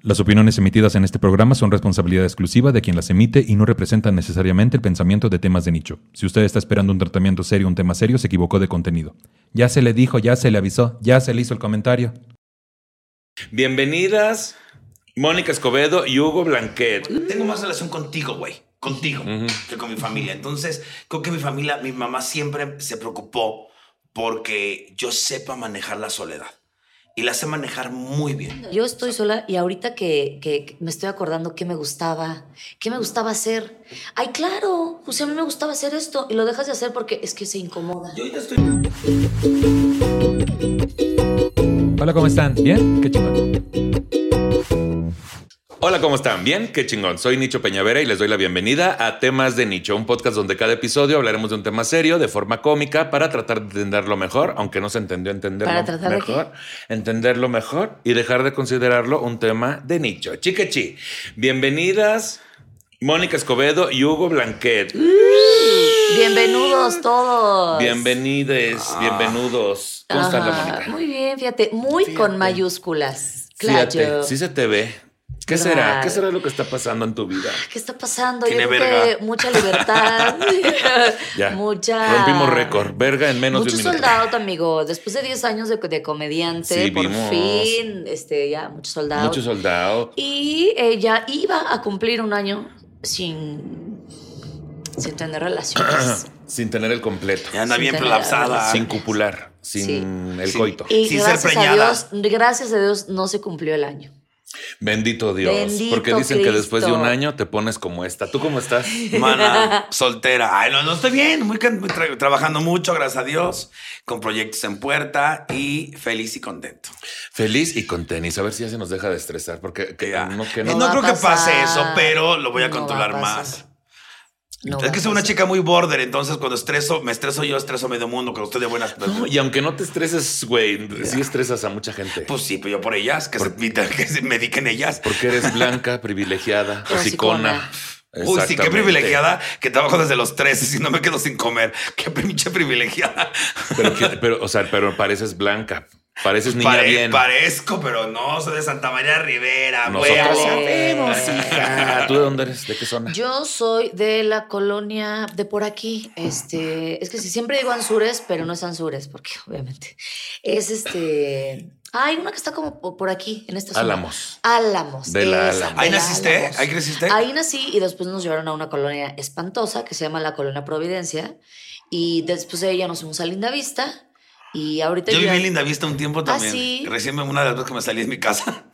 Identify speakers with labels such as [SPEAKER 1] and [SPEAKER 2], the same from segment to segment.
[SPEAKER 1] Las opiniones emitidas en este programa son responsabilidad exclusiva de quien las emite y no representan necesariamente el pensamiento de temas de nicho. Si usted está esperando un tratamiento serio, un tema serio, se equivocó de contenido. Ya se le dijo, ya se le avisó, ya se le hizo el comentario.
[SPEAKER 2] Bienvenidas, Mónica Escobedo y Hugo Blanquet.
[SPEAKER 3] Tengo más relación contigo, güey. Contigo, que con mi familia. Entonces, creo que mi familia, mi mamá siempre se preocupó porque yo sepa manejar la soledad. Y la sé manejar muy bien.
[SPEAKER 4] Yo estoy sola y ahorita que, que- que me estoy acordando qué me gustaba, qué me gustaba hacer. Ay, claro, José, a mí me gustaba hacer esto y lo dejas de hacer porque es que se incomoda.
[SPEAKER 3] Yo ahorita estoy...
[SPEAKER 1] Hola, ¿cómo están? ¿Bien? ¿Qué chingón?
[SPEAKER 2] Hola, ¿cómo están? ¿Bien? Qué chingón. Soy Nicho Peñavera y les doy la bienvenida a Temas de Nicho, un podcast donde cada episodio hablaremos de un tema serio de forma cómica para tratar de entenderlo mejor, aunque no se entendió entenderlo
[SPEAKER 4] ¿Para tratar de
[SPEAKER 2] mejor, entenderlo mejor y dejar de considerarlo un tema de nicho. Chiquechi, bienvenidas Mónica Escobedo y Hugo Blanquet.
[SPEAKER 4] Bienvenidos todos.
[SPEAKER 2] Bienvenides, bienvenidos. ¿Cómo estás, la
[SPEAKER 4] Ajá,
[SPEAKER 2] Mónica?
[SPEAKER 4] Muy bien, fíjate, muy con mayúsculas. Claro.
[SPEAKER 2] Fíjate, sí se te ve. ¿Qué
[SPEAKER 4] Claro.
[SPEAKER 2] será? ¿Qué será lo que está pasando en tu vida?
[SPEAKER 4] ¿Qué está pasando?
[SPEAKER 3] Tiene
[SPEAKER 4] Yo creo
[SPEAKER 3] verga.
[SPEAKER 4] que mucha libertad.
[SPEAKER 2] Ya.
[SPEAKER 4] Mucha.
[SPEAKER 2] Rompimos récord. Verga en menos
[SPEAKER 4] Mucho
[SPEAKER 2] de un minuto.
[SPEAKER 4] soldado, amigo. Después de 10 años de, de comediante,
[SPEAKER 2] Sí,
[SPEAKER 4] por
[SPEAKER 2] vimos.
[SPEAKER 4] fin, este, ya, mucho soldado.
[SPEAKER 2] Mucho soldado.
[SPEAKER 4] Y ella iba a cumplir un año sin, sin tener relaciones.
[SPEAKER 2] Sin tener el completo.
[SPEAKER 3] Ya anda
[SPEAKER 4] Sin
[SPEAKER 3] bien
[SPEAKER 4] tener-
[SPEAKER 3] prolapsada.
[SPEAKER 2] Sin cupular. Sin
[SPEAKER 4] Sí.
[SPEAKER 2] el
[SPEAKER 3] Sí.
[SPEAKER 2] coito.
[SPEAKER 4] Y
[SPEAKER 3] Sin ser
[SPEAKER 4] gracias a
[SPEAKER 3] preñada.
[SPEAKER 4] Dios, gracias a Dios no se cumplió el año.
[SPEAKER 2] Bendito Dios.
[SPEAKER 4] Bendito
[SPEAKER 2] porque dicen que después de un
[SPEAKER 4] Cristo.
[SPEAKER 2] año te pones como esta. ¿Tú cómo estás?
[SPEAKER 3] Mana, soltera. Ay, no, no estoy bien. Muy can- tra- trabajando mucho, gracias a Dios, con proyectos en puerta y feliz y contento.
[SPEAKER 2] Feliz y con tenis. A ver si ya se nos deja de estresar. Porque que
[SPEAKER 3] Ya.
[SPEAKER 2] no, que
[SPEAKER 3] No,
[SPEAKER 2] no.
[SPEAKER 4] va a
[SPEAKER 3] creo que pase
[SPEAKER 4] pasar.
[SPEAKER 3] eso, pero lo voy a
[SPEAKER 4] No va a
[SPEAKER 3] controlar
[SPEAKER 4] pasar.
[SPEAKER 3] más.
[SPEAKER 4] No
[SPEAKER 3] es
[SPEAKER 4] va
[SPEAKER 3] que
[SPEAKER 4] a
[SPEAKER 3] soy una
[SPEAKER 4] pasar.
[SPEAKER 3] chica muy border, entonces cuando estreso, me estreso yo, estreso medio mundo, cuando estoy de buenas.
[SPEAKER 2] No, y aunque no te estreses, güey, sí estresas a mucha gente.
[SPEAKER 3] Pues sí, pero yo por ellas, que, se, que se mediquen ellas.
[SPEAKER 2] porque eres blanca, privilegiada, hocicona.
[SPEAKER 4] Hocicona.
[SPEAKER 3] Uy, sí, qué
[SPEAKER 2] Exactamente.
[SPEAKER 3] privilegiada que trabajo desde los 13 y no me quedo sin comer. Qué pinche privilegiada.
[SPEAKER 2] Pero, que- pero, o sea, pero pareces blanca. Pareces Pues niña
[SPEAKER 3] Pare-
[SPEAKER 2] bien.
[SPEAKER 3] Parezco, pero no, soy de Santa María Rivera, güey.
[SPEAKER 2] Nosotros
[SPEAKER 4] sabemos,
[SPEAKER 2] hija. Ah, ¿Tú de dónde eres? ¿De qué zona?
[SPEAKER 4] Yo soy de la colonia de por aquí. Este, es que si siempre digo Ansures, pero no es Ansures, porque obviamente es este. Hay una que está como po- por aquí, en esta zona.
[SPEAKER 2] Álamos.
[SPEAKER 4] Álamos.
[SPEAKER 2] De la
[SPEAKER 4] esa,
[SPEAKER 2] Álamos.
[SPEAKER 3] ¿Ahí
[SPEAKER 4] de la
[SPEAKER 3] naciste?
[SPEAKER 4] Álamos.
[SPEAKER 3] ¿Ahí creciste?
[SPEAKER 4] Ahí nací y después nos llevaron a una colonia espantosa que se llama la Colonia Providencia. Y después de ella nos fuimos a Linda Vista. Y ahorita
[SPEAKER 3] Yo
[SPEAKER 4] ya-
[SPEAKER 3] viví en Linda Vista un tiempo también.
[SPEAKER 4] Ah, sí?
[SPEAKER 3] Recién me- una de las veces que me salí de mi casa.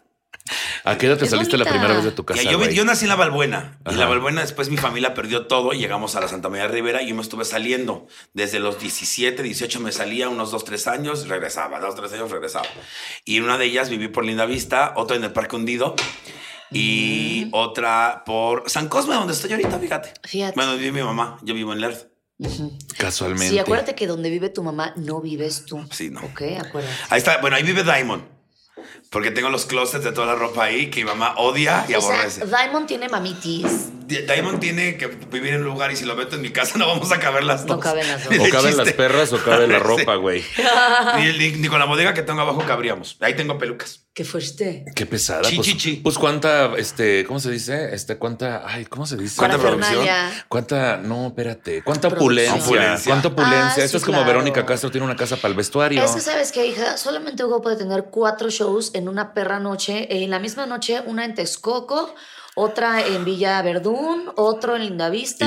[SPEAKER 2] ¿A qué edad te
[SPEAKER 4] Es
[SPEAKER 2] saliste la
[SPEAKER 4] bonita.
[SPEAKER 2] primera vez de tu casa?
[SPEAKER 3] Ya, yo, vi-
[SPEAKER 2] güey?
[SPEAKER 3] yo nací en La Balbuena. Y
[SPEAKER 2] Ajá.
[SPEAKER 3] La Balbuena, después mi familia perdió todo y llegamos a la Santa María Rivera y yo me estuve saliendo. Desde los 17, 18 me salía, unos 2, 3 años, regresaba. 2, 3 años, regresaba. Y en una de ellas viví por Linda Vista, otra en el Parque Hundido y otra por San Cosme, donde estoy ahorita, fíjate.
[SPEAKER 4] Fíjate.
[SPEAKER 3] Bueno, vive mi mamá, yo vivo en Lerdo.
[SPEAKER 4] Ujú.
[SPEAKER 2] Casualmente.
[SPEAKER 4] Sí, acuérdate que donde vive tu mamá no vives tú.
[SPEAKER 3] Sí, no.
[SPEAKER 4] Ok, acuérdate.
[SPEAKER 3] Ahí está, bueno, ahí vive Diamond. Porque tengo los closets de toda la ropa ahí que mi mamá odia y
[SPEAKER 4] o sea,
[SPEAKER 3] aborrece.
[SPEAKER 4] Diamond tiene mamitis.
[SPEAKER 3] Di- Diamond tiene que vivir en un lugar y si lo meto en mi casa no vamos a caber las
[SPEAKER 4] No
[SPEAKER 3] dos.
[SPEAKER 4] caben las dos.
[SPEAKER 3] Ni de
[SPEAKER 2] O caben las
[SPEAKER 3] chiste.
[SPEAKER 2] perras o cabe la ropa, güey.
[SPEAKER 3] Ni, el- ni- ni con la bodega que tengo abajo cabríamos. Ahí tengo pelucas.
[SPEAKER 4] ¿Qué fuiste?
[SPEAKER 2] Qué pesada.
[SPEAKER 3] Chi,
[SPEAKER 2] pues,
[SPEAKER 3] chi, chi.
[SPEAKER 2] pues cuánta, este, ¿cómo se dice? Este, cuánta, ay, ¿cómo se dice?
[SPEAKER 3] ¿Cuánta
[SPEAKER 2] producción?
[SPEAKER 4] Parafernalia.
[SPEAKER 2] Cuánta, no, espérate. Cuánta
[SPEAKER 4] Producción.
[SPEAKER 2] opulencia.
[SPEAKER 3] Opulencia.
[SPEAKER 2] Cuánta opulencia.
[SPEAKER 4] Ah, sí,
[SPEAKER 2] Esto es como
[SPEAKER 4] claro.
[SPEAKER 2] Verónica Castro tiene una casa para el vestuario.
[SPEAKER 4] Es que sabes que, hija, solamente Hugo puede tener cuatro shows en una perra noche. En la misma noche, una en Texcoco, otra en Villa Verdún, otro en Lindavista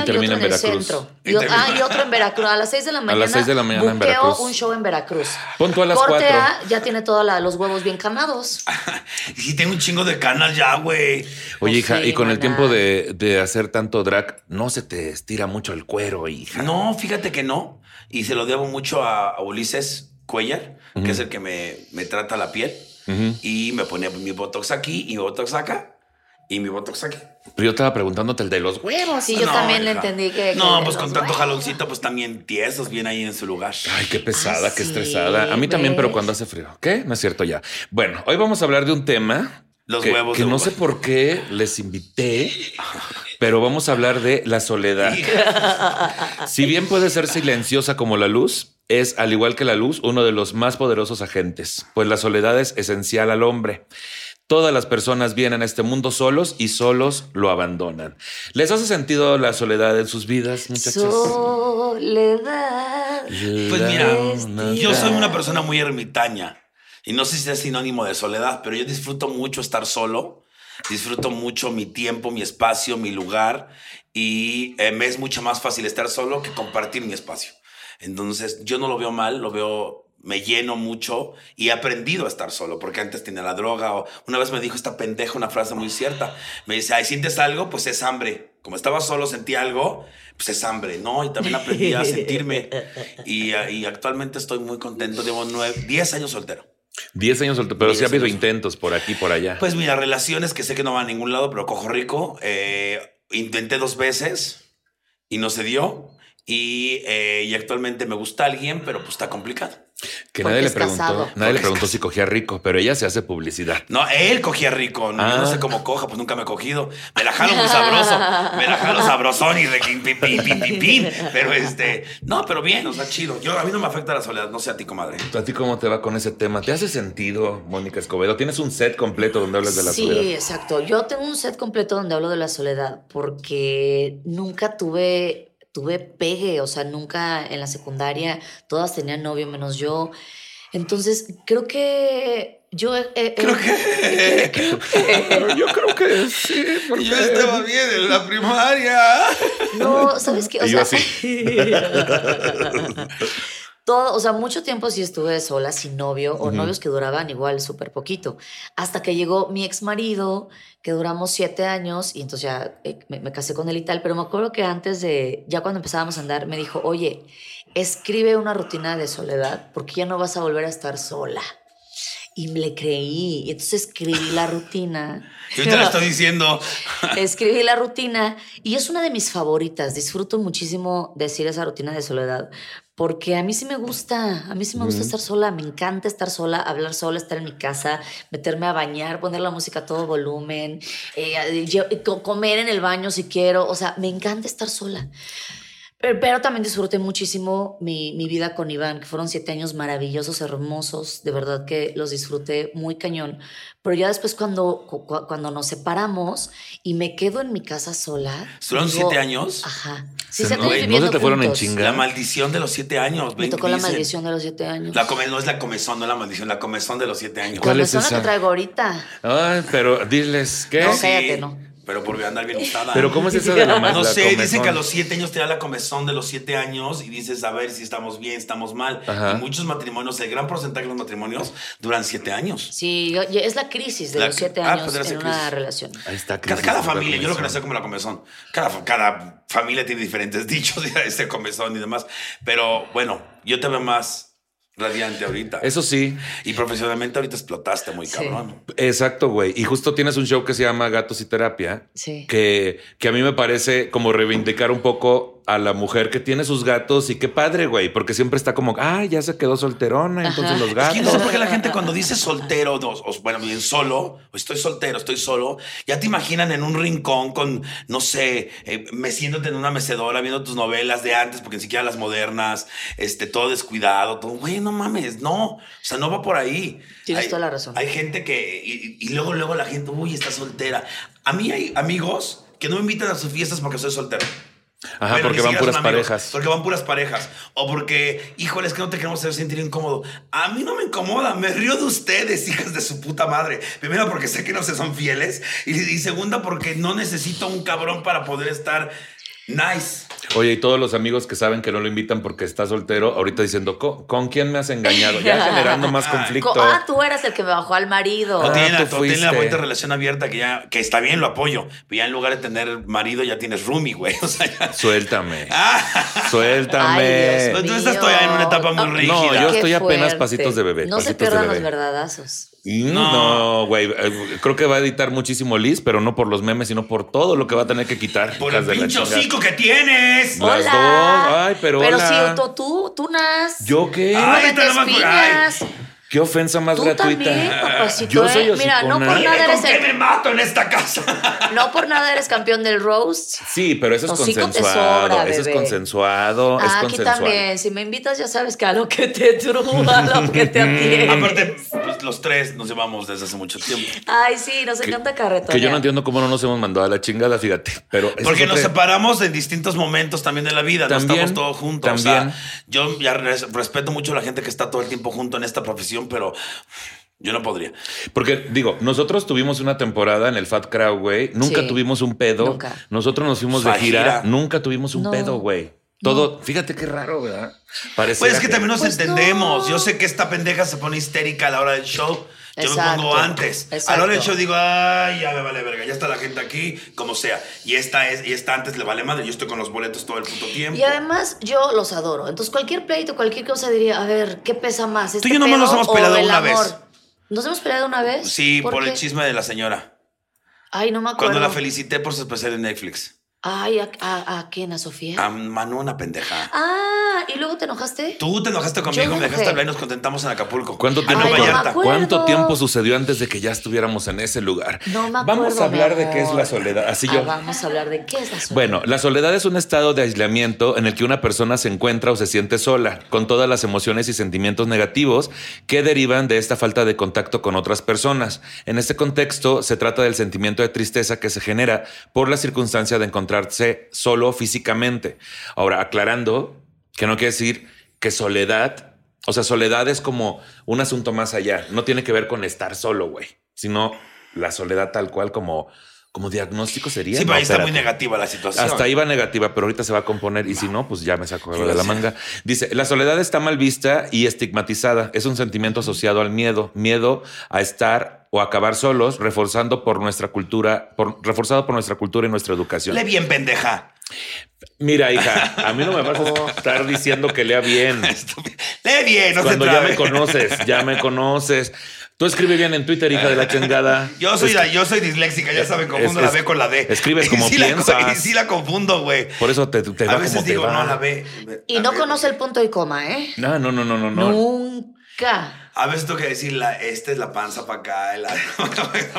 [SPEAKER 2] Y
[SPEAKER 4] y, otro
[SPEAKER 2] termina
[SPEAKER 4] en,
[SPEAKER 2] en
[SPEAKER 4] el
[SPEAKER 2] Veracruz.
[SPEAKER 4] centro.
[SPEAKER 3] Y
[SPEAKER 4] Y o-
[SPEAKER 3] termina-
[SPEAKER 4] ah, y otro en Veracruz. A las seis de la
[SPEAKER 2] las
[SPEAKER 4] mañana.
[SPEAKER 2] seis de la mañana en
[SPEAKER 4] buqueo
[SPEAKER 2] Veracruz.
[SPEAKER 4] un show en Veracruz.
[SPEAKER 2] Pon tú a las
[SPEAKER 4] Corte
[SPEAKER 2] cuatro.
[SPEAKER 4] A, ya tiene todos los huevos bien camados.
[SPEAKER 3] Ah, Y sí tengo un chingo de canas ya, güey.
[SPEAKER 2] Oye,
[SPEAKER 4] Pues
[SPEAKER 2] hija,
[SPEAKER 4] sí,
[SPEAKER 2] y con el
[SPEAKER 4] maná.
[SPEAKER 2] tiempo de, de hacer tanto drag, no se te estira mucho el cuero, hija.
[SPEAKER 3] No, fíjate que no. Y se lo debo mucho a, a Ulises Cuellar, que es el que me, me trata la piel.
[SPEAKER 2] Ujú.
[SPEAKER 3] y me ponía mi botox aquí y mi botox acá y mi botox aquí.
[SPEAKER 2] Pero yo estaba preguntándote el de los huevos.
[SPEAKER 4] Sí, yo
[SPEAKER 3] No,
[SPEAKER 4] también le
[SPEAKER 3] hija.
[SPEAKER 4] entendí que.
[SPEAKER 3] No,
[SPEAKER 4] que
[SPEAKER 3] pues
[SPEAKER 4] los
[SPEAKER 3] con tanto
[SPEAKER 4] huevos.
[SPEAKER 3] jaloncito, pues también tiesos, bien ahí en su lugar.
[SPEAKER 2] Ay, qué pesada,
[SPEAKER 4] Ah,
[SPEAKER 2] qué
[SPEAKER 4] sí,
[SPEAKER 2] estresada. A mí también, pero
[SPEAKER 4] ¿ves?
[SPEAKER 2] cuando hace frío. ¿Qué? No es cierto ya. Bueno, hoy vamos a hablar de un tema.
[SPEAKER 3] Los
[SPEAKER 2] que,
[SPEAKER 3] huevos
[SPEAKER 2] Que
[SPEAKER 3] de
[SPEAKER 2] no
[SPEAKER 3] uva.
[SPEAKER 2] sé por qué les invité, pero vamos a hablar de la soledad. Si bien puede ser silenciosa como la luz, es, al igual que la luz, uno de los más poderosos agentes, pues la soledad es esencial al hombre. Todas las personas vienen a este mundo solos y solos lo abandonan. ¿Les hace sentido la soledad en sus vidas, muchachos?
[SPEAKER 4] Soledad.
[SPEAKER 3] Pues mira,
[SPEAKER 4] Soledad.
[SPEAKER 3] yo soy una persona muy ermitaña y no sé si es sinónimo de soledad, pero yo disfruto mucho estar solo, disfruto mucho mi tiempo, mi espacio, mi lugar y eh, me es mucho más fácil estar solo que compartir mi espacio. Entonces yo no lo veo mal, lo veo, me lleno mucho y he aprendido a estar solo porque antes tenía la droga o una vez me dijo esta pendeja una frase muy cierta, me dice, ay, sientes algo, pues es hambre. Como estaba solo, sentí algo, pues es hambre, ¿no? Y también aprendí a sentirme. Y, eh, y actualmente estoy muy contento, llevo nueve, 10 años soltero.
[SPEAKER 2] Diez años soltero, pero sí ha
[SPEAKER 3] Diez
[SPEAKER 2] habido
[SPEAKER 3] años.
[SPEAKER 2] intentos por aquí, por allá.
[SPEAKER 3] Pues mira, relaciones que sé que no van a ningún lado, pero cojo rico. Eh, intenté dos veces y no se dio. Y, eh, y actualmente me gusta alguien, pero pues está complicado.
[SPEAKER 2] que
[SPEAKER 4] porque
[SPEAKER 2] nadie le
[SPEAKER 4] es
[SPEAKER 2] preguntó,
[SPEAKER 4] casado.
[SPEAKER 2] nadie le preguntó si cogía rico, pero ella se hace publicidad.
[SPEAKER 3] No, él cogía rico. No, Yo no
[SPEAKER 2] Ah.
[SPEAKER 3] sé cómo coja, pues nunca me he cogido. Me la jalo muy sabroso. Me la jalo sabrosón y de que pim, pim, pim, pim, pim. Pero este, no, pero bien, o sea, chido. Yo, a mí no me afecta la soledad, no sé a ti, comadre.
[SPEAKER 2] ¿A ti cómo te va con ese tema? ¿Te hace sentido, Mónica Escobedo? Tienes un set completo donde hablas de la
[SPEAKER 4] sí,
[SPEAKER 2] soledad.
[SPEAKER 4] exacto. Yo tengo un set completo donde hablo de la soledad porque nunca tuve, tuve pegue, o sea, nunca en la secundaria todas tenían novio menos yo. Entonces, creo que yo... eh, eh,
[SPEAKER 3] que.
[SPEAKER 2] Yo creo que sí.
[SPEAKER 3] Yo estaba bien en la primaria.
[SPEAKER 4] No, ¿sabes qué? O
[SPEAKER 2] Y yo
[SPEAKER 4] sea, todo, o sea, mucho tiempo sí estuve sola, sin novio, o novios que duraban igual súper poquito. Hasta que llegó mi ex marido, que duramos siete años, y entonces ya eh, me, me casé con él y tal. Pero me acuerdo que antes de, ya cuando empezábamos a andar, me dijo, oye, escribe una rutina de soledad, porque ya no vas a volver a estar sola. Y le creí. Y entonces escribí la rutina.
[SPEAKER 3] Yo te lo estoy diciendo.
[SPEAKER 4] Escribí la rutina y es una de mis favoritas. Disfruto muchísimo decir esa rutina de soledad porque a mí sí me gusta, a mí sí me gusta estar sola, me encanta estar sola, hablar sola, estar en mi casa, meterme a bañar, poner la música a todo volumen, eh, lle- co- comer en el baño si quiero, o sea, me encanta estar sola. Pero, pero también disfruté muchísimo mi, mi vida con Iván, que fueron siete años maravillosos, hermosos, de verdad que los disfruté muy cañón. Pero ya después cuando, cu- cu- cuando nos separamos y me quedo en mi casa sola.
[SPEAKER 3] ¿Fueron
[SPEAKER 4] digo,
[SPEAKER 3] siete años?
[SPEAKER 4] Ajá.
[SPEAKER 2] Se-
[SPEAKER 4] Sí, siete
[SPEAKER 2] no-
[SPEAKER 4] años
[SPEAKER 2] no se
[SPEAKER 4] viviendo
[SPEAKER 2] te fueron en
[SPEAKER 4] juntos.
[SPEAKER 2] chinga.
[SPEAKER 3] La maldición de los siete años.
[SPEAKER 4] Me
[SPEAKER 3] ven,
[SPEAKER 4] tocó la
[SPEAKER 3] dicen.
[SPEAKER 4] maldición de los siete años.
[SPEAKER 3] La come- no es la comezón, no la maldición, la comezón de los siete años.
[SPEAKER 2] ¿Cuál
[SPEAKER 4] La
[SPEAKER 2] es
[SPEAKER 4] persona
[SPEAKER 2] esa?
[SPEAKER 4] que traigo ahorita.
[SPEAKER 2] Ay, pero diles qué.
[SPEAKER 4] No, cállate, no.
[SPEAKER 3] Pero por andar bien usada.
[SPEAKER 2] Pero ¿cómo es esa de la más
[SPEAKER 3] No
[SPEAKER 2] la
[SPEAKER 3] sé, dicen
[SPEAKER 2] comezón?
[SPEAKER 3] que a los siete años te da la comezón de los siete años y dices a ver si estamos bien, estamos mal.
[SPEAKER 2] Ajá.
[SPEAKER 3] Y muchos matrimonios, el gran porcentaje de los matrimonios duran siete años.
[SPEAKER 4] Sí, yo- yo- es la crisis de
[SPEAKER 3] La
[SPEAKER 4] los
[SPEAKER 3] cri-
[SPEAKER 4] siete
[SPEAKER 3] ah,
[SPEAKER 4] años
[SPEAKER 3] podría ser
[SPEAKER 4] en una
[SPEAKER 3] crisis.
[SPEAKER 4] relación.
[SPEAKER 2] Ahí está.
[SPEAKER 3] Cada,
[SPEAKER 2] crisis
[SPEAKER 3] cada
[SPEAKER 2] de la
[SPEAKER 3] familia, yo lo conocía
[SPEAKER 2] comezón.
[SPEAKER 3] como la comezón. Cada, fa- cada familia tiene diferentes dichos, este comezón y demás. Pero bueno, yo te veo más radiante ahorita.
[SPEAKER 2] Eso sí,
[SPEAKER 3] Y profesionalmente ahorita explotaste muy
[SPEAKER 4] Sí.
[SPEAKER 3] cabrón.
[SPEAKER 2] exacto, güey. Y justo tienes un show que se llama Gatos y Terapia,
[SPEAKER 4] Sí.
[SPEAKER 2] que, que a mí me parece como reivindicar un poco a la mujer que tiene sus gatos y qué padre, güey, porque siempre está como, ah, ya se quedó solterona, entonces los
[SPEAKER 3] Es que yo no sé
[SPEAKER 2] gatos.
[SPEAKER 3] por qué la gente cuando dice soltero, no, o, bueno, bien solo, o estoy soltero, estoy solo, ya te imaginan en un rincón con, no sé, eh, meciéndote en una mecedora, viendo tus novelas de antes, porque ni siquiera las modernas, este, todo descuidado, todo, güey, no mames, no, o sea, no va por ahí.
[SPEAKER 4] Tienes
[SPEAKER 3] Hay-
[SPEAKER 4] toda la razón.
[SPEAKER 3] Hay gente que, y, y luego, luego la gente, uy, está soltera. A mí hay amigos que no me invitan a sus fiestas porque soy soltero.
[SPEAKER 2] Ajá,
[SPEAKER 3] Pero
[SPEAKER 2] porque
[SPEAKER 3] ni
[SPEAKER 2] van
[SPEAKER 3] siquiera
[SPEAKER 2] puras
[SPEAKER 3] son amigos,
[SPEAKER 2] parejas.
[SPEAKER 3] Porque van puras parejas. O porque, híjole, es que no te queremos hacer sentir incómodo. A mí no me incomoda, me río de ustedes, hijas de su puta madre. Primero porque sé que no se son fieles. Y, y segunda porque no necesito un cabrón para poder estar nice.
[SPEAKER 2] Oye, y todos los amigos que saben que no lo invitan porque está soltero, ahorita diciendo, "Co- ¿con, quién me has engañado? Ya generando más
[SPEAKER 3] Ay.
[SPEAKER 2] conflicto.
[SPEAKER 4] Co- Ah, tú eras el que me bajó al marido.
[SPEAKER 3] O
[SPEAKER 2] Ah,
[SPEAKER 3] tiene, la,
[SPEAKER 2] tú
[SPEAKER 3] o tiene la
[SPEAKER 2] fuiste.
[SPEAKER 3] vuelta de relación abierta que ya, que está bien, lo apoyo. Pero ya en lugar de tener marido, ya tienes roomie, güey. O sea, ya-
[SPEAKER 2] Suéltame. Suéltame.
[SPEAKER 4] Ay, Dios
[SPEAKER 3] Pues, Entonces estás
[SPEAKER 4] mío.
[SPEAKER 3] todavía en una etapa muy
[SPEAKER 4] No,
[SPEAKER 3] rígida.
[SPEAKER 2] yo
[SPEAKER 4] Qué
[SPEAKER 2] estoy apenas
[SPEAKER 4] fuerte.
[SPEAKER 2] pasitos de bebé,
[SPEAKER 4] No se
[SPEAKER 2] pasitos de
[SPEAKER 4] pierdan los
[SPEAKER 2] bebé.
[SPEAKER 4] verdadazos.
[SPEAKER 2] No, güey. eh, Creo que va a editar muchísimo Liz, pero no por los memes, sino por todo lo que va a tener que quitar.
[SPEAKER 3] Por el
[SPEAKER 2] Hijas de la
[SPEAKER 3] pinche
[SPEAKER 2] chingada.
[SPEAKER 3] hocico que tienes.
[SPEAKER 2] Las
[SPEAKER 4] Hola.
[SPEAKER 2] dos. Ay, pero
[SPEAKER 4] Pero
[SPEAKER 2] hola.
[SPEAKER 4] sí, tú, tú, tú nas.
[SPEAKER 2] ¿Yo qué?
[SPEAKER 4] Tú no
[SPEAKER 3] Ay, te
[SPEAKER 4] metes
[SPEAKER 3] la vas a curar.
[SPEAKER 4] piñas.
[SPEAKER 2] ¿Qué ofensa más
[SPEAKER 4] Tú
[SPEAKER 2] gratuita?
[SPEAKER 4] también, papacito.
[SPEAKER 2] Yo
[SPEAKER 4] ¿eh?
[SPEAKER 2] soy
[SPEAKER 4] Mira, no por,
[SPEAKER 2] hocicona.
[SPEAKER 4] nada
[SPEAKER 3] Dime
[SPEAKER 4] eres
[SPEAKER 3] ¿Con qué me
[SPEAKER 4] el-
[SPEAKER 3] mato en esta casa?
[SPEAKER 4] no por nada eres campeón del roast.
[SPEAKER 2] Sí, pero eso es
[SPEAKER 4] Hocico te
[SPEAKER 2] consensuado.
[SPEAKER 4] sobra,
[SPEAKER 2] eso es
[SPEAKER 4] bebé.
[SPEAKER 2] consensuado. es
[SPEAKER 4] Ah, aquí
[SPEAKER 2] consensuado.
[SPEAKER 4] también. Si me invitas, ya sabes que a lo que te truba, a lo que te atiende.
[SPEAKER 3] Aparte, pues, los tres nos llevamos desde hace mucho tiempo.
[SPEAKER 4] Ay, sí, nos
[SPEAKER 2] Que-
[SPEAKER 4] encanta carretón.
[SPEAKER 2] Que yo no entiendo cómo no nos hemos mandado a la chingada, fíjate. Pero eso
[SPEAKER 3] Porque
[SPEAKER 2] fue
[SPEAKER 3] nos
[SPEAKER 2] pre-
[SPEAKER 3] separamos en distintos momentos también de la vida. no
[SPEAKER 2] También,
[SPEAKER 3] estamos todos juntos. o sea,
[SPEAKER 2] también.
[SPEAKER 3] yo ya res- respeto mucho a la gente que está todo el tiempo junto en esta profesión, pero yo no podría.
[SPEAKER 2] Porque digo, nosotros tuvimos una temporada en el Fat Crowd, güey. Nunca
[SPEAKER 4] Sí.
[SPEAKER 2] tuvimos un pedo.
[SPEAKER 4] Nunca.
[SPEAKER 2] Nosotros nos fuimos
[SPEAKER 3] Fue
[SPEAKER 2] de gira.
[SPEAKER 3] gira.
[SPEAKER 2] Nunca tuvimos un
[SPEAKER 4] No.
[SPEAKER 2] pedo, güey. Todo, fíjate qué raro, ¿verdad? Parece
[SPEAKER 3] Pues es que también nos
[SPEAKER 4] Pues
[SPEAKER 3] entendemos.
[SPEAKER 4] no.
[SPEAKER 3] Yo sé que esta pendeja se pone histérica a la hora del show. Yo me
[SPEAKER 4] Exacto,
[SPEAKER 3] pongo antes. A la hora del
[SPEAKER 4] exacto.
[SPEAKER 3] show digo, ay, ya me vale verga, ya está la gente aquí, como sea. Y esta es, y esta antes le vale madre. Yo estoy con los boletos todo el puto tiempo.
[SPEAKER 4] Y además yo los adoro. Entonces cualquier pleito, cualquier cosa diría, a ver, ¿qué pesa más?
[SPEAKER 3] Tú
[SPEAKER 4] ¿Este
[SPEAKER 3] y yo nomás
[SPEAKER 4] pedo
[SPEAKER 3] nos hemos
[SPEAKER 4] o
[SPEAKER 3] peleado
[SPEAKER 4] el
[SPEAKER 3] una vez.
[SPEAKER 4] amor? ¿Nos hemos peleado una vez?
[SPEAKER 3] sí, por, el
[SPEAKER 4] qué?
[SPEAKER 3] chisme de la señora.
[SPEAKER 4] Ay, no me acuerdo.
[SPEAKER 3] Cuando la felicité por su especial en Netflix.
[SPEAKER 4] Ay, ¿a, a, a quién? ¿A Sofía?
[SPEAKER 2] Ah.
[SPEAKER 3] A Manu, una pendeja.
[SPEAKER 4] Ah, ¿y luego te enojaste?
[SPEAKER 3] Tú te enojaste conmigo,
[SPEAKER 4] Yo
[SPEAKER 3] me
[SPEAKER 4] me
[SPEAKER 3] dejaste
[SPEAKER 4] enojé.
[SPEAKER 3] hablar y nos contentamos en Acapulco.
[SPEAKER 2] ¿Cuánto
[SPEAKER 3] Ah, no,
[SPEAKER 2] tiempo,
[SPEAKER 4] Ay, no me
[SPEAKER 3] Vallarta.
[SPEAKER 4] acuerdo.
[SPEAKER 2] ¿Cuánto tiempo sucedió antes de que ya estuviéramos en ese lugar?
[SPEAKER 4] No me acuerdo.
[SPEAKER 2] Vamos a hablar
[SPEAKER 4] mi
[SPEAKER 2] de qué es la
[SPEAKER 4] amor.
[SPEAKER 2] soledad. Así
[SPEAKER 4] Ah,
[SPEAKER 2] yo.
[SPEAKER 4] Vamos a hablar de qué es la soledad.
[SPEAKER 2] Bueno, la soledad es un estado de aislamiento en el que una persona se encuentra o se siente sola, con todas las emociones y sentimientos negativos que derivan de esta falta de contacto con otras personas. En este contexto, se trata del sentimiento de tristeza que se genera por la circunstancia de encontrarse solo físicamente. Ahora, aclarando que no quiere decir que soledad, o sea, soledad es como un asunto más allá, no tiene que ver con estar solo, güey, sino la soledad tal cual como... Como diagnóstico sería.
[SPEAKER 3] Sí,
[SPEAKER 2] ¿no?
[SPEAKER 3] pero ahí está muy
[SPEAKER 2] Terapia.
[SPEAKER 3] negativa la situación.
[SPEAKER 2] Hasta ahí va negativa, pero ahorita se va a componer y si no, pues ya me saco algo de la
[SPEAKER 3] Gracias.
[SPEAKER 2] manga. Dice, la soledad está mal vista y estigmatizada. Es un sentimiento asociado al miedo, miedo a estar o acabar solos, reforzando por nuestra cultura, por, reforzado por nuestra cultura y nuestra educación.
[SPEAKER 3] Le bien pendeja.
[SPEAKER 2] Mira, hija, a mí no me vas
[SPEAKER 3] Oh.
[SPEAKER 2] a estar diciendo que lea bien.
[SPEAKER 3] Le bien, no
[SPEAKER 2] Cuando
[SPEAKER 3] se
[SPEAKER 2] ya
[SPEAKER 3] trabe.
[SPEAKER 2] me conoces, ya me conoces. Tú escribe bien en Twitter, hija de la chingada.
[SPEAKER 3] Yo soy, la- yo soy disléxica, ya saben, confundo
[SPEAKER 2] es-
[SPEAKER 3] la B con la D.
[SPEAKER 2] escribes
[SPEAKER 3] Y
[SPEAKER 2] como
[SPEAKER 3] sí la co-
[SPEAKER 2] piensas.
[SPEAKER 3] y sí la confundo, güey.
[SPEAKER 2] Por eso te, te va
[SPEAKER 3] A
[SPEAKER 2] como
[SPEAKER 3] veces
[SPEAKER 2] te
[SPEAKER 3] digo,
[SPEAKER 2] va.
[SPEAKER 3] no, la B.
[SPEAKER 4] Y
[SPEAKER 3] la
[SPEAKER 4] no
[SPEAKER 3] B.
[SPEAKER 4] conoce el punto y coma, ¿eh?
[SPEAKER 2] No, no, no, no, no, no.
[SPEAKER 4] Nunca.
[SPEAKER 3] A veces tengo que decir, la, esta es la panza para acá. el-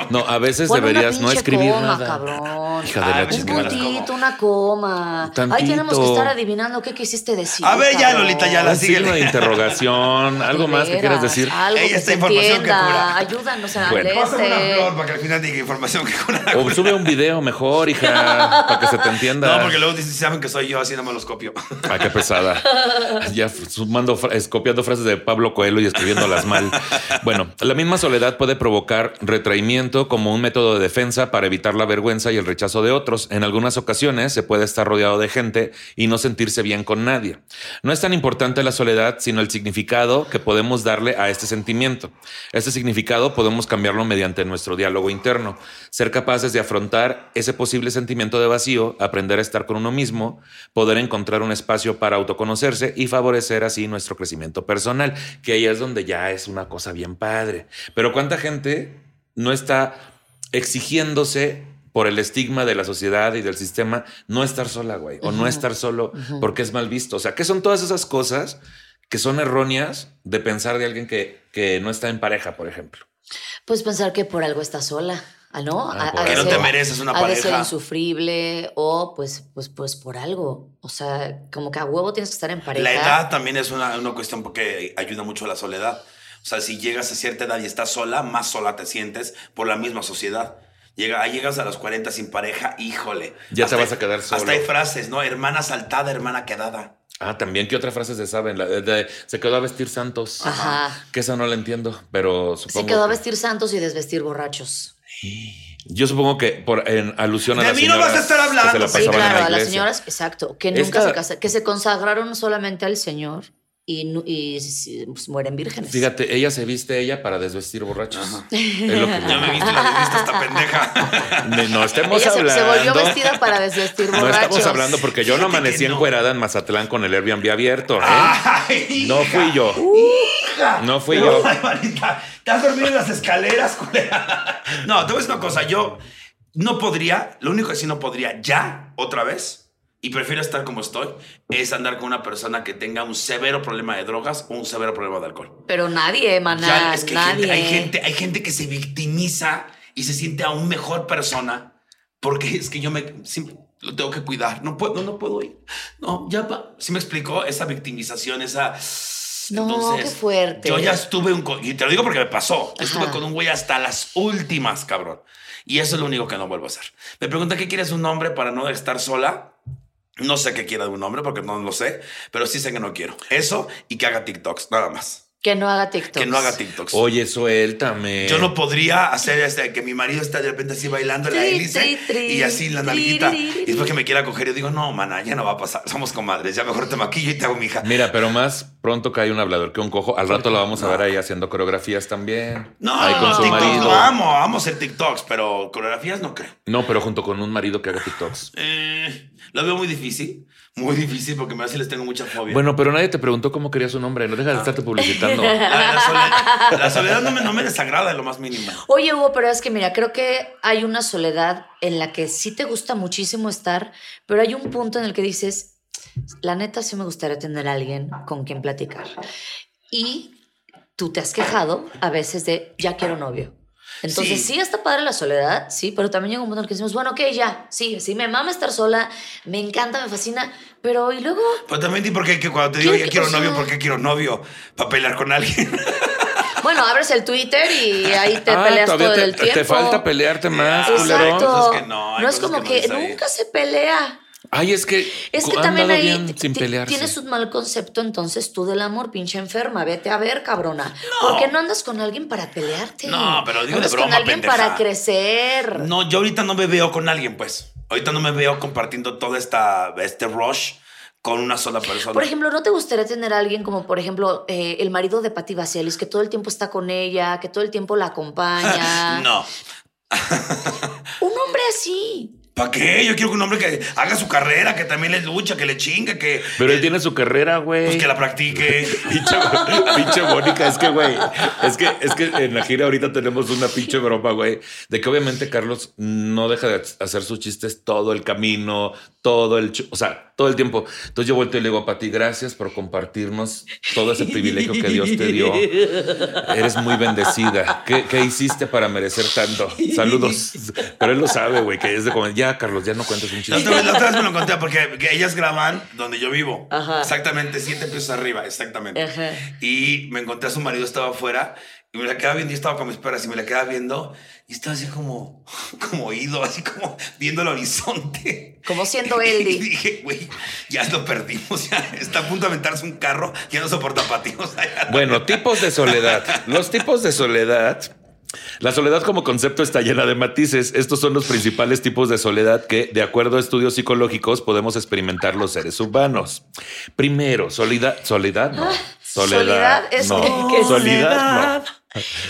[SPEAKER 2] No, a veces
[SPEAKER 4] Pon una
[SPEAKER 2] Pues deberías no
[SPEAKER 4] pinche
[SPEAKER 2] escribir
[SPEAKER 4] coma,
[SPEAKER 2] nada.
[SPEAKER 4] cabrón.
[SPEAKER 2] Hija de
[SPEAKER 3] Ay,
[SPEAKER 2] la
[SPEAKER 3] un
[SPEAKER 4] Un
[SPEAKER 2] chingada.
[SPEAKER 3] puti-
[SPEAKER 4] puntito, una coma. Ahí tenemos que
[SPEAKER 2] Tantito.
[SPEAKER 4] estar adivinando qué quisiste decir.
[SPEAKER 3] A ver, ya,
[SPEAKER 4] cabrón.
[SPEAKER 3] Lolita, ya la
[SPEAKER 2] Un
[SPEAKER 3] Ahora síguele.
[SPEAKER 2] signo de interrogación, algo
[SPEAKER 4] De
[SPEAKER 2] más que quieras
[SPEAKER 4] veras,
[SPEAKER 2] decir.
[SPEAKER 4] Algo
[SPEAKER 3] Ella
[SPEAKER 4] que
[SPEAKER 3] esta
[SPEAKER 4] se
[SPEAKER 3] información que cura.
[SPEAKER 4] entienda. Ayúdanos a este,
[SPEAKER 2] Bueno.
[SPEAKER 4] leer.
[SPEAKER 3] Pásame una flor para que al final diga información que con una-
[SPEAKER 2] O sube un video mejor, hija, para que se te entienda.
[SPEAKER 3] No, porque luego dicen, "Sí saben que soy yo, así no me los copio.
[SPEAKER 2] Ay, qué pesada. Ya sumando, fra- es- copiando frases de Pablo Coelho y escribiéndolas mal. Bueno, la misma soledad puede provocar retraimiento como un método de defensa para evitar la vergüenza y el rechazo de otros. En algunas ocasiones se puede estar rodeado de gente y no sentirse bien con nadie. No es tan importante la soledad, sino el significado que podemos darle a este sentimiento. Este significado podemos cambiarlo mediante nuestro diálogo interno, ser capaces de afrontar ese posible sentimiento de vacío, aprender a estar con uno mismo, poder encontrar un espacio para autoconocerse y favorecer así nuestro crecimiento personal, que ahí es donde ya es una cosa bien padre. Pero ¿cuánta gente no está exigiéndose por el estigma de la sociedad y del sistema no estar sola, güey, o no estar solo porque es mal visto? O sea, ¿qué son todas esas cosas? que son erróneas de pensar de alguien que, que no está en pareja, por ejemplo.
[SPEAKER 4] Pues pensar que por algo estás sola, ¿ah, ¿no?
[SPEAKER 2] Ah,
[SPEAKER 4] Ha-
[SPEAKER 2] por
[SPEAKER 4] ha de
[SPEAKER 2] Que no te
[SPEAKER 3] mereces una
[SPEAKER 4] ha de ser
[SPEAKER 3] pareja.
[SPEAKER 4] insufrible o pues, pues, pues por algo. O sea, como que a huevo tienes que estar en pareja.
[SPEAKER 3] La edad también es una, una cuestión porque ayuda mucho a la soledad. O sea, si llegas a cierta edad y estás sola, más sola te sientes por la misma sociedad. Llega, ahí llegas a los 40 sin pareja, híjole.
[SPEAKER 2] Ya te
[SPEAKER 3] Hasta
[SPEAKER 2] vas
[SPEAKER 3] hay-
[SPEAKER 2] a quedar solo.
[SPEAKER 3] Hasta hay frases, ¿no? Hermana saltada, hermana quedada.
[SPEAKER 2] Ah, también, ¿qué otra frase se saben? La de, de- se quedó a vestir santos.
[SPEAKER 4] Ajá.
[SPEAKER 2] Que esa no la entiendo, pero supongo.
[SPEAKER 4] Se quedó a
[SPEAKER 2] que-
[SPEAKER 4] vestir santos y desvestir borrachos.
[SPEAKER 2] Yo supongo que por en alusión a
[SPEAKER 3] De
[SPEAKER 2] las
[SPEAKER 3] mí no
[SPEAKER 2] señoras
[SPEAKER 3] vas a estar
[SPEAKER 2] que
[SPEAKER 3] hablando,
[SPEAKER 2] se la
[SPEAKER 3] sí,
[SPEAKER 4] Sí,
[SPEAKER 2] pasaban en
[SPEAKER 4] claro,
[SPEAKER 2] la
[SPEAKER 4] a las
[SPEAKER 2] iglesia.
[SPEAKER 4] señoras, exacto, que
[SPEAKER 2] Esta-
[SPEAKER 4] nunca se casaron, que se consagraron solamente al Señor y, nu- y si- pues, mueren vírgenes.
[SPEAKER 2] Fíjate, ella se viste ella para desvestir borrachos. Es lo que
[SPEAKER 3] Ya me viste, la viste esta pendeja.
[SPEAKER 2] De- no estemos
[SPEAKER 4] Ella se,
[SPEAKER 2] hablando.
[SPEAKER 4] se volvió vestida para desvestir
[SPEAKER 2] No
[SPEAKER 4] borrachos.
[SPEAKER 2] estamos hablando porque yo no
[SPEAKER 3] Fíjate que
[SPEAKER 2] amanecí
[SPEAKER 3] no. Ah,
[SPEAKER 2] encuerada en Mazatlán con el Airbnb abierto. ¿eh?
[SPEAKER 3] Ay,
[SPEAKER 2] No fui yo.
[SPEAKER 3] hija.
[SPEAKER 2] No fui yo.
[SPEAKER 3] Ay, manita, te has dormido en las escaleras, culera. No, te voy a decir una cosa. Yo no podría, lo único que sí no podría ya, otra vez, y prefiero estar como estoy, es andar con una persona que tenga un severo problema de drogas o un severo problema de alcohol.
[SPEAKER 4] Pero nadie, maná,
[SPEAKER 3] Ya, es que hay
[SPEAKER 4] nadie.
[SPEAKER 3] gente- hay, gente, hay gente que se victimiza y se siente aún mejor persona porque es que yo me siempre lo tengo que cuidar. No puedo, no puedo ir. No, ya va. ¿Sí me explicó esa victimización, esa.
[SPEAKER 4] No, qué fuerte.
[SPEAKER 3] Yo ya estuve un. co- Y te lo digo porque me pasó. Yo Estuve
[SPEAKER 4] Ajá.
[SPEAKER 3] con un güey hasta las últimas, cabrón. Y eso es lo único que no vuelvo a hacer. Me pregunta qué quieres un hombre para no estar sola. No sé qué quiera de un hombre porque no lo sé, pero sí sé que no quiero. Eso y que haga TikToks, nada más.
[SPEAKER 4] Que no haga TikTok.
[SPEAKER 3] Que no haga TikToks.
[SPEAKER 2] Oye, suéltame.
[SPEAKER 4] Eh,
[SPEAKER 3] Yo no podría hacer este, que mi marido está de repente así bailando la
[SPEAKER 4] Tri,
[SPEAKER 3] hélice
[SPEAKER 4] tri, tri.
[SPEAKER 3] y así la nalguita.
[SPEAKER 4] Tri, tri,
[SPEAKER 3] Y después que me quiera coger, yo digo, no, mana, ya no va a pasar. Somos comadres, ya mejor te maquillo y te hago mi hija.
[SPEAKER 2] Mira, pero más pronto cae un hablador que un cojo. Al rato la vamos a ver ahí haciendo coreografías también.
[SPEAKER 3] No,
[SPEAKER 2] ahí con su
[SPEAKER 3] TikToks
[SPEAKER 2] marido.
[SPEAKER 3] lo amo, amo hacer TikToks, pero coreografías no creo.
[SPEAKER 2] No, pero junto con un marido que haga TikToks.
[SPEAKER 3] Eh, lo veo muy difícil, muy difícil porque me si les tengo mucha fobia.
[SPEAKER 2] Bueno, pero nadie te preguntó cómo querías un hombre. No dejas
[SPEAKER 3] Ah.
[SPEAKER 2] de estarte publicitando.
[SPEAKER 3] la, la soledad, la soledad no me, no me desagrada en lo más mínimo.
[SPEAKER 4] Oye, Hugo, pero es que mira, creo que hay una soledad en la que sí te gusta muchísimo estar, pero hay un punto en el que dices, la neta sí me gustaría tener a alguien con quien platicar. Y tú te has quejado a veces de, ya quiero novio. Entonces
[SPEAKER 3] Sí.
[SPEAKER 4] sí. está padre la soledad, sí, pero también llega un punto en el que decimos, bueno, ok, ya, sí, sí, me mama estar sola, me encanta, me fascina, pero y luego,
[SPEAKER 3] Pero también di porque que cuando te digo ya
[SPEAKER 4] Quiero que-
[SPEAKER 3] quiero
[SPEAKER 4] o sea-
[SPEAKER 3] novio, ¿por qué quiero novio? Para pelear con alguien.
[SPEAKER 4] bueno, abres el Twitter y ahí te
[SPEAKER 2] Ah,
[SPEAKER 4] peleas
[SPEAKER 2] todavía
[SPEAKER 4] todo
[SPEAKER 2] te,
[SPEAKER 4] el
[SPEAKER 2] te
[SPEAKER 4] tiempo.
[SPEAKER 2] falta pelearte más,
[SPEAKER 3] Ah,
[SPEAKER 2] culero.
[SPEAKER 4] Exacto.
[SPEAKER 3] Hay cosas que no, hay
[SPEAKER 4] no es
[SPEAKER 3] cosas
[SPEAKER 4] como
[SPEAKER 3] que no
[SPEAKER 4] que,
[SPEAKER 3] les hay.
[SPEAKER 4] nunca se pelea.
[SPEAKER 2] Ay, es que,
[SPEAKER 4] Es que
[SPEAKER 2] han
[SPEAKER 4] también
[SPEAKER 2] dado
[SPEAKER 4] ahí
[SPEAKER 2] bien
[SPEAKER 4] ti-
[SPEAKER 2] sin
[SPEAKER 4] ti-
[SPEAKER 2] pelearse.
[SPEAKER 4] tienes un mal concepto entonces tú del amor, pinche enferma. Vete a ver, cabrona. ¿Por qué no andas con alguien para pelearte?
[SPEAKER 3] No, pero digo de
[SPEAKER 4] Andas con
[SPEAKER 3] broma,
[SPEAKER 4] alguien
[SPEAKER 3] pendeja.
[SPEAKER 4] para crecer.
[SPEAKER 3] No, yo ahorita no me veo con alguien, pues. Ahorita no me veo compartiendo todo esta, este rush con una sola persona.
[SPEAKER 4] Por ejemplo, ¿no te gustaría tener a alguien como, por ejemplo, eh, el marido de Patti Vaselis, que todo el tiempo está con ella, que todo el tiempo la acompaña?
[SPEAKER 3] no.
[SPEAKER 4] Un hombre así.
[SPEAKER 3] ¿Para qué? Yo quiero que un hombre que haga su carrera, que también le lucha, que le chingue, que,
[SPEAKER 2] Pero
[SPEAKER 4] Eh,
[SPEAKER 2] él tiene su carrera, güey.
[SPEAKER 3] pues, que la practique.
[SPEAKER 2] Pinche, pinche Mónica, es que, güey, es que, es que en la gira ahorita tenemos una pinche broma, güey, de que obviamente Carlos no deja de hacer sus chistes todo el camino, todo el, chu- o sea, todo el tiempo. Entonces yo vuelto y le digo a Pati, gracias por compartirnos todo ese privilegio que Dios te dio. Eres muy bendecida. ¿Qué, qué hiciste para merecer tanto? Saludos. Pero él lo sabe, güey, que es de como, ya, Carlos, ya no cuentes un
[SPEAKER 3] La
[SPEAKER 2] chiste.
[SPEAKER 3] otra, vez, la otra vez me lo encontré porque que ellas graban donde yo vivo.
[SPEAKER 4] Ajá.
[SPEAKER 3] Exactamente, siete pisos arriba, exactamente.
[SPEAKER 4] Ajá.
[SPEAKER 3] Y me encontré a su marido, estaba afuera. Y me la quedaba viendo, yo estaba con mis perras y me la quedaba viendo. Y estaba así como, como oído, así como viendo el horizonte.
[SPEAKER 4] Como siendo
[SPEAKER 3] Y
[SPEAKER 4] él. di.
[SPEAKER 3] dije, güey, ya lo perdimos, ya está a punto de aventarse un carro, ya no soporta patios.
[SPEAKER 2] Bueno, tipos de soledad. Los tipos de soledad. La soledad como concepto está llena de matices. Estos son los principales tipos de soledad que, de acuerdo a estudios psicológicos, podemos experimentar los seres humanos. Primero, soledad. Soledad no. Soledad.
[SPEAKER 4] Ah, soledad es
[SPEAKER 2] no.
[SPEAKER 4] que- que
[SPEAKER 2] soledad no.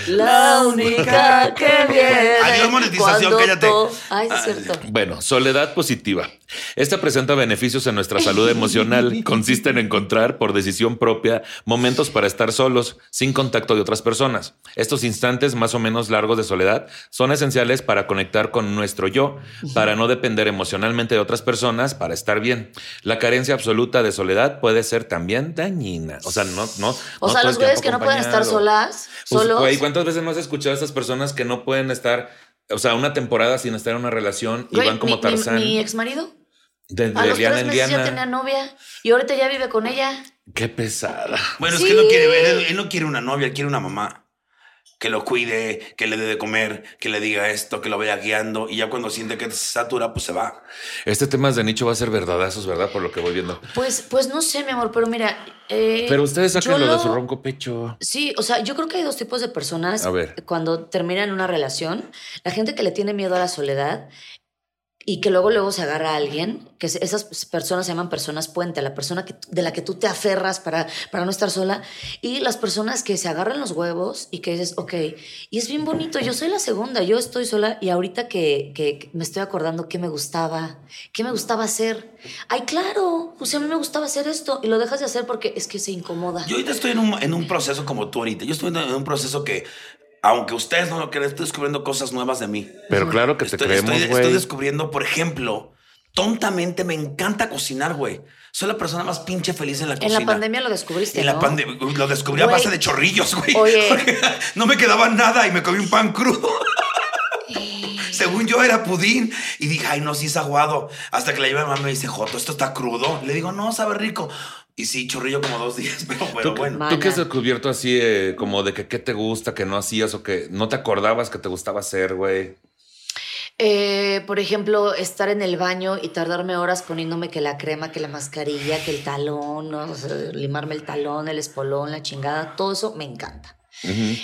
[SPEAKER 4] La única que viene.
[SPEAKER 3] Adiós, monetización,
[SPEAKER 4] cuando
[SPEAKER 3] cállate.
[SPEAKER 4] to- Ay,
[SPEAKER 2] Ah,
[SPEAKER 4] sí es cierto.
[SPEAKER 2] Bueno, soledad positiva. Esta presenta beneficios en nuestra salud emocional. Consiste en encontrar, por decisión propia, momentos para estar solos, sin contacto de otras personas. Estos instantes más o menos largos de soledad son esenciales para conectar con nuestro yo, para no depender emocionalmente de otras personas, para estar bien. La carencia absoluta de soledad puede ser también dañina. O sea, no, no.
[SPEAKER 4] O
[SPEAKER 2] no
[SPEAKER 4] sea,
[SPEAKER 2] todo
[SPEAKER 4] los
[SPEAKER 2] el tiempo
[SPEAKER 4] güeyes que no pueden estar
[SPEAKER 2] acompañado.
[SPEAKER 4] solas,
[SPEAKER 2] Pues,
[SPEAKER 4] solos.
[SPEAKER 2] güey, ¿cuántas veces no has escuchado a estas personas que no pueden estar, o sea, una temporada sin estar en una relación y
[SPEAKER 4] Güey,
[SPEAKER 2] van como
[SPEAKER 4] mi, mi-
[SPEAKER 2] Tarzán?
[SPEAKER 4] Mi, ex marido.
[SPEAKER 2] de, de
[SPEAKER 4] A los
[SPEAKER 2] Diana
[SPEAKER 4] tres
[SPEAKER 2] en
[SPEAKER 4] meses ya
[SPEAKER 2] Diana.
[SPEAKER 4] tenía novia y ahorita ya vive con ella.
[SPEAKER 2] Qué pesada.
[SPEAKER 3] Bueno, es
[SPEAKER 4] Sí.
[SPEAKER 3] que él no quiere ver, él, él no quiere una novia, él quiere una mamá. Que lo cuide, que le dé de comer, que le diga esto, que lo vaya guiando. Y ya cuando siente que se satura, pues se va.
[SPEAKER 2] Este tema de nicho va a ser verdadazos, ¿verdad? Por lo que voy viendo.
[SPEAKER 4] Pues, pues no sé, mi amor, pero mira. eh,
[SPEAKER 2] Pero ustedes
[SPEAKER 4] yo
[SPEAKER 2] sacan lo de
[SPEAKER 4] lo-
[SPEAKER 2] su ronco pecho.
[SPEAKER 4] Sí, o sea, yo creo que hay dos tipos de personas
[SPEAKER 2] A ver.
[SPEAKER 4] cuando terminan una relación. La gente que le tiene miedo a la soledad y que luego luego se agarra a alguien, que se- esas personas se llaman personas puente, la persona que, de la que tú te aferras para, para no estar sola, y las personas que se agarran los huevos y que dices, ok, y es bien bonito, yo soy la segunda, yo estoy sola y ahorita que, que- que me estoy acordando qué me gustaba, qué me gustaba hacer, ay claro, o sea, a mí me gustaba hacer esto y lo dejas de hacer porque es que se incomoda.
[SPEAKER 3] Yo ahorita estoy en un, en un proceso como tú ahorita. Yo estoy en un proceso que, aunque ustedes no lo crean, estoy descubriendo cosas nuevas de mí.
[SPEAKER 2] Pero claro que te
[SPEAKER 3] Estoy,
[SPEAKER 2] creemos,
[SPEAKER 3] estoy- estoy
[SPEAKER 2] güey.
[SPEAKER 3] descubriendo, por ejemplo, tontamente me encanta cocinar, güey. Soy la persona más pinche feliz en la
[SPEAKER 4] en
[SPEAKER 3] cocina.
[SPEAKER 4] la pandemia lo descubriste.
[SPEAKER 3] En la
[SPEAKER 4] este, ¿no?
[SPEAKER 3] pandemia lo descubrí a
[SPEAKER 4] Güey.
[SPEAKER 3] base de chorrillos, güey.
[SPEAKER 4] Oye.
[SPEAKER 3] Porque No me quedaba nada y me comí un pan crudo. Según yo era pudín y dije, ay, no, sí es aguado. Hasta que la lleva mi mamá y me dice, Joto, esto está crudo. Le digo, no, sabe rico. Y sí, chorrillo como dos días, pero bueno,
[SPEAKER 2] ¿Tú, qué-
[SPEAKER 3] bueno.
[SPEAKER 4] Ma-
[SPEAKER 2] ¿Tú qué has
[SPEAKER 4] Mala.
[SPEAKER 2] descubierto así eh, como de que qué te gusta, que no hacías o que no te acordabas que te gustaba hacer, güey?
[SPEAKER 4] Eh, por ejemplo, estar en el baño y tardarme horas poniéndome que la crema, que la mascarilla, que el talón, ¿no? O sea, limarme el talón, el espolón, la chingada, todo eso me encanta.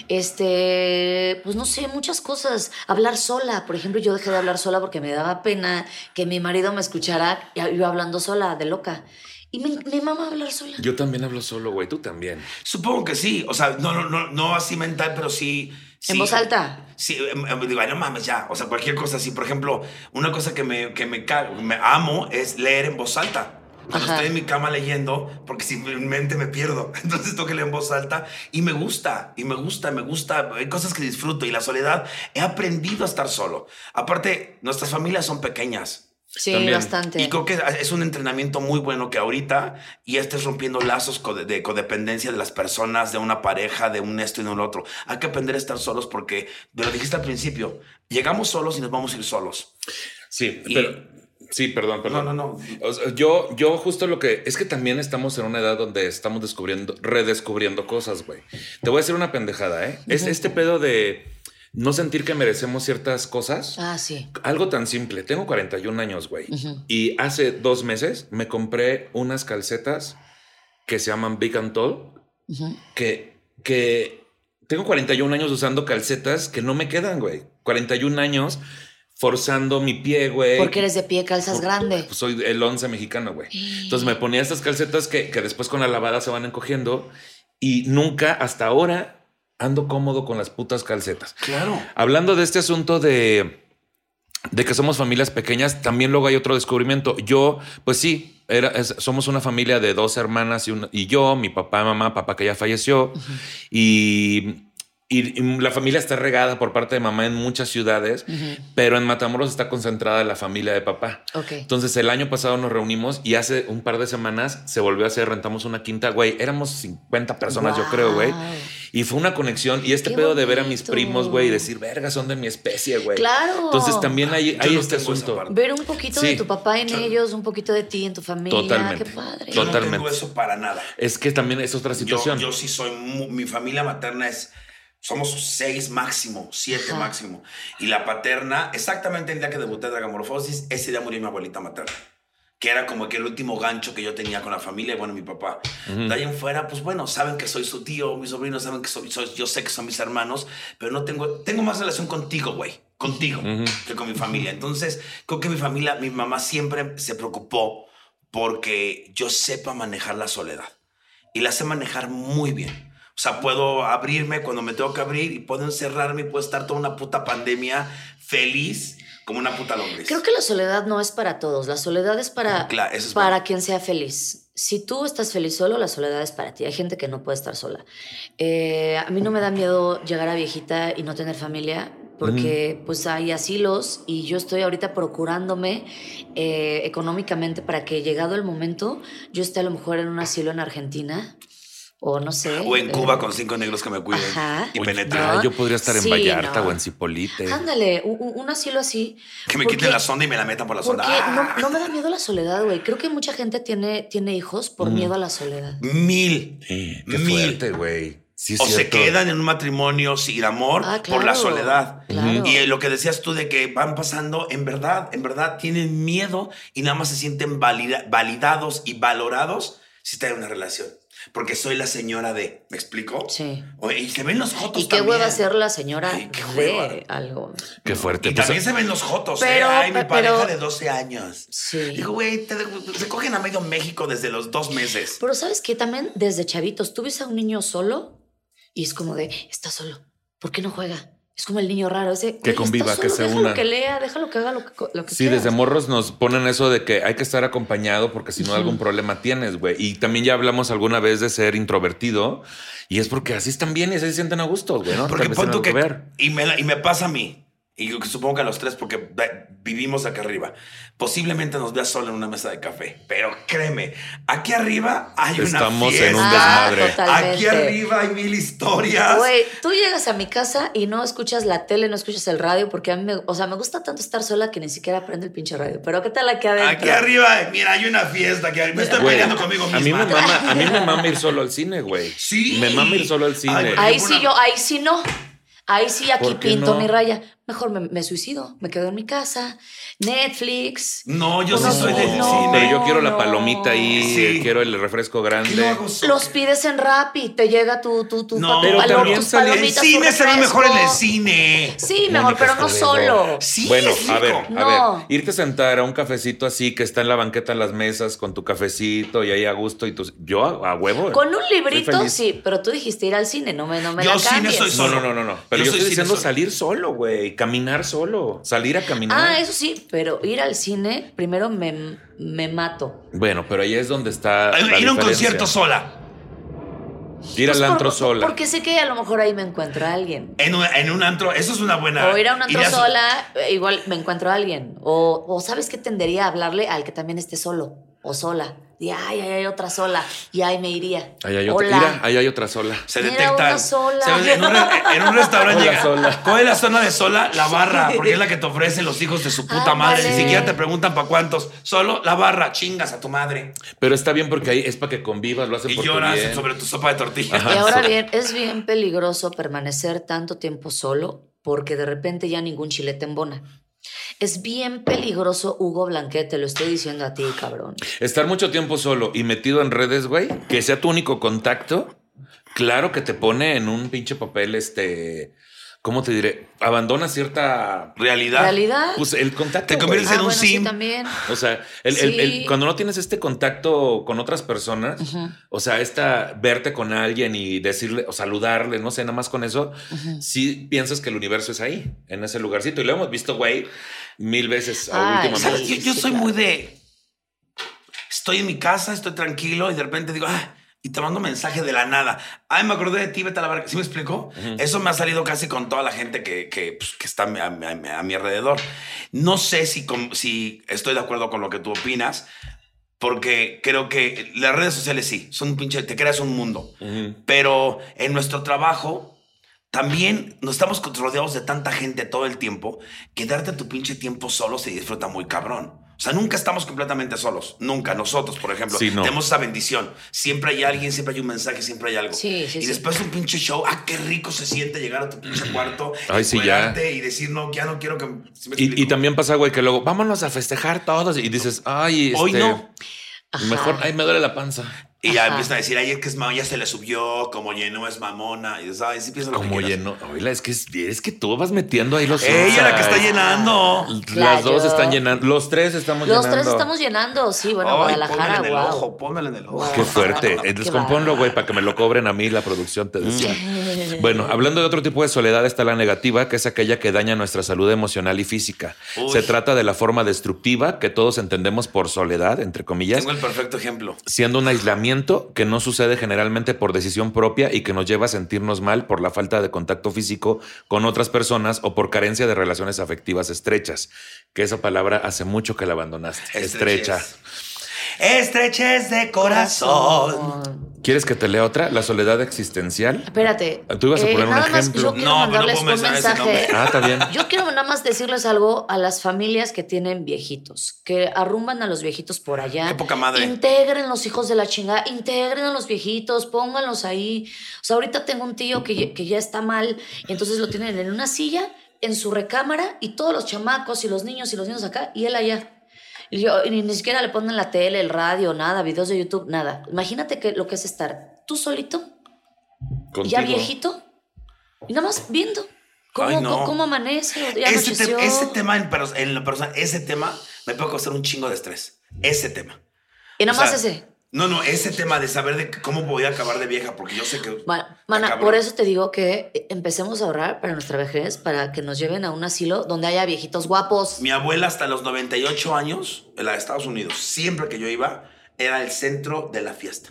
[SPEAKER 4] Este, pues no sé, muchas cosas. Hablar sola, por ejemplo, yo dejé de hablar sola porque me daba pena que mi marido me escuchara y- yo hablando sola, de loca. Y me, me mama hablar sola.
[SPEAKER 2] Yo también hablo solo, güey. Tú también.
[SPEAKER 3] Supongo que sí. O sea, no, no, no, no así mental, pero sí. sí.
[SPEAKER 4] En voz alta.
[SPEAKER 3] Sí, em, em, digo, "Ay, no mames, ya. O sea, cualquier cosa así. Por ejemplo, una cosa que me, que me, ca- me amo es leer en voz alta. Cuando
[SPEAKER 4] Ajá.
[SPEAKER 3] estoy en mi cama leyendo, porque simplemente me pierdo. Entonces tengo que leer en voz alta y me gusta, y me gusta, me gusta. Hay cosas que disfruto y la soledad. He aprendido a estar solo. Aparte, nuestras familias son pequeñas.
[SPEAKER 4] Sí,
[SPEAKER 2] También.
[SPEAKER 4] bastante.
[SPEAKER 3] Y creo que es un entrenamiento muy bueno que ahorita y estés rompiendo lazos co- de codependencia de las personas, de una pareja, de un esto y de un otro. Hay que aprender a estar solos porque, lo dijiste al principio, llegamos solos y nos vamos a ir solos.
[SPEAKER 2] Sí,
[SPEAKER 3] Y-
[SPEAKER 2] pero. Sí, perdón,
[SPEAKER 3] No,
[SPEAKER 2] perdón.
[SPEAKER 3] no, no.
[SPEAKER 2] O sea, yo, yo justo lo que es que también estamos en una edad donde estamos descubriendo, redescubriendo cosas, güey. Te voy a decir una pendejada, ¿eh? Es este pedo de no sentir que merecemos ciertas cosas.
[SPEAKER 4] Ah, sí.
[SPEAKER 2] Algo tan simple. Tengo 41 años, güey.
[SPEAKER 4] Ujú.
[SPEAKER 2] Y hace dos meses me compré unas calcetas que se llaman Big and Tall,
[SPEAKER 4] Ujú.
[SPEAKER 2] que, que tengo 41 años usando calcetas que no me quedan, güey. 41 años forzando mi pie, güey.
[SPEAKER 4] Porque eres de pie, calzas
[SPEAKER 2] Por-
[SPEAKER 4] grande.
[SPEAKER 2] pues soy el 11 mexicano, güey. Entonces me ponía estas calcetas que, que después con la lavada se van encogiendo y nunca hasta ahora ando cómodo con las putas calcetas.
[SPEAKER 3] Claro.
[SPEAKER 2] Hablando de este asunto de, de que somos familias pequeñas, también luego hay otro descubrimiento. Yo, pues sí, era, es- somos una familia de dos hermanas y, un- y yo, mi papá, mamá, papá que ya falleció, y, y- y la familia está regada por parte de mamá en muchas ciudades,
[SPEAKER 4] Ujú.
[SPEAKER 2] pero en Matamoros está concentrada la familia de papá.
[SPEAKER 4] Ok.
[SPEAKER 2] Entonces el año pasado nos reunimos y hace un par de semanas se volvió a hacer, rentamos una quinta, güey, éramos 50 personas yo creo, güey.
[SPEAKER 4] Guau.
[SPEAKER 2] Y fue una conexión y este
[SPEAKER 4] Qué
[SPEAKER 2] pedo de ver a mis
[SPEAKER 4] bonito.
[SPEAKER 2] primos, güey, y decir, verga, son de mi especie, güey.
[SPEAKER 4] Claro.
[SPEAKER 2] Entonces también hay,
[SPEAKER 3] Yo
[SPEAKER 2] hay
[SPEAKER 3] no
[SPEAKER 2] este
[SPEAKER 3] tengo esa
[SPEAKER 2] asunto.
[SPEAKER 3] parte.
[SPEAKER 4] Ver un poquito de
[SPEAKER 2] Sí.
[SPEAKER 4] tu papá en ellos, un poquito de ti en tu familia.
[SPEAKER 2] Totalmente.
[SPEAKER 4] Qué padre.
[SPEAKER 3] Yo no tengo
[SPEAKER 2] Totalmente.
[SPEAKER 3] eso para nada.
[SPEAKER 2] Es que también es otra
[SPEAKER 3] Yo,
[SPEAKER 2] situación.
[SPEAKER 3] yo sí soy, mu- mi familia materna es, somos seis máximo, siete
[SPEAKER 4] Ajá.
[SPEAKER 3] máximo. Y la paterna, exactamente el día que debuté de Dragamorfosis, ese día murió mi abuelita materna. Que era como que el último gancho que yo tenía con la familia y bueno, mi papá. De ahí en fuera, pues bueno, saben que soy su tío, mis sobrinos saben que soy, soy- yo sé que son mis hermanos, pero no tengo, tengo más relación contigo, güey, contigo, que con mi familia. Entonces, creo que mi familia, mi mamá siempre se preocupó porque yo sepa manejar la soledad y la sé manejar muy bien. O sea, puedo abrirme cuando me tengo que abrir y puedo encerrarme y puedo estar toda una puta pandemia feliz como una puta lombriz.
[SPEAKER 4] Creo que la soledad no es para todos. La soledad es para,
[SPEAKER 3] Pues Claro, eso es
[SPEAKER 4] para
[SPEAKER 3] bueno.
[SPEAKER 4] quien sea feliz. Si tú estás feliz solo, la soledad es para ti. Hay gente que no puede estar sola. Eh, a mí no me da miedo llegar a viejita y no tener familia. Porque pues hay asilos y yo estoy ahorita procurándome eh, económicamente para que llegado el momento yo esté a lo mejor en un asilo en Argentina o no sé.
[SPEAKER 3] O en
[SPEAKER 4] eh,
[SPEAKER 3] Cuba con cinco negros que me cuiden
[SPEAKER 4] Ajá.
[SPEAKER 3] y
[SPEAKER 2] Oye,
[SPEAKER 3] penetrar.
[SPEAKER 2] ah, yo podría estar en
[SPEAKER 4] Sí,
[SPEAKER 2] Vallarta
[SPEAKER 4] no.
[SPEAKER 2] o en Cipolite.
[SPEAKER 4] Ándale, un, un- un asilo así.
[SPEAKER 3] Que me
[SPEAKER 4] Porque-
[SPEAKER 3] quiten la sonda y me la metan por la
[SPEAKER 4] Porque
[SPEAKER 3] sonda. ¡Ah!
[SPEAKER 4] no, no me da miedo la soledad, güey. Creo que mucha gente tiene, tiene hijos por miedo a la soledad.
[SPEAKER 3] Mil.
[SPEAKER 2] Sí, Qué
[SPEAKER 3] Mil.
[SPEAKER 2] fuerte, güey. Sí, es
[SPEAKER 3] o se
[SPEAKER 2] cierto.
[SPEAKER 3] quedan en un matrimonio sin amor
[SPEAKER 4] Ah,
[SPEAKER 3] por la
[SPEAKER 4] claro,
[SPEAKER 3] soledad.
[SPEAKER 4] claro.
[SPEAKER 3] Y eh, lo que decías tú de que van pasando, en verdad, en verdad tienen miedo y nada más se sienten valida- validados y valorados si están en una relación. Porque soy la señora de. ¿Me explico?
[SPEAKER 4] Sí.
[SPEAKER 3] O- y se ven los jotos.
[SPEAKER 4] Y qué
[SPEAKER 3] también.
[SPEAKER 4] hueva ser la señora
[SPEAKER 3] Ay, qué hueva.
[SPEAKER 4] de algo.
[SPEAKER 2] Qué fuerte.
[SPEAKER 3] Y
[SPEAKER 2] Pues,
[SPEAKER 3] también se ven los jotos.
[SPEAKER 4] Pero,
[SPEAKER 3] Pero, Ay, mi
[SPEAKER 4] pe-
[SPEAKER 3] pareja
[SPEAKER 4] pero-
[SPEAKER 3] de 12 años.
[SPEAKER 4] Sí.
[SPEAKER 3] Digo, güey, te- se cogen a medio México desde los dos meses.
[SPEAKER 4] Pero sabes que también desde chavitos tú ves a un niño solo y es como de, está solo, ¿por qué no juega? Es como el niño raro, ese. "Güey, está
[SPEAKER 2] conviva, que se
[SPEAKER 4] déjalo
[SPEAKER 2] una".
[SPEAKER 4] que lea, déjalo que haga lo que, co- lo que
[SPEAKER 2] Sí,
[SPEAKER 4] quiera.
[SPEAKER 2] desde morros nos ponen eso de que hay que estar acompañado porque si no algún problema tienes, güey. Y también ya hablamos alguna vez de ser introvertido y es porque así están bien y así se sienten a gusto, güey. ¿no?
[SPEAKER 3] Porque
[SPEAKER 2] Tal vez
[SPEAKER 3] pon tú
[SPEAKER 2] tengan
[SPEAKER 3] que.
[SPEAKER 2] ver.
[SPEAKER 3] Y me, la- y me pasa a mí. Y yo que supongo que a los tres, porque ve- vivimos acá arriba. Posiblemente nos veas solo en una mesa de café. Pero créeme, aquí arriba hay una
[SPEAKER 2] Estamos
[SPEAKER 3] fiesta.
[SPEAKER 2] en un
[SPEAKER 4] Ah,
[SPEAKER 2] desmadre.
[SPEAKER 4] totalmente.
[SPEAKER 3] Aquí arriba hay mil historias.
[SPEAKER 4] Güey, tú llegas a mi casa y no escuchas la tele, no escuchas el radio, porque a mí, me, o sea, me gusta tanto estar sola que ni siquiera prende el pinche radio. Pero ¿qué tal aquí adentro?
[SPEAKER 3] Aquí arriba, mira, hay una fiesta. Aquí arriba. Me estoy
[SPEAKER 2] Güey,
[SPEAKER 3] peleando conmigo misma.
[SPEAKER 2] a mí me mama, a mí me mama ir solo al cine, güey.
[SPEAKER 3] Sí.
[SPEAKER 2] Me mama ir solo al cine.
[SPEAKER 3] Ay, güey.
[SPEAKER 4] Ahí sí yo, ahí sí no. Ahí sí aquí
[SPEAKER 2] ¿Por qué
[SPEAKER 4] pinto
[SPEAKER 2] no?
[SPEAKER 4] mi raya. Mejor me, me suicido, me quedo en mi casa. Netflix.
[SPEAKER 3] No, yo
[SPEAKER 4] No,
[SPEAKER 3] sí soy del
[SPEAKER 4] no.
[SPEAKER 3] cine.
[SPEAKER 2] Pero yo quiero la
[SPEAKER 4] no.
[SPEAKER 2] palomita ahí,
[SPEAKER 3] Sí.
[SPEAKER 2] quiero el refresco grande.
[SPEAKER 3] ¿Qué no hago solo?
[SPEAKER 4] Los pides en Rappi, te llega tu, tu, tu,
[SPEAKER 3] No,
[SPEAKER 4] tu
[SPEAKER 3] pero
[SPEAKER 4] valor,
[SPEAKER 2] también
[SPEAKER 4] tus
[SPEAKER 2] sale-
[SPEAKER 3] El
[SPEAKER 4] palomitas, tu
[SPEAKER 3] cine se ve mejor en el
[SPEAKER 4] refresco.
[SPEAKER 3] cine.
[SPEAKER 4] Sí, mi amor,
[SPEAKER 2] Mónica
[SPEAKER 4] pero no
[SPEAKER 2] Escobedo.
[SPEAKER 4] solo.
[SPEAKER 3] Sí,
[SPEAKER 2] bueno,
[SPEAKER 3] es
[SPEAKER 2] a ver,
[SPEAKER 3] rico.
[SPEAKER 2] a
[SPEAKER 4] No.
[SPEAKER 2] ver, irte a sentar a un cafecito así que está en la banqueta en las mesas con tu cafecito y ahí a gusto y tus yo a, a huevo.
[SPEAKER 4] Con un
[SPEAKER 2] Soy
[SPEAKER 4] librito,
[SPEAKER 2] feliz.
[SPEAKER 4] sí, pero tú dijiste ir al cine, no me, no me
[SPEAKER 3] Yo
[SPEAKER 4] la
[SPEAKER 3] cine
[SPEAKER 4] cambies.
[SPEAKER 3] soy
[SPEAKER 2] No,
[SPEAKER 3] solo.
[SPEAKER 2] no, no, no, no. Pero
[SPEAKER 3] Yo
[SPEAKER 2] yo, estoy
[SPEAKER 3] soy cine
[SPEAKER 2] diciendo
[SPEAKER 3] solo.
[SPEAKER 2] salir solo, güey, caminar solo, salir a caminar.
[SPEAKER 4] Ah, eso sí, pero ir al cine, primero me, me mato.
[SPEAKER 2] Bueno, pero ahí es donde está la
[SPEAKER 3] Ay, Ir a un
[SPEAKER 2] diferencia.
[SPEAKER 3] concierto sola.
[SPEAKER 2] ir
[SPEAKER 4] Pues
[SPEAKER 2] al
[SPEAKER 4] por-
[SPEAKER 2] antro sola.
[SPEAKER 4] Porque sé que a lo mejor ahí me encuentro a alguien.
[SPEAKER 3] En un, en un antro, eso es una buena.
[SPEAKER 4] O ir a un antro
[SPEAKER 3] idea.
[SPEAKER 4] sola, eh, igual me encuentro a alguien. O, o sabes que tendería a hablarle al que también esté solo o sola. Y ay, ay, hay otra sola. Y ahí me iría.
[SPEAKER 2] Ahí hay otra,
[SPEAKER 4] Hola.
[SPEAKER 2] mira, ahí hay otra sola.
[SPEAKER 3] Se
[SPEAKER 4] Mira,
[SPEAKER 3] detecta.
[SPEAKER 4] una sola.
[SPEAKER 3] Se ve- en, un, re- en un restaurante
[SPEAKER 2] Hola,
[SPEAKER 3] llega.
[SPEAKER 2] sola.
[SPEAKER 3] Coge la zona de sola, la barra, porque es la que te ofrecen los hijos de su puta
[SPEAKER 4] Ándale.
[SPEAKER 3] madre. Ni siquiera te preguntan para cuántos. Solo la barra, chingas a tu madre.
[SPEAKER 2] Pero está bien porque ahí es para que convivas, lo hacen
[SPEAKER 3] Y
[SPEAKER 2] por tu
[SPEAKER 3] lloras
[SPEAKER 2] bien.
[SPEAKER 3] sobre tu sopa de tortilla.
[SPEAKER 4] Y ahora
[SPEAKER 2] sí.
[SPEAKER 4] bien, es bien peligroso permanecer tanto tiempo solo porque de repente ya ningún chile te embona. Es bien peligroso, Hugo Blanquete, te lo estoy diciendo a ti, cabrón.
[SPEAKER 2] Estar mucho tiempo solo y metido en redes, güey, que sea tu único contacto, claro que te pone en un pinche papel, este, ¿cómo te diré? Abandona cierta...
[SPEAKER 3] Realidad.
[SPEAKER 4] ¿Realidad?
[SPEAKER 2] Pues el contacto.
[SPEAKER 3] Te
[SPEAKER 2] güey.
[SPEAKER 3] conviertes en un
[SPEAKER 4] Ah, sí,
[SPEAKER 3] sim.
[SPEAKER 4] también.
[SPEAKER 2] O sea, el- el- el-
[SPEAKER 4] Sí.
[SPEAKER 2] cuando no tienes este contacto con otras personas,
[SPEAKER 4] Ujú.
[SPEAKER 2] o sea, esta verte con alguien y decirle o saludarle, no sé, nada más con eso, sí piensas que el universo es ahí, en ese lugarcito. Y lo hemos visto, güey, mil veces
[SPEAKER 4] Ay,
[SPEAKER 2] últimamente.
[SPEAKER 3] ¿Sabes? Yo, yo
[SPEAKER 4] Sí,
[SPEAKER 3] soy
[SPEAKER 4] claro.
[SPEAKER 3] muy de. Estoy en mi casa, estoy tranquilo y de repente digo, ah, y te mando un mensaje de la nada. Ay, me acordé de ti, vete a la verga. ¿Sí me explicó? Eso me ha salido casi con toda la gente que, que, pues, que está a, mi- a mi- a mi alrededor. No sé si, com- si estoy de acuerdo con lo que tú opinas, porque creo que las redes sociales sí, son un pinche, te creas un mundo.
[SPEAKER 2] Ujú.
[SPEAKER 3] Pero en nuestro trabajo también nos estamos rodeados de tanta gente todo el tiempo que darte tu pinche tiempo solo se disfruta muy cabrón. O sea, nunca estamos completamente solos. Nunca. Nosotros, por ejemplo,
[SPEAKER 2] Sí, no.
[SPEAKER 3] tenemos esa bendición. Siempre hay alguien, siempre hay un mensaje, siempre hay algo.
[SPEAKER 4] Sí, sí,
[SPEAKER 3] y
[SPEAKER 4] sí.
[SPEAKER 3] después un pinche show. Ah, qué rico se siente llegar a tu pinche cuarto.
[SPEAKER 2] Ay, sí, ya.
[SPEAKER 3] encuerarte Y decir, no, ya no quiero que... ¿Sí me
[SPEAKER 2] Y, y
[SPEAKER 3] explico?
[SPEAKER 2] también pasa, güey, que luego vámonos a festejar todos y dices, ay,
[SPEAKER 3] Hoy
[SPEAKER 2] este,
[SPEAKER 3] no.
[SPEAKER 2] Mejor,
[SPEAKER 4] Ajá.
[SPEAKER 2] ay, me duele la panza.
[SPEAKER 3] Y ya
[SPEAKER 4] Ajá.
[SPEAKER 3] empiezan a decir, ay, es que es ma- ya se le subió, como llenó es mamona. Y dices, ay, sí piensa lo que
[SPEAKER 2] Como
[SPEAKER 3] quieras.
[SPEAKER 2] lleno. Oye, es que, es que tú vas metiendo ahí los.
[SPEAKER 3] Ella la que está
[SPEAKER 2] insights.
[SPEAKER 3] llenando.
[SPEAKER 2] Las
[SPEAKER 4] Claro.
[SPEAKER 2] dos están llenando. Los tres estamos
[SPEAKER 4] Los
[SPEAKER 2] llenando.
[SPEAKER 4] tres estamos llenando, sí, bueno,
[SPEAKER 3] Ay,
[SPEAKER 4] Guadalajara,
[SPEAKER 3] pónmela en el
[SPEAKER 4] wow.
[SPEAKER 3] ojo, pónmela en el ojo.
[SPEAKER 2] Qué fuerte.
[SPEAKER 4] Qué
[SPEAKER 2] Eh, Descompónlo, güey,
[SPEAKER 4] bárbaro.
[SPEAKER 2] para que me lo cobren a mí la producción, te decía. Bueno, hablando de otro tipo de soledad está la negativa, que es aquella que daña nuestra salud emocional y física.
[SPEAKER 3] Uy.
[SPEAKER 2] Se trata de la forma destructiva que todos entendemos por soledad, entre comillas,
[SPEAKER 3] Tengo el perfecto ejemplo.
[SPEAKER 2] siendo un aislamiento que no sucede generalmente por decisión propia y que nos lleva a sentirnos mal por la falta de contacto físico con otras personas o por carencia de relaciones afectivas estrechas, que esa palabra hace mucho que la abandonaste. Estrecha.
[SPEAKER 3] Estrechez de corazón.
[SPEAKER 2] ¿Quieres que te lea otra? La soledad existencial.
[SPEAKER 4] Espérate. eh,
[SPEAKER 2] Tú ibas a poner un
[SPEAKER 4] nada más,
[SPEAKER 2] ejemplo.
[SPEAKER 4] yo quiero
[SPEAKER 3] No, pero no
[SPEAKER 4] mandarles
[SPEAKER 3] puedo
[SPEAKER 4] un
[SPEAKER 3] mencionar ese
[SPEAKER 4] mensaje.
[SPEAKER 2] Ah, está bien.
[SPEAKER 4] Yo quiero nada más decirles algo a las familias que tienen viejitos, que arrumban a los viejitos por allá.
[SPEAKER 3] Qué poca madre.
[SPEAKER 4] Integren los hijos de la chingada, integren a los viejitos, pónganlos ahí. O sea, ahorita tengo un tío que, ya- que ya está mal, entonces lo tienen en una silla, en su recámara, y todos los chamacos y los niños y los niños acá, y él allá. Y yo, y ni, ni siquiera le ponen la tele, el radio, nada, videos de YouTube, nada. Imagínate que lo que es estar tú solito,
[SPEAKER 2] Contigo.
[SPEAKER 4] ya viejito, y nada más viendo cómo,
[SPEAKER 3] Ay, no.
[SPEAKER 4] cómo amanece, ya
[SPEAKER 3] Ese, te-
[SPEAKER 4] anocheció.
[SPEAKER 3] ese tema en, pers- en la persona, ese tema me puede causar un chingo de estrés. Ese tema.
[SPEAKER 4] y nada
[SPEAKER 3] O
[SPEAKER 4] más
[SPEAKER 3] sea,
[SPEAKER 4] ese.
[SPEAKER 3] No, no, ese tema de saber de cómo voy a acabar de vieja, porque yo sé que.
[SPEAKER 4] Ma-
[SPEAKER 3] Ah,
[SPEAKER 4] Mana,
[SPEAKER 3] cabrón.
[SPEAKER 4] por eso te digo que eh, empecemos a ahorrar para nuestra vejez, para que nos lleven a un asilo donde haya viejitos guapos.
[SPEAKER 3] Mi abuela hasta los 98 años, en la de Estados Unidos, siempre que yo iba, era el centro de la fiesta.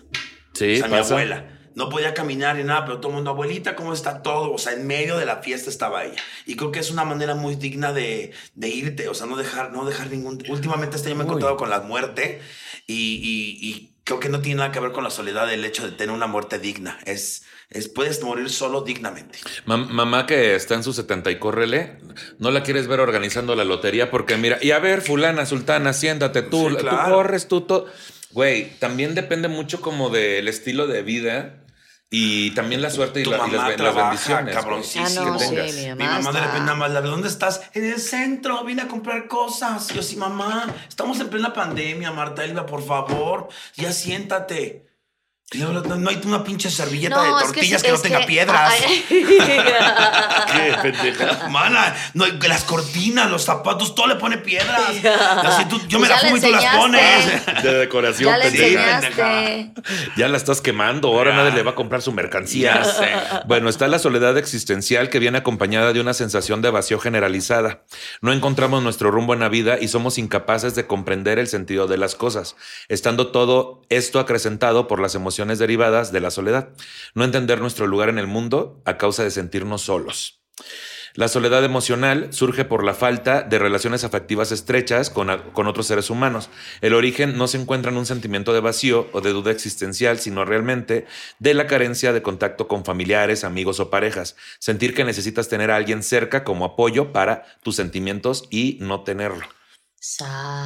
[SPEAKER 2] Sí,
[SPEAKER 3] o sea, mi
[SPEAKER 2] pasa.
[SPEAKER 3] abuela. No podía caminar ni nada, pero todo el mundo, abuelita, ¿cómo está todo? O sea, en medio de la fiesta estaba ella. Y creo que es una manera muy digna de, de irte, o sea, no dejar, no dejar ningún... Últimamente este año me he
[SPEAKER 2] Uy.
[SPEAKER 3] encontrado con la muerte y, y- y creo que no tiene nada que ver con la soledad el hecho de tener una muerte digna. Es, es puedes morir solo dignamente.
[SPEAKER 2] Mam- mamá que está en su 70 y córrele, no la quieres ver organizando la lotería porque mira, y a ver, fulana, sultana, siéntate tú,
[SPEAKER 3] Sí,
[SPEAKER 2] la- tú
[SPEAKER 3] claro.
[SPEAKER 2] corres, tú todo. Güey, también depende mucho como del estilo de vida y también la suerte y,
[SPEAKER 3] Tu
[SPEAKER 2] la- y las,
[SPEAKER 3] mamá
[SPEAKER 2] ben- las
[SPEAKER 3] trabaja,
[SPEAKER 2] bendiciones. güey,
[SPEAKER 3] cabroncísimo.
[SPEAKER 4] Ah, no,
[SPEAKER 2] que
[SPEAKER 4] sí,
[SPEAKER 2] tengas.
[SPEAKER 4] mi
[SPEAKER 3] Mi mamá de
[SPEAKER 4] está-
[SPEAKER 3] repente nada más la ve, ¿dónde estás? En el centro, vine a comprar cosas. Yo sí, mamá, estamos en plena pandemia, Marta Elba, por favor, ya siéntate. Y luego, no, no hay una pinche servilleta de
[SPEAKER 4] es
[SPEAKER 3] tortillas
[SPEAKER 4] sí,
[SPEAKER 3] que, no
[SPEAKER 4] es
[SPEAKER 3] tenga piedras.
[SPEAKER 4] Ay,
[SPEAKER 2] Qué pendeja.
[SPEAKER 3] Mana, no, hay- las cortinas, los zapatos, todo le pone piedras. Así tú- yo me
[SPEAKER 4] Pues
[SPEAKER 3] la
[SPEAKER 4] ya le
[SPEAKER 3] fumo y tú las
[SPEAKER 4] enseñaste.
[SPEAKER 3] pones.
[SPEAKER 2] De decoración,
[SPEAKER 4] ya le
[SPEAKER 3] pendeja.
[SPEAKER 4] enseñaste.
[SPEAKER 2] Ya la estás quemando, ahora
[SPEAKER 3] Ya.
[SPEAKER 2] nadie le va a comprar su mercancía.
[SPEAKER 3] Ya sé.
[SPEAKER 2] Bueno, está la soledad existencial que viene acompañada de una sensación de vacío generalizada. No encontramos nuestro rumbo en la vida y somos incapaces de comprender el sentido de las cosas, estando todo esto acrecentado por las emociones derivadas de la soledad. No entender nuestro lugar en el mundo a causa de sentirnos solos. La soledad emocional surge por la falta de relaciones afectivas estrechas con, a- con otros seres humanos. El origen no se encuentra en un sentimiento de vacío o de duda existencial, sino realmente de la carencia de contacto con familiares, amigos o parejas. Sentir que necesitas tener a alguien cerca como apoyo para tus sentimientos y no tenerlo.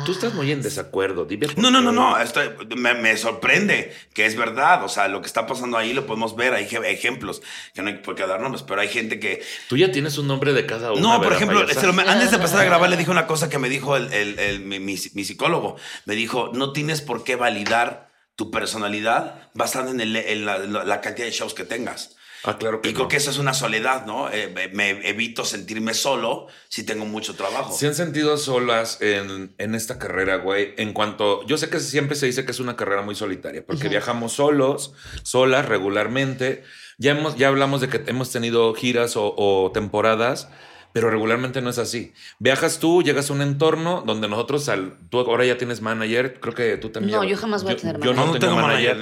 [SPEAKER 2] Tú estás muy en desacuerdo, dime. por
[SPEAKER 3] No, no, no,
[SPEAKER 2] qué.
[SPEAKER 3] no. estoy- me, me sorprende que es verdad. O sea, lo que está pasando ahí lo podemos ver. Hay ej- ejemplos que no hay por qué dar nombres, pero hay gente que.
[SPEAKER 2] Tú ya tienes un nombre de cada uno.
[SPEAKER 3] No, por ejemplo, se lo- antes de empezar a grabar, le dije una cosa que me dijo el, el- el- mi, mi- mi psicólogo. Me dijo: No tienes por qué validar tu personalidad basada en, el- en la, la- la cantidad de shows que tengas.
[SPEAKER 2] Ah, claro que
[SPEAKER 3] Y creo
[SPEAKER 2] no.
[SPEAKER 3] que eso es una soledad, ¿no? Eh, me- me evito sentirme solo si tengo mucho trabajo.
[SPEAKER 2] Se Oh. han sentido solas en, en esta carrera, güey. En cuanto. Yo sé que siempre se dice que es una carrera muy solitaria, porque
[SPEAKER 4] Ujú.
[SPEAKER 2] viajamos solos, solas regularmente. Ya, hemos, ya hablamos de que hemos tenido giras o, o temporadas, pero regularmente no es así. Viajas tú, llegas a un entorno donde nosotros. al- tú ahora ya tienes manager, creo que tú también.
[SPEAKER 4] No,
[SPEAKER 2] ya-
[SPEAKER 4] yo jamás voy a tener
[SPEAKER 2] Yo no,
[SPEAKER 3] No, no
[SPEAKER 2] tengo, manager.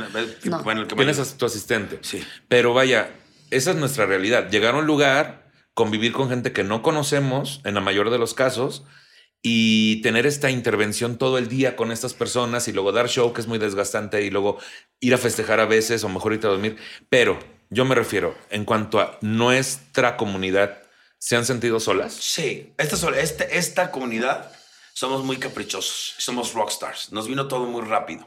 [SPEAKER 4] No.
[SPEAKER 3] Bueno, el que
[SPEAKER 2] Tienes a tu asistente.
[SPEAKER 3] Sí.
[SPEAKER 2] Pero vaya, esa es nuestra realidad. Llegar a un lugar, convivir con gente que no conocemos, en la mayor de los casos, y tener esta intervención todo el día con estas personas y luego dar show, que es muy desgastante, y luego ir a festejar a veces o mejor irte a dormir. Pero yo me refiero, en cuanto a nuestra comunidad, ¿se han sentido solas?
[SPEAKER 3] Sí, esta, sol- este- esta comunidad somos muy caprichosos, somos rockstars, nos vino todo muy rápido.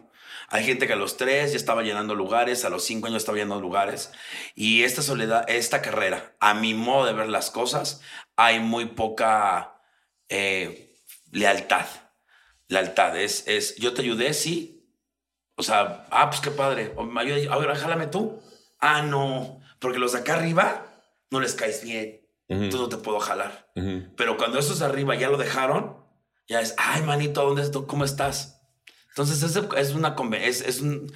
[SPEAKER 3] Hay gente que a los tres ya estaba llenando lugares, a los cinco años estaba llenando lugares. Y esta soledad, esta carrera, a mi modo de ver las cosas, hay muy poca eh, lealtad. Lealtad es, es, yo te ayudé, sí. O sea, ah, pues qué padre. O me ayuda- ahora jálame tú. Ah, no, porque los de acá arriba no les caes bien.
[SPEAKER 2] Ujú,
[SPEAKER 3] Entonces no te puedo jalar.
[SPEAKER 2] ujú.
[SPEAKER 3] Pero cuando esos de arriba ya lo dejaron, ya es, ay, manito, ¿dónde estás? ¿Cómo estás? Entonces es, es una conven- es, es un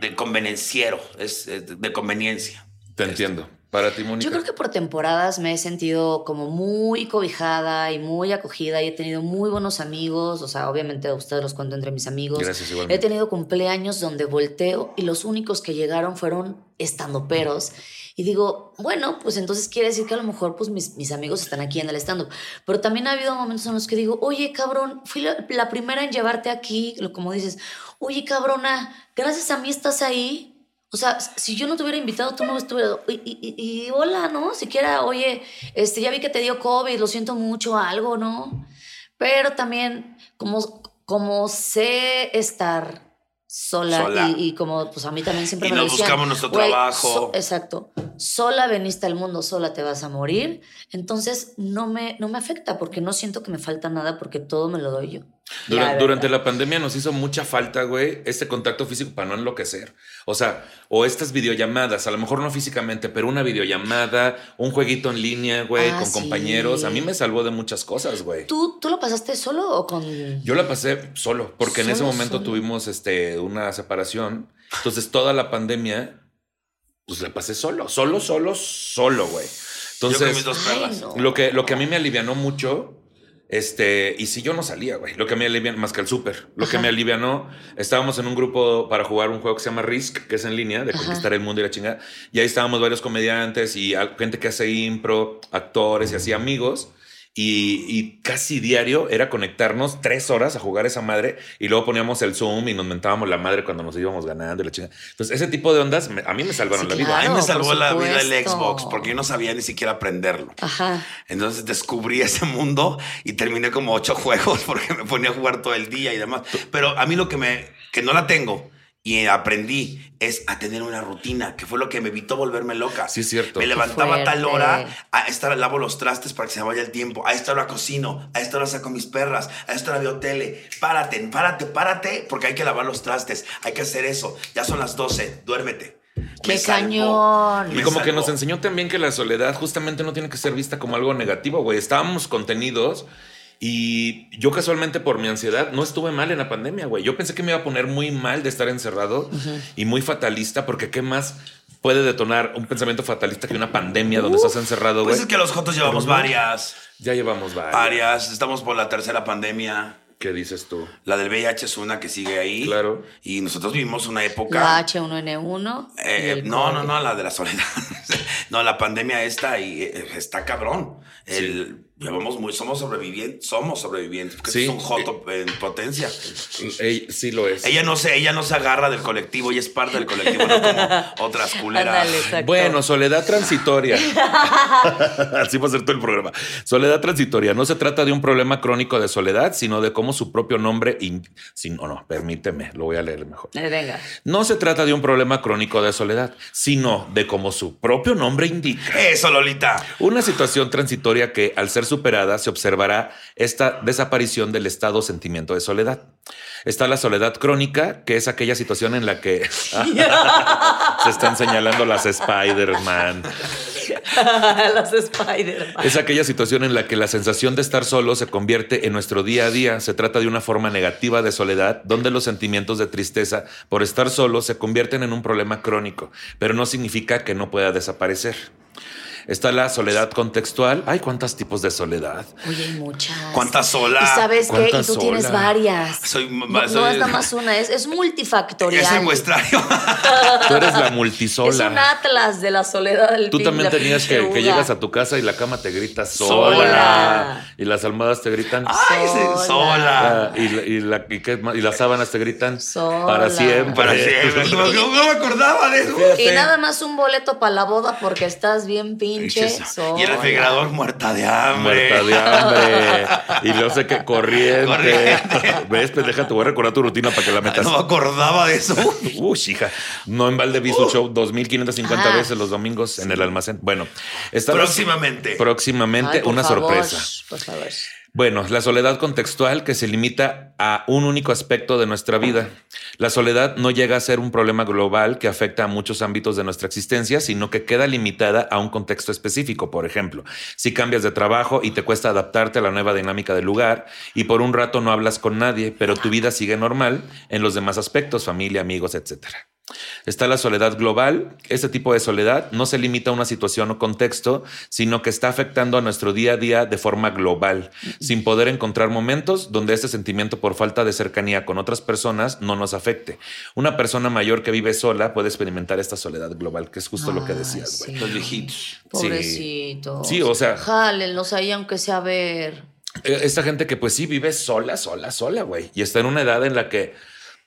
[SPEAKER 3] de convenenciero, es, es de conveniencia.
[SPEAKER 2] Te entiendo. Para ti, Mónica.
[SPEAKER 4] Este, Yo creo que por temporadas me he sentido como muy cobijada y muy acogida y he tenido muy buenos amigos. O sea, obviamente a ustedes los cuento entre mis amigos.
[SPEAKER 2] Gracias, igualmente.
[SPEAKER 4] He tenido cumpleaños donde volteo y los únicos que llegaron fueron estando peros. Y digo, bueno, pues entonces quiere decir que a lo mejor pues mis, mis amigos están aquí en el stand-up. Pero también ha habido momentos en los que digo, oye, cabrón, fui la, la primera en llevarte aquí, lo- como dices, oye, cabrona, gracias a mí estás ahí. O sea, si yo no te hubiera invitado, tú no estuvieras. Y, y- y- y hola, ¿no? Siquiera, oye, este, ya vi que te dio COVID, lo siento mucho, algo, ¿no? Pero también, como, como sé estar sola,
[SPEAKER 3] Sola.
[SPEAKER 4] Y, y como pues a mí también siempre
[SPEAKER 3] Y
[SPEAKER 4] me
[SPEAKER 3] no
[SPEAKER 4] lo decían,
[SPEAKER 3] buscamos nuestro
[SPEAKER 4] "Güey,
[SPEAKER 3] trabajo".
[SPEAKER 4] exacto. Sola veniste al mundo, sola te vas a morir. Entonces no me, no me afecta porque no siento que me falta nada porque todo me lo doy yo.
[SPEAKER 2] Dura-
[SPEAKER 4] La verdad.
[SPEAKER 2] durante la pandemia nos hizo mucha falta, güey, este contacto físico para no enloquecer. O sea, o estas videollamadas, a lo mejor no físicamente, pero una videollamada, un jueguito en línea, güey,
[SPEAKER 4] Ah,
[SPEAKER 2] con
[SPEAKER 4] sí.
[SPEAKER 2] compañeros. A mí me salvó de muchas cosas, güey.
[SPEAKER 4] ¿Tú, ¿Tú lo pasaste solo o con...?
[SPEAKER 2] Yo la pasé solo, porque en ese
[SPEAKER 4] Solo,
[SPEAKER 2] momento
[SPEAKER 4] solo.
[SPEAKER 2] tuvimos este, una separación. Entonces, toda la pandemia, pues la pasé solo, solo, solo, solo, güey.
[SPEAKER 3] Yo con mis
[SPEAKER 2] Entonces,
[SPEAKER 3] dos
[SPEAKER 4] Ay,
[SPEAKER 3] perlas.
[SPEAKER 4] no.
[SPEAKER 2] lo que, lo que a mí me alivianó mucho, este, y si yo no salía, güey, lo que me alivianó, más que el súper, lo que
[SPEAKER 4] Ajá.
[SPEAKER 2] me alivianó, estábamos en un grupo para jugar un juego que se llama Risk, que es en línea, de
[SPEAKER 4] Ajá.
[SPEAKER 2] conquistar el mundo y la chingada, y ahí estábamos varios comediantes y al- gente que hace impro, actores y así amigos. Y, y casi diario era conectarnos tres horas a jugar esa madre y luego poníamos el Zoom y nos mentábamos la madre cuando nos íbamos ganando y la chingada. Entonces, ese tipo de ondas me- a mí me salvaron la
[SPEAKER 4] Sí, claro.
[SPEAKER 2] vida.
[SPEAKER 3] a mí me
[SPEAKER 4] por
[SPEAKER 3] salvó la vida el
[SPEAKER 4] supuesto.
[SPEAKER 3] Xbox porque yo no sabía ni siquiera aprenderlo.
[SPEAKER 4] Ajá.
[SPEAKER 3] Entonces descubrí ese mundo y terminé como ocho juegos porque me ponía a jugar todo el día y demás. Pero a mí lo que me que no la tengo y aprendí es a tener una rutina, que fue lo que me evitó volverme loca.
[SPEAKER 2] Sí, es cierto.
[SPEAKER 3] Me levantaba a tal
[SPEAKER 4] fuerte.
[SPEAKER 3] hora, a esta hora lavo los trastes para que se me vaya el tiempo, a esta hora cocino, a esta hora saco mis perras, a esta hora veo tele. Párate, párate, párate, porque hay que lavar los trastes, hay que hacer eso. Ya son las 12, duérmete.
[SPEAKER 4] ¡Qué
[SPEAKER 3] Me salvó.
[SPEAKER 4] cañón!
[SPEAKER 2] Y
[SPEAKER 3] Me
[SPEAKER 2] como que
[SPEAKER 3] salvó.
[SPEAKER 2] nos enseñó también que la soledad justamente no tiene que ser vista como algo negativo, güey. Estábamos contenidos y yo casualmente por mi ansiedad no estuve mal en la pandemia, güey. Yo pensé que me iba a poner muy mal de estar encerrado y muy fatalista porque qué más puede detonar un pensamiento fatalista que una pandemia donde estás encerrado, güey.
[SPEAKER 3] Pues es que los Jotos llevamos varias,
[SPEAKER 2] Ya llevamos varias.
[SPEAKER 3] varias. Estamos por la tercera pandemia.
[SPEAKER 2] ¿Qué dices tú?
[SPEAKER 3] La del VIH es una que sigue ahí.
[SPEAKER 2] Claro.
[SPEAKER 3] Y nosotros vivimos una época.
[SPEAKER 4] La H1N1. y
[SPEAKER 3] Eh,
[SPEAKER 4] el
[SPEAKER 3] no, no,
[SPEAKER 4] COVID.
[SPEAKER 3] no, la de la soledad. no, la pandemia esta y eh, está cabrón. El, llevamos muy, somos sobrevivientes, somos sobrevivientes, porque
[SPEAKER 2] Sí.
[SPEAKER 3] es un joto en potencia.
[SPEAKER 2] Ey, sí lo es.
[SPEAKER 3] Ella no se, ella no se agarra del colectivo, ella es parte del colectivo, no como otras culeras.
[SPEAKER 4] Ándale, exacto.
[SPEAKER 2] Bueno, soledad transitoria. Así va a ser todo el programa. Soledad transitoria. No se trata de un problema crónico de soledad, sino de cómo su propio nombre. in- si- no, no, permíteme, lo voy a leer mejor.
[SPEAKER 4] Eh, Venga.
[SPEAKER 2] No se trata de un problema crónico de soledad, sino de cómo su propio nombre indica.
[SPEAKER 3] Eso, Lolita.
[SPEAKER 2] Una situación transitoria que, al ser superada, se observará esta desaparición del estado sentimiento de soledad. Está la soledad crónica, que es aquella situación en la que se están señalando las Spider-Man.
[SPEAKER 4] Los spider
[SPEAKER 2] Es aquella situación en la que la sensación de estar solo se convierte en nuestro día a día. Se trata de una forma negativa de soledad, donde los sentimientos de tristeza por estar solo se convierten en un problema crónico, pero no significa que no pueda desaparecer. Está la soledad contextual. Hay cuántos tipos de soledad.
[SPEAKER 4] Oye, hay muchas.
[SPEAKER 3] ¿Cuántas sola?
[SPEAKER 4] Y sabes qué, y tú
[SPEAKER 2] ¿Cuántas
[SPEAKER 4] tienes
[SPEAKER 2] sola?
[SPEAKER 4] varias.
[SPEAKER 3] Soy
[SPEAKER 4] no,
[SPEAKER 3] ma-
[SPEAKER 4] no
[SPEAKER 3] soy-
[SPEAKER 4] es nada más una, es, es multifactorial.
[SPEAKER 3] Es el muestrario.
[SPEAKER 2] Tú eres la
[SPEAKER 4] Es un
[SPEAKER 2] multisola.
[SPEAKER 4] atlas de la soledad del
[SPEAKER 2] Tú
[SPEAKER 4] pin-
[SPEAKER 2] también
[SPEAKER 4] la
[SPEAKER 2] tenías que, que
[SPEAKER 4] pinche
[SPEAKER 2] llegas
[SPEAKER 4] uva.
[SPEAKER 2] a tu casa y la cama te grita sola.
[SPEAKER 3] Sola.
[SPEAKER 2] Y las almohadas te gritan
[SPEAKER 3] Ay, sí, sola.
[SPEAKER 2] Ah, y, la- y la- y qué más, y las sábanas te gritan
[SPEAKER 4] Sola.
[SPEAKER 2] para siempre.
[SPEAKER 3] Para siempre. No, no- no me acordaba de eso.
[SPEAKER 4] Y nada más un boleto para la boda porque estás bien pinche sola.
[SPEAKER 3] Y el refrigerador muerta de hambre.
[SPEAKER 2] Muerta de hambre. Y no sé qué, corriente.
[SPEAKER 3] Corriente. Ah,
[SPEAKER 2] ¿Ves, pendeja? Te voy a recordar tu rutina para que la metas.
[SPEAKER 3] No me acordaba de eso.
[SPEAKER 2] Uy, hija. No en balde vi su
[SPEAKER 3] Uh.
[SPEAKER 2] show 2550
[SPEAKER 4] Ah.
[SPEAKER 2] veces los domingos en el almacén. Bueno, está
[SPEAKER 3] Próximamente.
[SPEAKER 2] Próximamente
[SPEAKER 4] Ay, por
[SPEAKER 2] una
[SPEAKER 4] favor,
[SPEAKER 2] sorpresa.
[SPEAKER 4] Por favor.
[SPEAKER 2] Bueno, la soledad contextual que se limita a un único aspecto de nuestra vida. La soledad no llega a ser un problema global que afecta a muchos ámbitos de nuestra existencia, sino que queda limitada a un contexto específico. Por ejemplo, si cambias de trabajo y te cuesta adaptarte a la nueva dinámica del lugar y por un rato no hablas con nadie, pero tu vida sigue normal en los demás aspectos, familia, amigos, etcétera. Está la soledad global. Este tipo de soledad no se limita a una situación o contexto, sino que está afectando a nuestro día a día de forma global, sin poder encontrar momentos donde este sentimiento por falta de cercanía con otras personas no nos afecte. Una persona mayor que vive sola puede experimentar esta soledad global, que es justo lo que
[SPEAKER 4] Ay,
[SPEAKER 2] decías, güey.
[SPEAKER 4] Ah, sí.
[SPEAKER 3] Los viejitos.
[SPEAKER 4] Pobrecito.
[SPEAKER 2] Sí, o sea-
[SPEAKER 4] Jálenlos ahí, aunque sea a ver.
[SPEAKER 2] Eh, Esta gente que pues sí vive sola, sola, sola, güey, y está en una edad en la que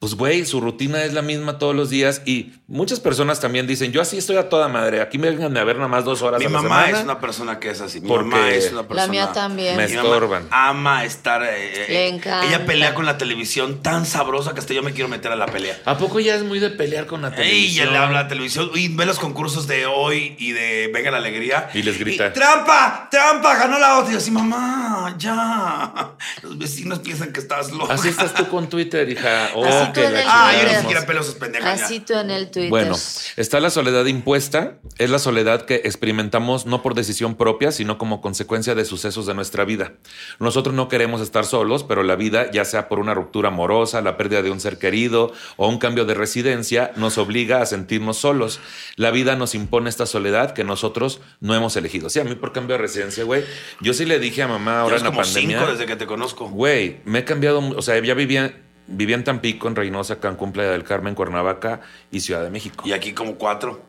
[SPEAKER 2] Pues, güey, su rutina es la misma todos los días y muchas personas también dicen, yo así estoy a toda madre, aquí me vengan a ver nada más dos horas
[SPEAKER 3] Mi
[SPEAKER 2] a la
[SPEAKER 3] mamá
[SPEAKER 2] semana".
[SPEAKER 3] es una persona que es así. Mi
[SPEAKER 2] Porque
[SPEAKER 3] mamá es una persona.
[SPEAKER 5] La mía también.
[SPEAKER 2] Me
[SPEAKER 3] Mi mamá
[SPEAKER 2] estorban.
[SPEAKER 3] Ama estar. eh, eh,
[SPEAKER 5] Le encanta.
[SPEAKER 3] Ella pelea con la televisión tan sabrosa que hasta yo me quiero meter a la pelea.
[SPEAKER 2] ¿A poco ya es muy de pelear con la
[SPEAKER 3] Ey, ya
[SPEAKER 2] televisión?
[SPEAKER 3] le habla a la televisión. Y ve los concursos de hoy y de Venga la Alegría.
[SPEAKER 2] Y les grita.
[SPEAKER 3] ¡Trampa! ¡Trampa! Ganó la otra. Y yo así, mamá, ya. Los vecinos piensan que estás loca.
[SPEAKER 2] Así estás tú con Twitter, hija. Oh,
[SPEAKER 5] Así tú
[SPEAKER 2] que
[SPEAKER 5] en
[SPEAKER 2] la
[SPEAKER 5] el
[SPEAKER 3] Ah,
[SPEAKER 2] chingada
[SPEAKER 3] yo ni
[SPEAKER 5] Twitter.
[SPEAKER 3] siquiera peleo sus pendejas. ya.
[SPEAKER 5] Así tú en el Twitter.
[SPEAKER 2] Bueno, está la soledad impuesta, es la soledad que experimentamos no por decisión propia, sino como consecuencia de sucesos de nuestra vida. Nosotros no queremos estar solos, pero la vida, ya sea por una ruptura amorosa, la pérdida de un ser querido o un cambio de residencia, nos obliga a sentirnos solos. La vida nos impone esta soledad que nosotros no hemos elegido. Sí, a mí por cambio de residencia, güey, yo sí le dije a mamá ahora
[SPEAKER 3] Llevas
[SPEAKER 2] en la
[SPEAKER 3] como
[SPEAKER 2] pandemia.
[SPEAKER 3] cinco desde que te conozco.
[SPEAKER 2] Güey, me he cambiado, o sea, ya vivía, vivía en Tampico, en Reynosa, Cancún, Playa del Carmen, Cuernavaca y Ciudad de México.
[SPEAKER 3] Y aquí como cuatro.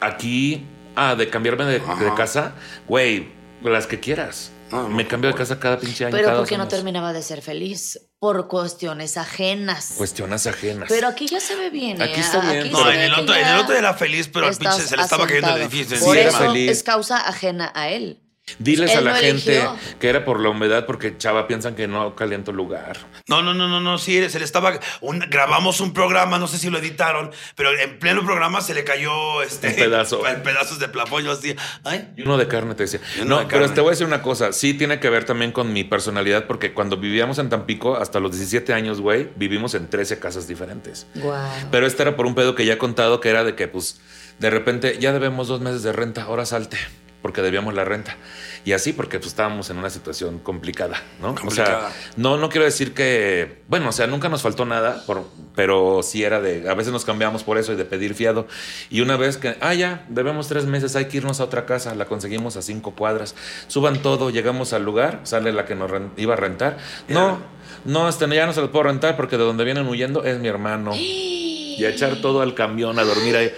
[SPEAKER 2] Aquí, ah, de cambiarme de,
[SPEAKER 3] Ajá.
[SPEAKER 2] de casa, güey, las que quieras.
[SPEAKER 3] Ah, no,
[SPEAKER 2] me cambio de
[SPEAKER 3] por-
[SPEAKER 2] casa cada pinche año.
[SPEAKER 4] Pero
[SPEAKER 2] cada
[SPEAKER 4] porque
[SPEAKER 2] dos
[SPEAKER 4] no
[SPEAKER 2] años.
[SPEAKER 4] terminaba de ser feliz por cuestiones ajenas.
[SPEAKER 2] Cuestiones ajenas.
[SPEAKER 4] pero aquí ya se ve bien. ¿eh?
[SPEAKER 2] Pues, Aquí está bien.
[SPEAKER 4] se
[SPEAKER 3] No,
[SPEAKER 4] ve
[SPEAKER 3] en el,
[SPEAKER 4] que
[SPEAKER 3] otro, en
[SPEAKER 4] ya
[SPEAKER 3] el otro era feliz, pero al
[SPEAKER 4] estás
[SPEAKER 3] pinche se le estaba cayendo el
[SPEAKER 4] asentado.
[SPEAKER 3] edificio
[SPEAKER 4] Por
[SPEAKER 2] era
[SPEAKER 4] eso
[SPEAKER 3] encima.
[SPEAKER 2] feliz.
[SPEAKER 4] es causa ajena a él.
[SPEAKER 2] Diles
[SPEAKER 4] él
[SPEAKER 2] a la
[SPEAKER 4] no
[SPEAKER 2] gente
[SPEAKER 4] eligió.
[SPEAKER 2] que era por la humedad porque chava piensan que no caliento lugar.
[SPEAKER 3] No, no, no, no, no, sí, se le estaba. un- grabamos un programa, no sé si lo editaron, pero en pleno programa se le cayó este.
[SPEAKER 2] Un pedazo.
[SPEAKER 3] Pedazos de plafón. Yo así, ay.
[SPEAKER 2] Y uno de carne te decía.
[SPEAKER 3] Y uno
[SPEAKER 2] No,
[SPEAKER 3] de
[SPEAKER 2] pero
[SPEAKER 3] carne.
[SPEAKER 2] te voy a decir una cosa. Sí tiene que ver también con mi personalidad porque cuando vivíamos en Tampico hasta los 17 años, güey, vivimos en 13 casas diferentes.
[SPEAKER 4] Guau.
[SPEAKER 2] Pero este era por un pedo que ya he contado que era de que, pues, de repente ya debemos dos meses de renta, ahora salte, porque debíamos la renta. Y así, porque pues, estábamos en una situación complicada, ¿no? O
[SPEAKER 3] Complicada.
[SPEAKER 2] sea, no, no quiero decir que, bueno, o sea, nunca nos faltó nada, por- pero sí era de, a veces nos cambiamos por eso y de pedir fiado. Y una vez que, ah, ya, debemos tres meses, hay que irnos a otra casa, la conseguimos a cinco cuadras, suban todo, llegamos al lugar, sale la que nos ren- iba a rentar. No, no, este, ya no se los puedo rentar porque de donde vienen huyendo es mi hermano y a echar todo al camión, a dormir ahí.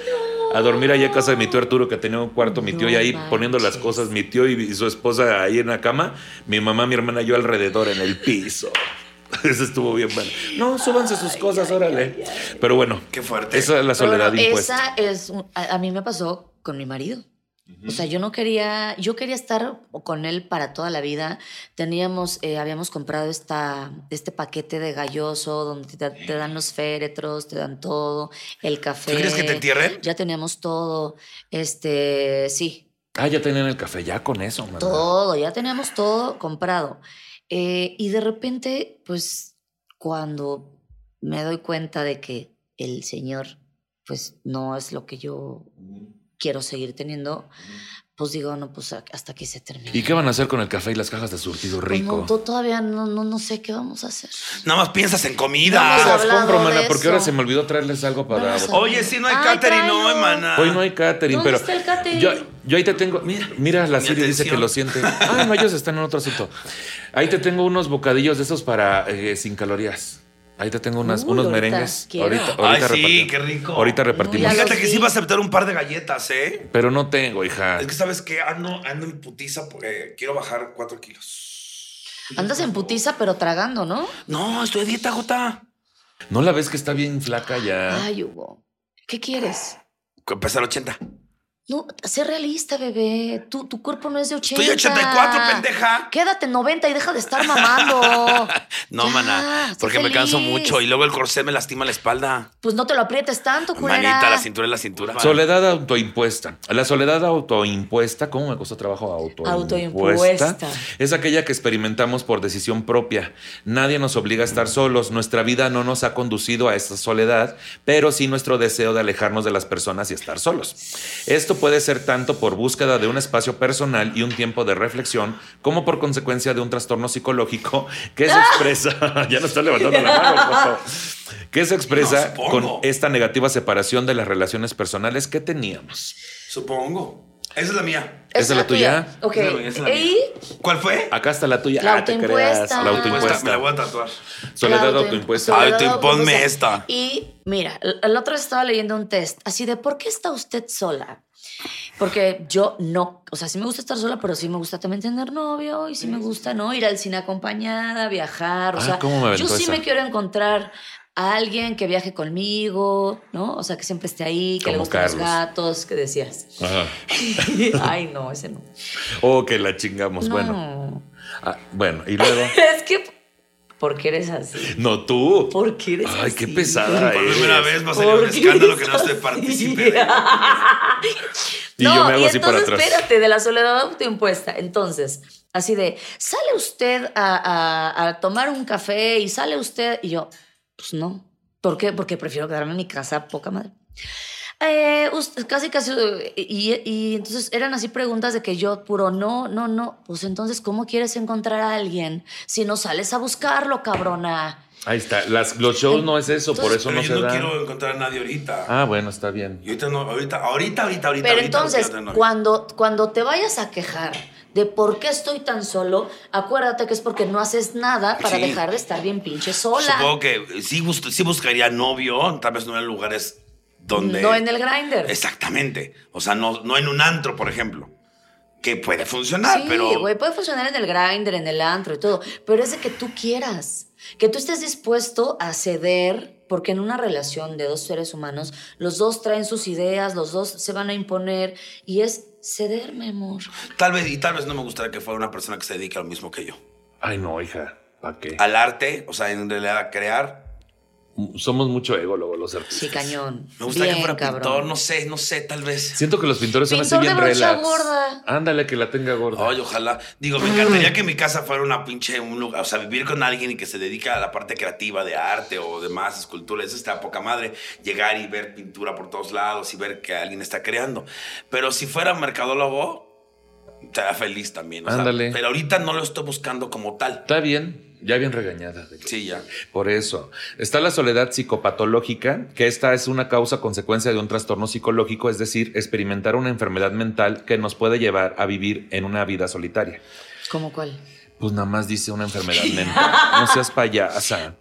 [SPEAKER 2] A dormir allá a casa de mi tío Arturo, que tenía un cuarto, mi tío, y
[SPEAKER 4] No
[SPEAKER 2] ahí
[SPEAKER 4] manches.
[SPEAKER 2] poniendo las cosas, mi tío y, y su esposa ahí en la cama, mi mamá, mi hermana, y yo alrededor en el piso. Eso estuvo bien bueno. No, súbanse sus cosas, órale. Pero bueno,
[SPEAKER 3] Qué fuerte.
[SPEAKER 2] esa es la soledad
[SPEAKER 4] Bueno,
[SPEAKER 2] impuesta.
[SPEAKER 4] Esa es. un- a, a mí me pasó con mi marido. O sea, yo no quería, yo quería estar con él para toda la vida. Teníamos, eh, habíamos comprado esta, este paquete de galloso donde te, te dan los féretros, te dan todo, el café.
[SPEAKER 3] ¿Tú quieres que te entierren?
[SPEAKER 4] Ya teníamos todo, este, sí,
[SPEAKER 2] Ah, ya tenían el café, ya con eso, man.
[SPEAKER 4] todo, ya teníamos todo comprado. Eh, y de repente, pues, cuando me doy cuenta de que el señor, pues, no es lo que yo quiero seguir teniendo, pues digo, no, pues a- hasta aquí se termina.
[SPEAKER 2] ¿Y qué van a hacer con el café y las cajas de surtido
[SPEAKER 4] Pues, no,
[SPEAKER 2] rico?
[SPEAKER 4] to- todavía no, no, no sé qué vamos a hacer.
[SPEAKER 3] Nada más piensas en
[SPEAKER 4] No,
[SPEAKER 3] comida.
[SPEAKER 4] no,
[SPEAKER 2] Ah, Las
[SPEAKER 4] hablado
[SPEAKER 2] compro,
[SPEAKER 4] de
[SPEAKER 2] mana, porque ahora
[SPEAKER 4] eso.
[SPEAKER 2] se me olvidó traerles algo para.
[SPEAKER 4] Vamos a-
[SPEAKER 3] Oye, si no hay
[SPEAKER 4] Ay,
[SPEAKER 3] catering, no,
[SPEAKER 4] tráelo.
[SPEAKER 3] hermana.
[SPEAKER 2] Hoy no hay catering,
[SPEAKER 4] ¿Dónde
[SPEAKER 2] pero.
[SPEAKER 4] está el catering?
[SPEAKER 2] Yo, yo ahí te tengo. Mira, mira la
[SPEAKER 3] Mi
[SPEAKER 2] Siri dice
[SPEAKER 3] atención.
[SPEAKER 2] que lo siente. Ah, no, ellos están en otro asunto. Ahí te tengo unos bocadillos de esos para eh, sin calorías. Ahí te tengo unas,
[SPEAKER 4] Uy,
[SPEAKER 2] unos
[SPEAKER 4] ahorita
[SPEAKER 2] merengues.
[SPEAKER 4] quiero.
[SPEAKER 2] Ahorita,
[SPEAKER 4] Ay,
[SPEAKER 2] ahorita
[SPEAKER 3] sí,
[SPEAKER 2] repartimos.
[SPEAKER 3] qué rico.
[SPEAKER 2] Ahorita
[SPEAKER 3] Muy
[SPEAKER 2] repartimos.
[SPEAKER 4] largo.
[SPEAKER 3] Fíjate que sí iba a aceptar un par de galletas, ¿eh?
[SPEAKER 2] Pero no tengo, hija.
[SPEAKER 3] Es que sabes que ando, ando en putiza porque quiero bajar cuatro kilos.
[SPEAKER 4] Andas en putiza, pero tragando, ¿no?
[SPEAKER 3] No, estoy a dieta, Jota.
[SPEAKER 2] No la ves que está bien flaca ya.
[SPEAKER 4] Ay, Hugo, ¿qué quieres?
[SPEAKER 3] Empezar 80.
[SPEAKER 4] No, sé realista, bebé. Tú, tu cuerpo no es de 80.
[SPEAKER 3] Estoy 84, pendeja.
[SPEAKER 4] Quédate 90 y deja de estar mamando.
[SPEAKER 3] No,
[SPEAKER 4] Ya,
[SPEAKER 3] mana,
[SPEAKER 4] sé
[SPEAKER 3] porque me canso
[SPEAKER 4] Ah, feliz.
[SPEAKER 3] mucho y luego el corsé me lastima la espalda.
[SPEAKER 4] Pues no te lo aprietes tanto, culera.
[SPEAKER 3] Manita, la cintura es la cintura.
[SPEAKER 2] Soledad autoimpuesta. La soledad autoimpuesta, ¿cómo me costó trabajo autoimpuesta?
[SPEAKER 4] Autoimpuesta.
[SPEAKER 2] Es aquella que experimentamos por decisión propia. Nadie nos obliga a estar solos. Nuestra vida no nos ha conducido a esta soledad, pero sí nuestro deseo de alejarnos de las personas y estar solos. Esto puede ser tanto por búsqueda de un espacio personal y un tiempo de reflexión, como por consecuencia de un trastorno psicológico que se expresa. ya no está levantando la mano. por favor. Que se expresa
[SPEAKER 3] No, supongo.
[SPEAKER 2] con esta negativa separación de las relaciones personales que teníamos.
[SPEAKER 3] Supongo. Esa es la mía.
[SPEAKER 2] ¿Esa es la tuya?
[SPEAKER 4] Ok. E
[SPEAKER 3] Esa es la mía, esa es la
[SPEAKER 4] Y
[SPEAKER 3] ¿Cuál fue?
[SPEAKER 2] Acá está la tuya.
[SPEAKER 4] La
[SPEAKER 2] Ah, te
[SPEAKER 4] autoimpuesta.
[SPEAKER 2] creas. La
[SPEAKER 3] Pues, Me la
[SPEAKER 2] autoimpuesta.
[SPEAKER 3] voy a tatuar.
[SPEAKER 2] Soledad
[SPEAKER 4] Claro,
[SPEAKER 2] autoimpuesta.
[SPEAKER 4] soledad
[SPEAKER 3] Autoimponme
[SPEAKER 4] autoimpuesta.
[SPEAKER 3] esta.
[SPEAKER 4] Y mira, el el otro día estaba leyendo un test así de ¿por qué está usted sola? Porque yo no, o sea, sí me gusta estar sola, pero sí me gusta también tener novio y sí me gusta, ¿no? Ir al cine acompañada, viajar, o
[SPEAKER 2] Ah,
[SPEAKER 4] sea,
[SPEAKER 2] ¿cómo me aventó
[SPEAKER 4] yo sí
[SPEAKER 2] esa?
[SPEAKER 4] me quiero encontrar a alguien que viaje conmigo, ¿no? O sea, que siempre esté ahí, que le
[SPEAKER 2] Como
[SPEAKER 4] gusten los
[SPEAKER 2] Carlos.
[SPEAKER 4] gatos, que decías.
[SPEAKER 2] Ajá.
[SPEAKER 4] Ay, no, ese no.
[SPEAKER 2] Oh, que la chingamos.
[SPEAKER 4] No.
[SPEAKER 2] Bueno. Ah, bueno, y luego.
[SPEAKER 4] Es que, ¿por qué eres así?
[SPEAKER 2] No, tú.
[SPEAKER 4] ¿Por qué eres
[SPEAKER 2] Ay, qué
[SPEAKER 4] así?
[SPEAKER 2] pesada.
[SPEAKER 3] Por
[SPEAKER 2] eres.
[SPEAKER 3] primera vez va a salir un
[SPEAKER 4] ¿Por qué
[SPEAKER 3] escándalo
[SPEAKER 4] eres
[SPEAKER 3] que no esté
[SPEAKER 4] así?
[SPEAKER 3] partícipe. de-
[SPEAKER 2] Y yo me hago
[SPEAKER 4] y
[SPEAKER 2] así para
[SPEAKER 4] entonces,
[SPEAKER 2] atrás.
[SPEAKER 4] Espérate, de la soledad autoimpuesta. Entonces, así de, sale usted a, a- a tomar un café y sale usted. Y yo, pues no. ¿Por qué? Porque prefiero quedarme en mi casa, poca madre. Eh, us- casi, casi. eh, Y, y entonces eran así preguntas de que yo, puro no, no, no. Pues entonces, ¿cómo quieres encontrar a alguien si no sales a buscarlo, cabrona?
[SPEAKER 2] Ahí está. Las, los shows no es eso, por eso
[SPEAKER 3] Pero
[SPEAKER 2] no
[SPEAKER 3] yo
[SPEAKER 2] se
[SPEAKER 3] no
[SPEAKER 2] dan.
[SPEAKER 3] quiero encontrar a nadie ahorita.
[SPEAKER 2] Ah, bueno, está bien.
[SPEAKER 3] Y ahorita no, ahorita, ahorita, ahorita, ahorita.
[SPEAKER 4] Pero
[SPEAKER 3] ahorita no
[SPEAKER 4] entonces,
[SPEAKER 3] quiero tener novio.
[SPEAKER 4] cuando, cuando te vayas a quejar de por qué estoy tan solo, acuérdate que es porque no haces nada para
[SPEAKER 3] Sí.
[SPEAKER 4] dejar de estar bien pinche sola.
[SPEAKER 3] Supongo que sí, bus- sí buscaría novio, tal vez no en lugares donde.
[SPEAKER 4] No en el grinder.
[SPEAKER 3] Exactamente. O sea, no, no en un antro, por ejemplo. Que puede funcionar,
[SPEAKER 4] sí,
[SPEAKER 3] pero.
[SPEAKER 4] güey, puede funcionar en el grinder, en el antro y todo, pero es de que tú quieras, que tú estés dispuesto a ceder, porque en una relación de dos seres humanos, los dos traen sus ideas, los dos se van a imponer y es ceder, mi amor.
[SPEAKER 3] Tal vez, y tal vez no me gustaría que fuera una persona que se dedique a lo mismo que yo.
[SPEAKER 2] Ay, no, hija. ¿Para qué?
[SPEAKER 3] Al arte, o sea, en realidad a crear.
[SPEAKER 2] Somos mucho ego luego los artistas.
[SPEAKER 4] Sí, cañón.
[SPEAKER 3] Me gustaría
[SPEAKER 4] Bien,
[SPEAKER 3] que fuera
[SPEAKER 4] cabrón.
[SPEAKER 3] pintor, no sé, no sé, tal vez.
[SPEAKER 2] Siento que los pintores son
[SPEAKER 4] Pintor
[SPEAKER 2] así bien
[SPEAKER 4] de brocha
[SPEAKER 2] relax.
[SPEAKER 4] gorda.
[SPEAKER 2] Ándale, que la tenga gorda.
[SPEAKER 3] Ay, ojalá. Digo, me
[SPEAKER 2] Mm.
[SPEAKER 3] encantaría que mi casa fuera una pinche un lugar, o sea, vivir con alguien y que se dedica a la parte creativa de arte o demás, escultura, eso está a poca madre. Llegar y ver pintura por todos lados y ver que alguien está creando. Pero si fuera mercadólogo, estaría feliz también. o sea,
[SPEAKER 2] Ándale.
[SPEAKER 3] pero ahorita no lo estoy buscando como tal.
[SPEAKER 2] Está bien, ya bien regañada. de que-
[SPEAKER 3] Sí, ya. Pues
[SPEAKER 2] Por eso. Está la soledad psicopatológica, que esta es una causa consecuencia de un trastorno psicológico, es decir, experimentar una enfermedad mental que nos puede llevar a vivir en una vida solitaria.
[SPEAKER 4] ¿Cómo cuál?
[SPEAKER 2] Pues nada más dice una enfermedad mental. No seas payasa.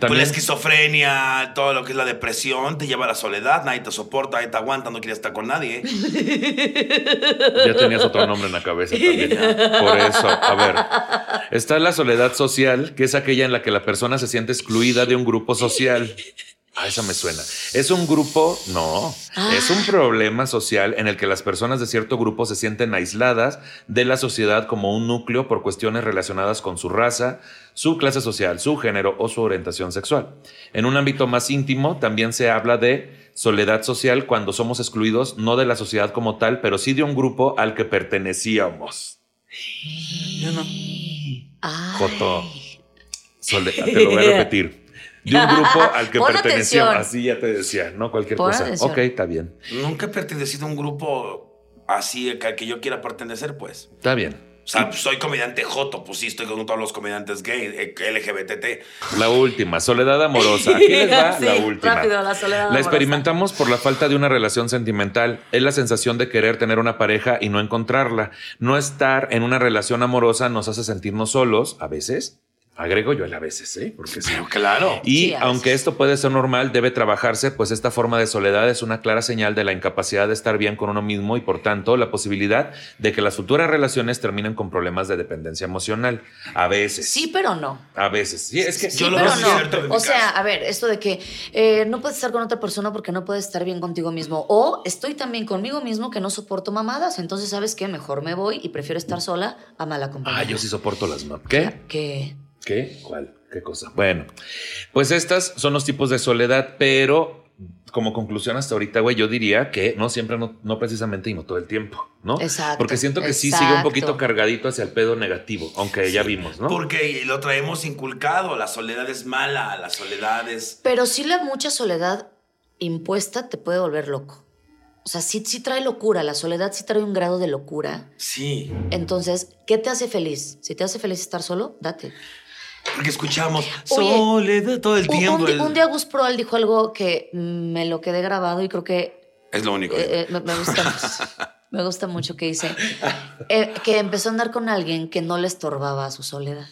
[SPEAKER 3] Pues la
[SPEAKER 2] También
[SPEAKER 3] esquizofrenia, todo lo que es la depresión, te lleva a la soledad, nadie te soporta, nadie te aguanta, no quieres estar con nadie.
[SPEAKER 2] ya tenías otro nombre en la cabeza también. Por eso, a ver. Está la soledad social, que es aquella en la que la persona se siente excluida de un grupo social. Ah, esa me suena. Es un grupo, no, es un problema social en el que las personas de cierto grupo se sienten aisladas de la sociedad como un núcleo por cuestiones relacionadas con su raza, su clase social, su género o su orientación sexual. En un ámbito más íntimo también se habla de soledad social cuando somos excluidos no de la sociedad como tal, pero sí de un grupo al que pertenecíamos.
[SPEAKER 4] Ay.
[SPEAKER 2] Joto. Sole- te lo voy a repetir. De un grupo al que
[SPEAKER 4] Pon
[SPEAKER 2] pertenecía.
[SPEAKER 4] atención.
[SPEAKER 2] Así ya te decía, ¿no? Cualquier
[SPEAKER 4] Pon
[SPEAKER 2] cosa.
[SPEAKER 4] atención.
[SPEAKER 2] Ok, está bien.
[SPEAKER 3] Nunca he pertenecido a un grupo así al que yo quiera pertenecer, pues.
[SPEAKER 2] Está bien.
[SPEAKER 3] O sea, soy comediante joto, pues sí, estoy con todos los comediantes gay, eh, LGBTT.
[SPEAKER 2] La última, soledad amorosa. Aquí les va
[SPEAKER 4] Sí,
[SPEAKER 2] la última.
[SPEAKER 4] rápido, la soledad amorosa.
[SPEAKER 2] La experimentamos por la falta de una relación sentimental. Es la sensación de querer tener una pareja y no encontrarla. No estar en una relación amorosa nos hace sentirnos solos, a veces. Agrego yo el a veces, ¿eh? Porque sí.
[SPEAKER 3] Pero claro.
[SPEAKER 2] Y
[SPEAKER 4] Sí, a veces.
[SPEAKER 2] aunque esto puede ser normal, debe trabajarse, pues esta forma de soledad es una clara señal de la incapacidad de estar bien con uno mismo y por tanto la posibilidad de que las futuras relaciones terminen con problemas de dependencia emocional. A veces.
[SPEAKER 4] Sí, pero no.
[SPEAKER 2] A veces. Sí, es que
[SPEAKER 4] Sí,
[SPEAKER 3] Yo lo
[SPEAKER 4] pero
[SPEAKER 3] veo cierto en mi
[SPEAKER 4] no. O sea,
[SPEAKER 3] caso.
[SPEAKER 4] a ver, esto de que eh, no puedes estar con otra persona porque no puedes estar bien contigo mismo. O estoy tan bien conmigo mismo que no soporto mamadas. Entonces, ¿sabes qué? Mejor me voy y prefiero estar sola a mala compañía.
[SPEAKER 2] Ah, yo sí soporto las mam. ¿Qué?
[SPEAKER 4] Que
[SPEAKER 2] ¿Qué? ¿Cuál? ¿Qué cosa? Bueno, pues estas son los tipos de soledad, pero como conclusión hasta ahorita, güey, yo diría que no siempre, no, no precisamente y no todo el tiempo, ¿no?
[SPEAKER 4] Exacto,
[SPEAKER 2] Porque siento que sí sigue un
[SPEAKER 4] exacto.
[SPEAKER 2] poquito cargadito hacia el pedo negativo, aunque ya vimos, ¿no?
[SPEAKER 3] Porque lo traemos inculcado, la soledad es mala, la soledad es...
[SPEAKER 4] Pero sí la mucha soledad impuesta te puede volver loco. O sea, sí, sí trae locura. La soledad sí trae un grado de locura.
[SPEAKER 3] Sí,
[SPEAKER 4] Entonces, ¿qué te hace feliz? Si te hace feliz estar solo, date.
[SPEAKER 3] porque escuchamos
[SPEAKER 4] Oye,
[SPEAKER 3] soledad todo el
[SPEAKER 4] Un-
[SPEAKER 3] tiempo.
[SPEAKER 4] un, di-
[SPEAKER 3] el-
[SPEAKER 4] un día Gus Proal dijo algo que me lo quedé grabado y creo que
[SPEAKER 3] Es lo único.
[SPEAKER 4] eh, eh, me, me gusta mucho. Me gusta mucho que dice eh, que empezó a andar con alguien que no le estorbaba a su soledad.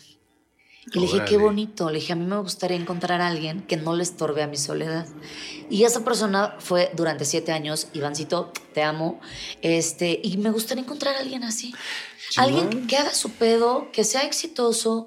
[SPEAKER 4] Y le dije, qué
[SPEAKER 2] Órale.
[SPEAKER 4] bonito. Le dije, a mí me gustaría encontrar a alguien que no le estorbe a mi soledad. Y esa persona fue durante siete años, Ivancito, te amo. Este, y me gustaría encontrar a alguien así. Alguien que haga su pedo, que sea exitoso,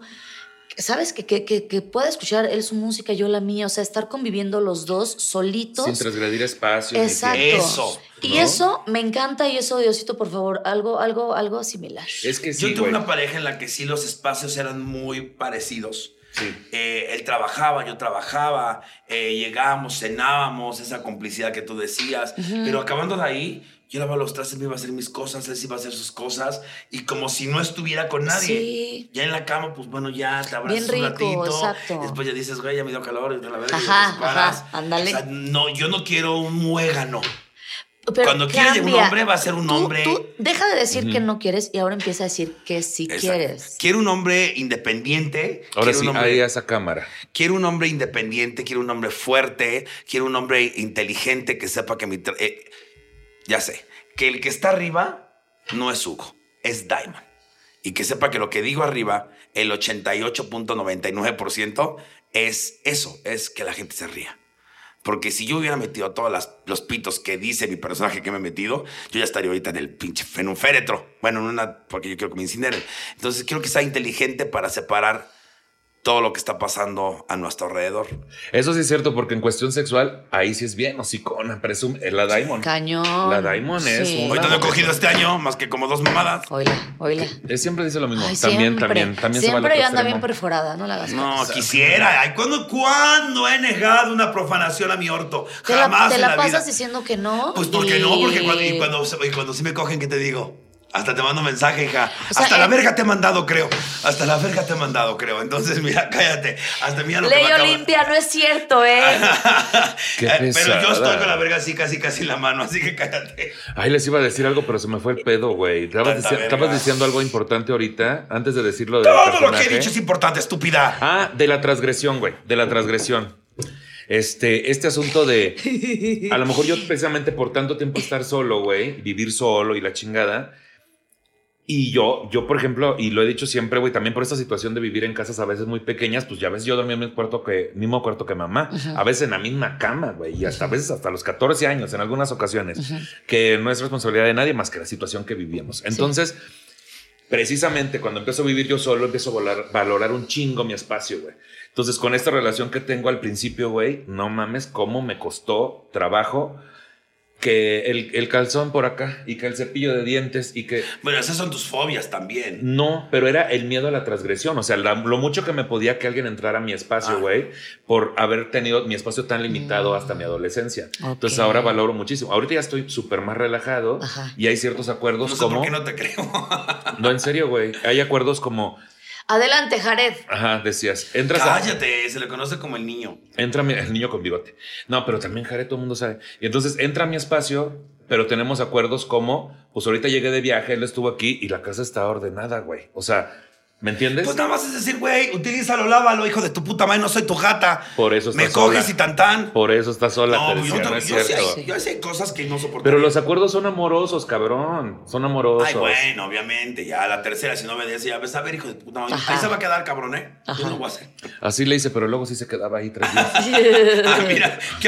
[SPEAKER 4] ¿sabes? Que, que, que, que pueda escuchar él su música, yo la mía. O sea, estar conviviendo los dos solitos.
[SPEAKER 2] Sin transgredir espacio.
[SPEAKER 4] Exacto.
[SPEAKER 3] Eso,
[SPEAKER 4] Y
[SPEAKER 2] ¿no?
[SPEAKER 4] eso me encanta y eso, Diosito, por favor, algo, algo, algo similar.
[SPEAKER 2] Es que
[SPEAKER 3] Yo
[SPEAKER 2] sí, güey.
[SPEAKER 3] tuve una pareja en la que sí los espacios eran muy parecidos.
[SPEAKER 2] Sí.
[SPEAKER 3] Eh, él trabajaba, yo trabajaba, eh, llegábamos, cenábamos, esa complicidad que tú decías. Pero acabando de ahí, yo lavaba los trastes, me iba a hacer mis cosas, él se iba a hacer sus cosas. Y como si no estuviera con nadie.
[SPEAKER 4] Sí.
[SPEAKER 3] Ya en la cama, pues bueno, ya te abrazas
[SPEAKER 4] Bien
[SPEAKER 3] un
[SPEAKER 4] rico,
[SPEAKER 3] ratito.
[SPEAKER 4] exacto.
[SPEAKER 3] Después ya dices, güey, ya me dio calor. y la verga, y
[SPEAKER 4] Ajá,
[SPEAKER 3] te separas.
[SPEAKER 4] ajá, ándale.
[SPEAKER 3] O sea, no, yo no quiero un muégano.
[SPEAKER 4] Pero
[SPEAKER 3] Cuando quiere llegar un
[SPEAKER 4] cambia.
[SPEAKER 3] hombre, va a ser un
[SPEAKER 4] Tú-
[SPEAKER 3] hombre-
[SPEAKER 4] Tú deja de decir que no quieres y ahora empieza a decir que sí
[SPEAKER 3] Exacto.
[SPEAKER 4] quieres.
[SPEAKER 3] Quiero un hombre independiente.
[SPEAKER 2] Ahora
[SPEAKER 3] quiero
[SPEAKER 2] sí,
[SPEAKER 3] un hombre-
[SPEAKER 2] ahí a esa cámara.
[SPEAKER 3] Quiero un hombre independiente, quiero un hombre fuerte, quiero un hombre inteligente que sepa que mi... tra- eh, ya sé, que el que está arriba no es Hugo, es Diamond. Y que sepa que lo que digo arriba, el 88.99% es eso, es que la gente se ría. Porque si yo hubiera metido todos los pitos que dice mi personaje que me he metido, yo ya estaría ahorita en el pinche, en un féretro. Bueno, en una, porque yo quiero que me incineren. Entonces quiero que sea inteligente para separar todo lo que está pasando a nuestro alrededor.
[SPEAKER 2] Eso sí es cierto, porque en cuestión sexual, ahí sí es bien hocicona, presume. eh, La Diamond.
[SPEAKER 4] Cañón.
[SPEAKER 2] La Diamond es
[SPEAKER 4] Sí.
[SPEAKER 2] una-
[SPEAKER 3] Ahorita no he cogido este año más que como dos mamadas.
[SPEAKER 4] Oila, oila.
[SPEAKER 2] Eh, siempre dice lo mismo.
[SPEAKER 4] Ay,
[SPEAKER 2] también,
[SPEAKER 4] siempre.
[SPEAKER 2] también, también se va al
[SPEAKER 4] Siempre
[SPEAKER 2] otro
[SPEAKER 4] yo ando bien
[SPEAKER 2] extremo.
[SPEAKER 4] perforada, no la hagas. caso.
[SPEAKER 3] No, quisiera. Ay, ¿cuándo, ¿Cuándo he negado una profanación a mi orto?
[SPEAKER 4] Te la,
[SPEAKER 3] Jamás
[SPEAKER 4] te
[SPEAKER 3] en
[SPEAKER 4] la
[SPEAKER 3] la,
[SPEAKER 4] pasas
[SPEAKER 3] vida.
[SPEAKER 4] diciendo que no.
[SPEAKER 3] Pues porque
[SPEAKER 4] y-
[SPEAKER 3] no, porque cuando, y cuando, se- y cuando sí me cogen, ¿qué te digo? Hasta te mando mensaje, hija.
[SPEAKER 4] O sea,
[SPEAKER 3] Hasta la
[SPEAKER 4] eh-
[SPEAKER 3] verga te he mandado, creo. Hasta la verga te he mandado, creo. Entonces, mira, cállate. Hasta mira lo que
[SPEAKER 4] Ley
[SPEAKER 3] me acabo-
[SPEAKER 4] Olimpia, no es cierto, ¿eh?
[SPEAKER 2] Qué
[SPEAKER 3] Eh, Pero yo estoy
[SPEAKER 2] pesada.
[SPEAKER 3] con la verga así, casi, casi en la mano, así que cállate.
[SPEAKER 2] Ay, les iba a decir algo, pero se me fue el pedo, güey. Estabas,
[SPEAKER 3] Tanta
[SPEAKER 2] dici-
[SPEAKER 3] verga.
[SPEAKER 2] estabas diciendo algo importante ahorita, antes de decirlo de
[SPEAKER 3] Todo lo que he dicho es importante, estúpida.
[SPEAKER 2] Ah, de la transgresión, güey, de la transgresión. Este, este asunto de, a lo mejor yo precisamente por tanto tiempo estar solo, güey, vivir solo y la chingada. Y yo, yo por ejemplo, y lo he dicho siempre, güey, también por esta situación de vivir en casas a veces muy pequeñas, pues ya ves, yo dormía en el cuarto que, mismo cuarto que mamá, a veces en la misma cama, güey, y hasta a veces hasta los 14 años, en algunas ocasiones, que no es responsabilidad de nadie más que la situación que vivíamos. Entonces, precisamente cuando empiezo a vivir yo solo, empiezo a volar- valorar un chingo mi espacio, güey. Entonces, con esta relación que tengo al principio, güey, no mames cómo me costó trabajo que el, el calzón por acá y que el cepillo de dientes y que...
[SPEAKER 3] Bueno, esas son tus fobias también.
[SPEAKER 2] No, pero era el miedo a la transgresión, o sea, la- lo mucho que me podía que alguien entrara a mi espacio,
[SPEAKER 3] Ah.
[SPEAKER 2] güey, por haber tenido mi espacio tan limitado hasta mi adolescencia.
[SPEAKER 4] Mm. Ok.
[SPEAKER 2] Entonces ahora valoro muchísimo. Ahorita ya estoy súper más relajado
[SPEAKER 4] Ajá.
[SPEAKER 2] y hay ciertos acuerdos
[SPEAKER 3] No sé
[SPEAKER 2] como...
[SPEAKER 3] por qué no te creo.
[SPEAKER 2] no, en serio, güey. Hay acuerdos como...
[SPEAKER 4] Adelante, Jared.
[SPEAKER 2] Ajá, decías. Entras a-
[SPEAKER 3] Cállate, se le conoce como el niño.
[SPEAKER 2] entra mi- el niño con bigote. No, pero también Jare, todo el mundo sabe. Y entonces entra a mi espacio, pero tenemos acuerdos como, pues ahorita llegué de viaje, él estuvo aquí y la casa está ordenada, güey. O sea, ¿me entiendes?
[SPEAKER 3] Pues nada más es decir, güey, utilízalo, lávalo, hijo de tu puta madre, no soy tu gata.
[SPEAKER 2] Por eso está
[SPEAKER 3] Me coges
[SPEAKER 2] sola.
[SPEAKER 3] y tan tan.
[SPEAKER 2] Por eso está sola, te
[SPEAKER 3] No, yo,
[SPEAKER 2] decía, no
[SPEAKER 3] yo,
[SPEAKER 2] es
[SPEAKER 3] yo sí
[SPEAKER 2] cierto.
[SPEAKER 3] hay, yo sí hay cosas que no soporto.
[SPEAKER 2] Pero los acuerdos son amorosos, cabrón. Son amorosos.
[SPEAKER 3] Ay, bueno, obviamente, ya la tercera, si no obedece, ya ves, a ver, hijo de tu puta madre.
[SPEAKER 4] Ajá.
[SPEAKER 3] Ahí se va a quedar, cabrón, ¿eh?
[SPEAKER 4] Ajá.
[SPEAKER 3] Yo no lo voy a hacer.
[SPEAKER 2] Así le hice, pero luego sí se quedaba ahí tres días.
[SPEAKER 3] Ah, mira, qué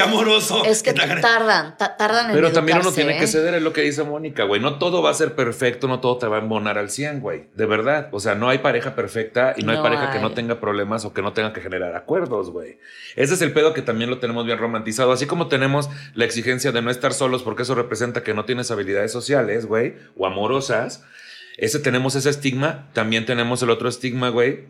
[SPEAKER 3] amoroso.
[SPEAKER 4] Es que
[SPEAKER 3] Está-
[SPEAKER 4] tardan, ta- tardan en
[SPEAKER 2] Pero también uno
[SPEAKER 4] educarse,
[SPEAKER 2] tiene que
[SPEAKER 4] ¿eh?
[SPEAKER 2] ceder, es lo que dice Mónica, güey. No todo va a ser perfecto, no todo te va a embonar al 100, güey. De verdad. O sea, no hay pareja perfecta y no, hay
[SPEAKER 4] No
[SPEAKER 2] pareja que
[SPEAKER 4] hay.
[SPEAKER 2] no tenga problemas o que no tenga que generar acuerdos, güey. Ese es el pedo que también lo tenemos bien romantizado. Así como tenemos la exigencia de no estar solos porque eso representa que no tienes habilidades sociales, güey, o amorosas. Ese tenemos ese estigma. También tenemos el otro estigma, güey,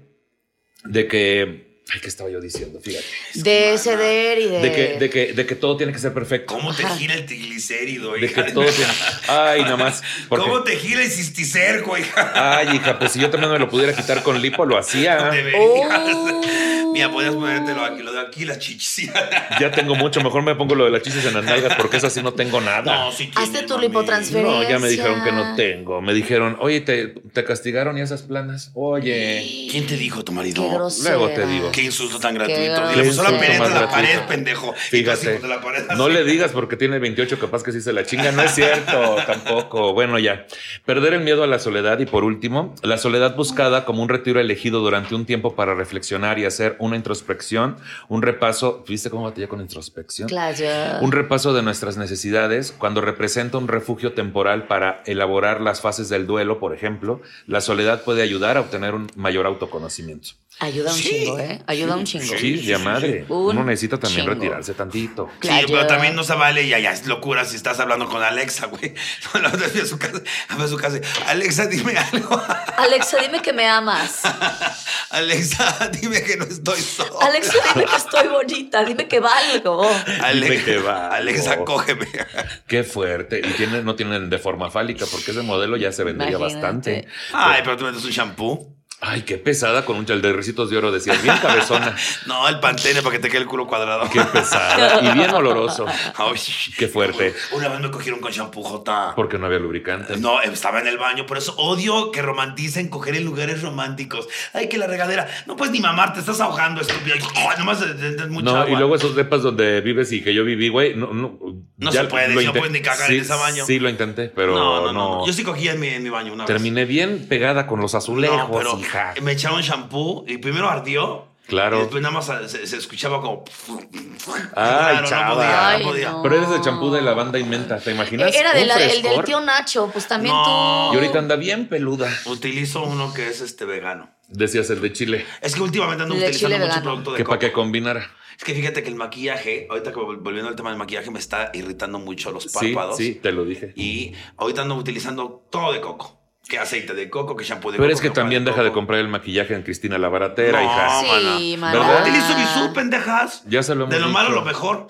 [SPEAKER 2] de que. Ay, ¿qué estaba yo diciendo? Fíjate.
[SPEAKER 4] De ceder y de.
[SPEAKER 2] De que, de que, de que todo tiene que ser perfecto.
[SPEAKER 3] ¿Cómo te
[SPEAKER 4] Ajá.
[SPEAKER 3] gira el triglicérido,
[SPEAKER 2] De
[SPEAKER 3] hija?
[SPEAKER 2] que todo tiene. Ay, nada más. porque-
[SPEAKER 3] ¿Cómo te gira el cisticerco, hija?
[SPEAKER 2] Ay, hija, pues si yo también me lo pudiera quitar con lipo, lo hacía.
[SPEAKER 3] Deberías.
[SPEAKER 4] Ah. Oh.
[SPEAKER 3] Mira, podías ponértelo aquí, lo de aquí, las chichis.
[SPEAKER 2] Ya tengo mucho. Mejor me pongo lo de las chichis en las nalgas porque esa sí no tengo nada.
[SPEAKER 3] sí
[SPEAKER 4] Hazte
[SPEAKER 3] tiene,
[SPEAKER 4] tu
[SPEAKER 3] mami.
[SPEAKER 4] lipotransfer-
[SPEAKER 2] No, ya me
[SPEAKER 4] diferencia.
[SPEAKER 2] dijeron que no tengo. Me dijeron, oye, te, te castigaron y esas planas. Oye,
[SPEAKER 3] ¿Quién te dijo tu marido?
[SPEAKER 4] Qué grosera.
[SPEAKER 2] luego te digo.
[SPEAKER 3] Qué insulto tan
[SPEAKER 4] Qué
[SPEAKER 3] gratuito. Dile,
[SPEAKER 4] grosero.
[SPEAKER 3] pues solo
[SPEAKER 2] Qué
[SPEAKER 3] penetra
[SPEAKER 2] insulto
[SPEAKER 3] la
[SPEAKER 2] más
[SPEAKER 3] pared,
[SPEAKER 2] gratuito.
[SPEAKER 3] pendejo. Y tú así
[SPEAKER 2] fíjate.
[SPEAKER 3] contra la pared,
[SPEAKER 2] No
[SPEAKER 3] así.
[SPEAKER 2] le digas porque tiene 28, capaz que sí se la chinga. No es cierto, tampoco. Bueno, ya. Perder el miedo a la soledad y por último, la soledad buscada como un retiro elegido durante un tiempo para reflexionar y hacer una introspección, un repaso. ¿Viste cómo batallé con introspección?
[SPEAKER 4] Claro.
[SPEAKER 2] Un repaso de nuestras necesidades cuando representa un refugio temporal para elaborar las fases del duelo, por ejemplo, la soledad puede ayudar a obtener un mayor autoconocimiento.
[SPEAKER 4] Ayuda un
[SPEAKER 3] Sí.
[SPEAKER 4] chingo, ¿eh? Ayuda un chingo.
[SPEAKER 2] Sí, ya madre.
[SPEAKER 4] sí. Un
[SPEAKER 2] Uno necesita también
[SPEAKER 4] chingo.
[SPEAKER 2] retirarse tantito.
[SPEAKER 4] Claro.
[SPEAKER 3] Sí, pero también no se vale, ya, ya, es locura si estás hablando con Alexa, güey. La otra fui a su casa, a su casa, y, Alexa, dime algo.
[SPEAKER 4] Alexa, dime que me amas.
[SPEAKER 3] Alexa, dime que no estoy solo.
[SPEAKER 4] Alexa, dime que estoy bonita. Dime que valgo.
[SPEAKER 2] Dime que va.
[SPEAKER 3] Alexa, cógeme.
[SPEAKER 2] Qué fuerte. Y tienen, no tienen de forma fálica, porque ese modelo ya se vendría
[SPEAKER 4] Imagínate.
[SPEAKER 2] bastante.
[SPEAKER 3] Ay, pero tú metes un shampoo.
[SPEAKER 2] Ay, qué pesada con un chal de ricitos de oro, decías. Bien cabezona.
[SPEAKER 3] No, el pantene para que te quede el culo cuadrado.
[SPEAKER 2] Qué pesada. Y bien oloroso.
[SPEAKER 3] Ay,
[SPEAKER 2] Qué fuerte.
[SPEAKER 3] Una vez me cogieron con shampoo, Jota.
[SPEAKER 2] Porque no había lubricante.
[SPEAKER 3] No, estaba en el baño, por eso odio que romanticen coger en lugares románticos. Ay, que la regadera. No puedes ni mamar, te estás ahogando, estúpido. Ay, oh, nomás te- te- te- mucha
[SPEAKER 2] No,
[SPEAKER 3] agua.
[SPEAKER 2] y luego esos depas donde vives y que yo viví, güey, no, no,
[SPEAKER 3] No
[SPEAKER 2] ya
[SPEAKER 3] se puede,
[SPEAKER 2] lo
[SPEAKER 3] si no
[SPEAKER 2] inte-
[SPEAKER 3] puedes ni cagar
[SPEAKER 2] sí,
[SPEAKER 3] en ese baño.
[SPEAKER 2] Sí, lo intenté, pero
[SPEAKER 3] no,
[SPEAKER 2] no.
[SPEAKER 3] no, no, no. Yo sí cogía en mi, en mi baño una vez.
[SPEAKER 2] Terminé bien pegada con los azulejos,
[SPEAKER 3] No, pero
[SPEAKER 2] hija.
[SPEAKER 3] me echaron shampoo y primero ardió.
[SPEAKER 2] Claro.
[SPEAKER 3] Y después nada más se, se escuchaba como.
[SPEAKER 2] Ay,
[SPEAKER 3] Raro,
[SPEAKER 2] chava.
[SPEAKER 4] Ay,
[SPEAKER 3] No podía, no podía.
[SPEAKER 4] no.
[SPEAKER 2] Pero eres el champú de lavanda inventa, ¿te imaginas?
[SPEAKER 4] Era
[SPEAKER 2] Un
[SPEAKER 4] de la- el del
[SPEAKER 2] frescor.
[SPEAKER 4] tío Nacho, pues también
[SPEAKER 3] No.
[SPEAKER 4] tú.
[SPEAKER 2] Y ahorita anda bien peluda.
[SPEAKER 3] Utilizo uno que es este vegano.
[SPEAKER 2] Decías el de Chile,
[SPEAKER 3] Es que últimamente ando
[SPEAKER 4] El de
[SPEAKER 3] utilizando
[SPEAKER 4] chile
[SPEAKER 3] mucho
[SPEAKER 4] vegano.
[SPEAKER 3] producto de
[SPEAKER 2] que para
[SPEAKER 3] coco.
[SPEAKER 2] que combinara.
[SPEAKER 3] Es que fíjate que el maquillaje, ahorita que vol- volviendo al tema del maquillaje, me está irritando mucho los
[SPEAKER 2] Sí,
[SPEAKER 3] párpados.
[SPEAKER 2] sí, te lo dije.
[SPEAKER 3] Y ahorita ando utilizando todo de coco. Que aceite de coco, que shampoo de coco.
[SPEAKER 2] Pero es que
[SPEAKER 3] crema
[SPEAKER 2] también deja de
[SPEAKER 3] coco.
[SPEAKER 2] comprar el maquillaje en Cristina la Baratera,
[SPEAKER 3] No,
[SPEAKER 2] hija.
[SPEAKER 4] Sí,
[SPEAKER 3] mana.
[SPEAKER 4] mana.
[SPEAKER 2] ¿Verdad?
[SPEAKER 3] Utilizo bisú, pendejas.
[SPEAKER 2] Ya se lo hemos
[SPEAKER 3] De lo malo,
[SPEAKER 2] dicho.
[SPEAKER 3] lo mejor.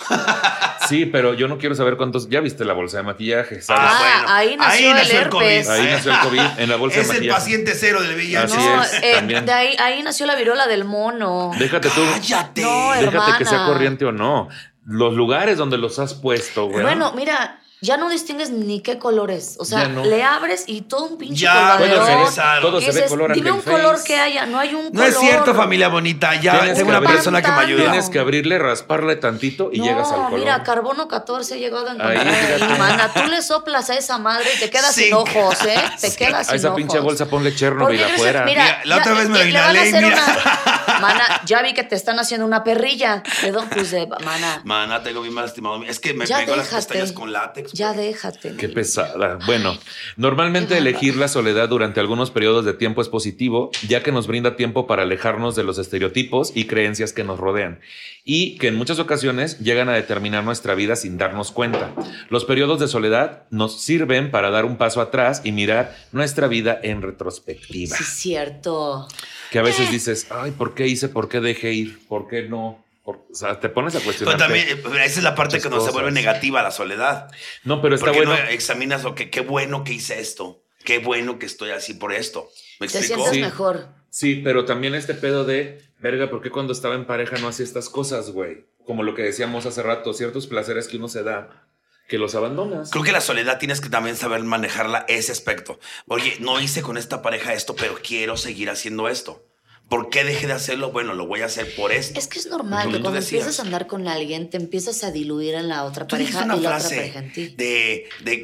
[SPEAKER 2] Sí, pero yo no quiero saber cuántos. Ya viste la bolsa de maquillaje, ¿sabes?
[SPEAKER 4] Ah, ahí nació el herpes.
[SPEAKER 2] Ahí nació el COVID, en la bolsa de
[SPEAKER 3] Es el
[SPEAKER 2] maquillaje. Ah,
[SPEAKER 3] paciente cero del
[SPEAKER 2] Así
[SPEAKER 3] VIH.
[SPEAKER 4] no,
[SPEAKER 2] es,
[SPEAKER 4] eh,
[SPEAKER 2] también.
[SPEAKER 4] de ahí, ahí nació la virola del mono.
[SPEAKER 2] Déjate tú.
[SPEAKER 3] Cállate.
[SPEAKER 4] No,
[SPEAKER 2] Déjate que sea
[SPEAKER 4] hermana.
[SPEAKER 2] corriente o no. Los lugares donde los has puesto, güey.
[SPEAKER 4] Bueno, mira, ya no distingues ni qué colores. O sea,
[SPEAKER 2] Ya no.
[SPEAKER 4] le abres y todo un pinche
[SPEAKER 3] Ya,
[SPEAKER 4] colgaderón.
[SPEAKER 2] Bueno, se ve-
[SPEAKER 3] regresaron.
[SPEAKER 2] todo
[SPEAKER 4] Y
[SPEAKER 2] se ve
[SPEAKER 4] dices,
[SPEAKER 2] color
[SPEAKER 4] Dime un
[SPEAKER 2] Angel
[SPEAKER 4] color
[SPEAKER 2] Face.
[SPEAKER 4] que haya, no hay un color.
[SPEAKER 3] No es cierto, familia bonita. Ya
[SPEAKER 2] Tienes
[SPEAKER 3] tengo
[SPEAKER 2] que
[SPEAKER 3] una
[SPEAKER 2] abrir-
[SPEAKER 3] persona que me
[SPEAKER 4] Pantano.
[SPEAKER 3] ayuda.
[SPEAKER 2] Tienes que abrirle, rasparle tantito y
[SPEAKER 4] no,
[SPEAKER 2] llegas al color.
[SPEAKER 4] mira, carbono 14 ha llegado a
[SPEAKER 2] Ahí,
[SPEAKER 4] encontrar ahí,
[SPEAKER 2] fíjate.
[SPEAKER 4] mana. Tú le soplas a esa madre y te quedas
[SPEAKER 3] Sí.
[SPEAKER 4] sin ojos, ¿eh? Te
[SPEAKER 2] a
[SPEAKER 4] quedas sin
[SPEAKER 2] esa pinche
[SPEAKER 4] ojos.
[SPEAKER 2] bolsa ponle
[SPEAKER 4] Porque
[SPEAKER 2] Chernobyl
[SPEAKER 4] eres-
[SPEAKER 2] afuera.
[SPEAKER 3] Mira, la otra vez me lo
[SPEAKER 4] le van a
[SPEAKER 3] inhalé y
[SPEAKER 4] hacer
[SPEAKER 3] mira.
[SPEAKER 4] una- Mana, ya vi que te están haciendo una perrilla. De Don Cruz de Mana.
[SPEAKER 3] Mana, tengo bien mal estimado. Es que me
[SPEAKER 4] ya
[SPEAKER 3] pego las
[SPEAKER 4] déjate.
[SPEAKER 3] pestañas con látex.
[SPEAKER 4] ya
[SPEAKER 3] güey.
[SPEAKER 4] déjate.
[SPEAKER 2] Qué
[SPEAKER 4] Nelly.
[SPEAKER 2] pesada. Bueno, normalmente
[SPEAKER 4] qué bárbaro.
[SPEAKER 2] elegir la soledad durante algunos periodos de tiempo es positivo, ya que nos brinda tiempo para alejarnos de los estereotipos y creencias que nos rodean y que en muchas ocasiones llegan a determinar nuestra vida sin darnos cuenta. Los periodos de soledad nos sirven para dar un paso atrás y mirar nuestra vida en retrospectiva.
[SPEAKER 4] Sí, cierto.
[SPEAKER 2] Que a veces dices, ay, ¿por qué hice? ¿Por qué dejé ir? ¿Por qué no? Por- o sea, te pones a
[SPEAKER 3] Pero
[SPEAKER 2] cuestionar.
[SPEAKER 3] también, eh, esa es la parte
[SPEAKER 2] Muchas
[SPEAKER 3] que nos se
[SPEAKER 2] cosas.
[SPEAKER 3] vuelve negativa la soledad.
[SPEAKER 2] No, pero Pues está
[SPEAKER 3] Porque
[SPEAKER 2] bueno.
[SPEAKER 3] no examinas lo que qué bueno que hice esto, qué bueno que estoy así por esto. ¿Me
[SPEAKER 4] Te
[SPEAKER 3] explico?
[SPEAKER 4] sientes
[SPEAKER 2] Sí.
[SPEAKER 4] mejor.
[SPEAKER 2] Sí, pero también este pedo de, verga, ¿por qué cuando estaba en pareja no hacía estas cosas, güey? Como lo que decíamos hace rato, ciertos placeres que uno se da, que los abandonas.
[SPEAKER 3] Creo que la soledad tienes que también saber manejarla ese aspecto. Oye, no hice con esta pareja esto, pero quiero seguir haciendo esto. ¿Por qué dejé de hacerlo? Bueno, lo voy a hacer por esto.
[SPEAKER 4] Es que es normal
[SPEAKER 3] Lo que
[SPEAKER 4] que
[SPEAKER 3] tú
[SPEAKER 4] cuando
[SPEAKER 3] decías.
[SPEAKER 4] empiezas a andar con alguien te empiezas a diluir en la otra
[SPEAKER 3] Tú dijiste
[SPEAKER 4] pareja
[SPEAKER 3] una
[SPEAKER 4] y la otra
[SPEAKER 3] frase
[SPEAKER 4] pareja en ti.
[SPEAKER 3] de, de-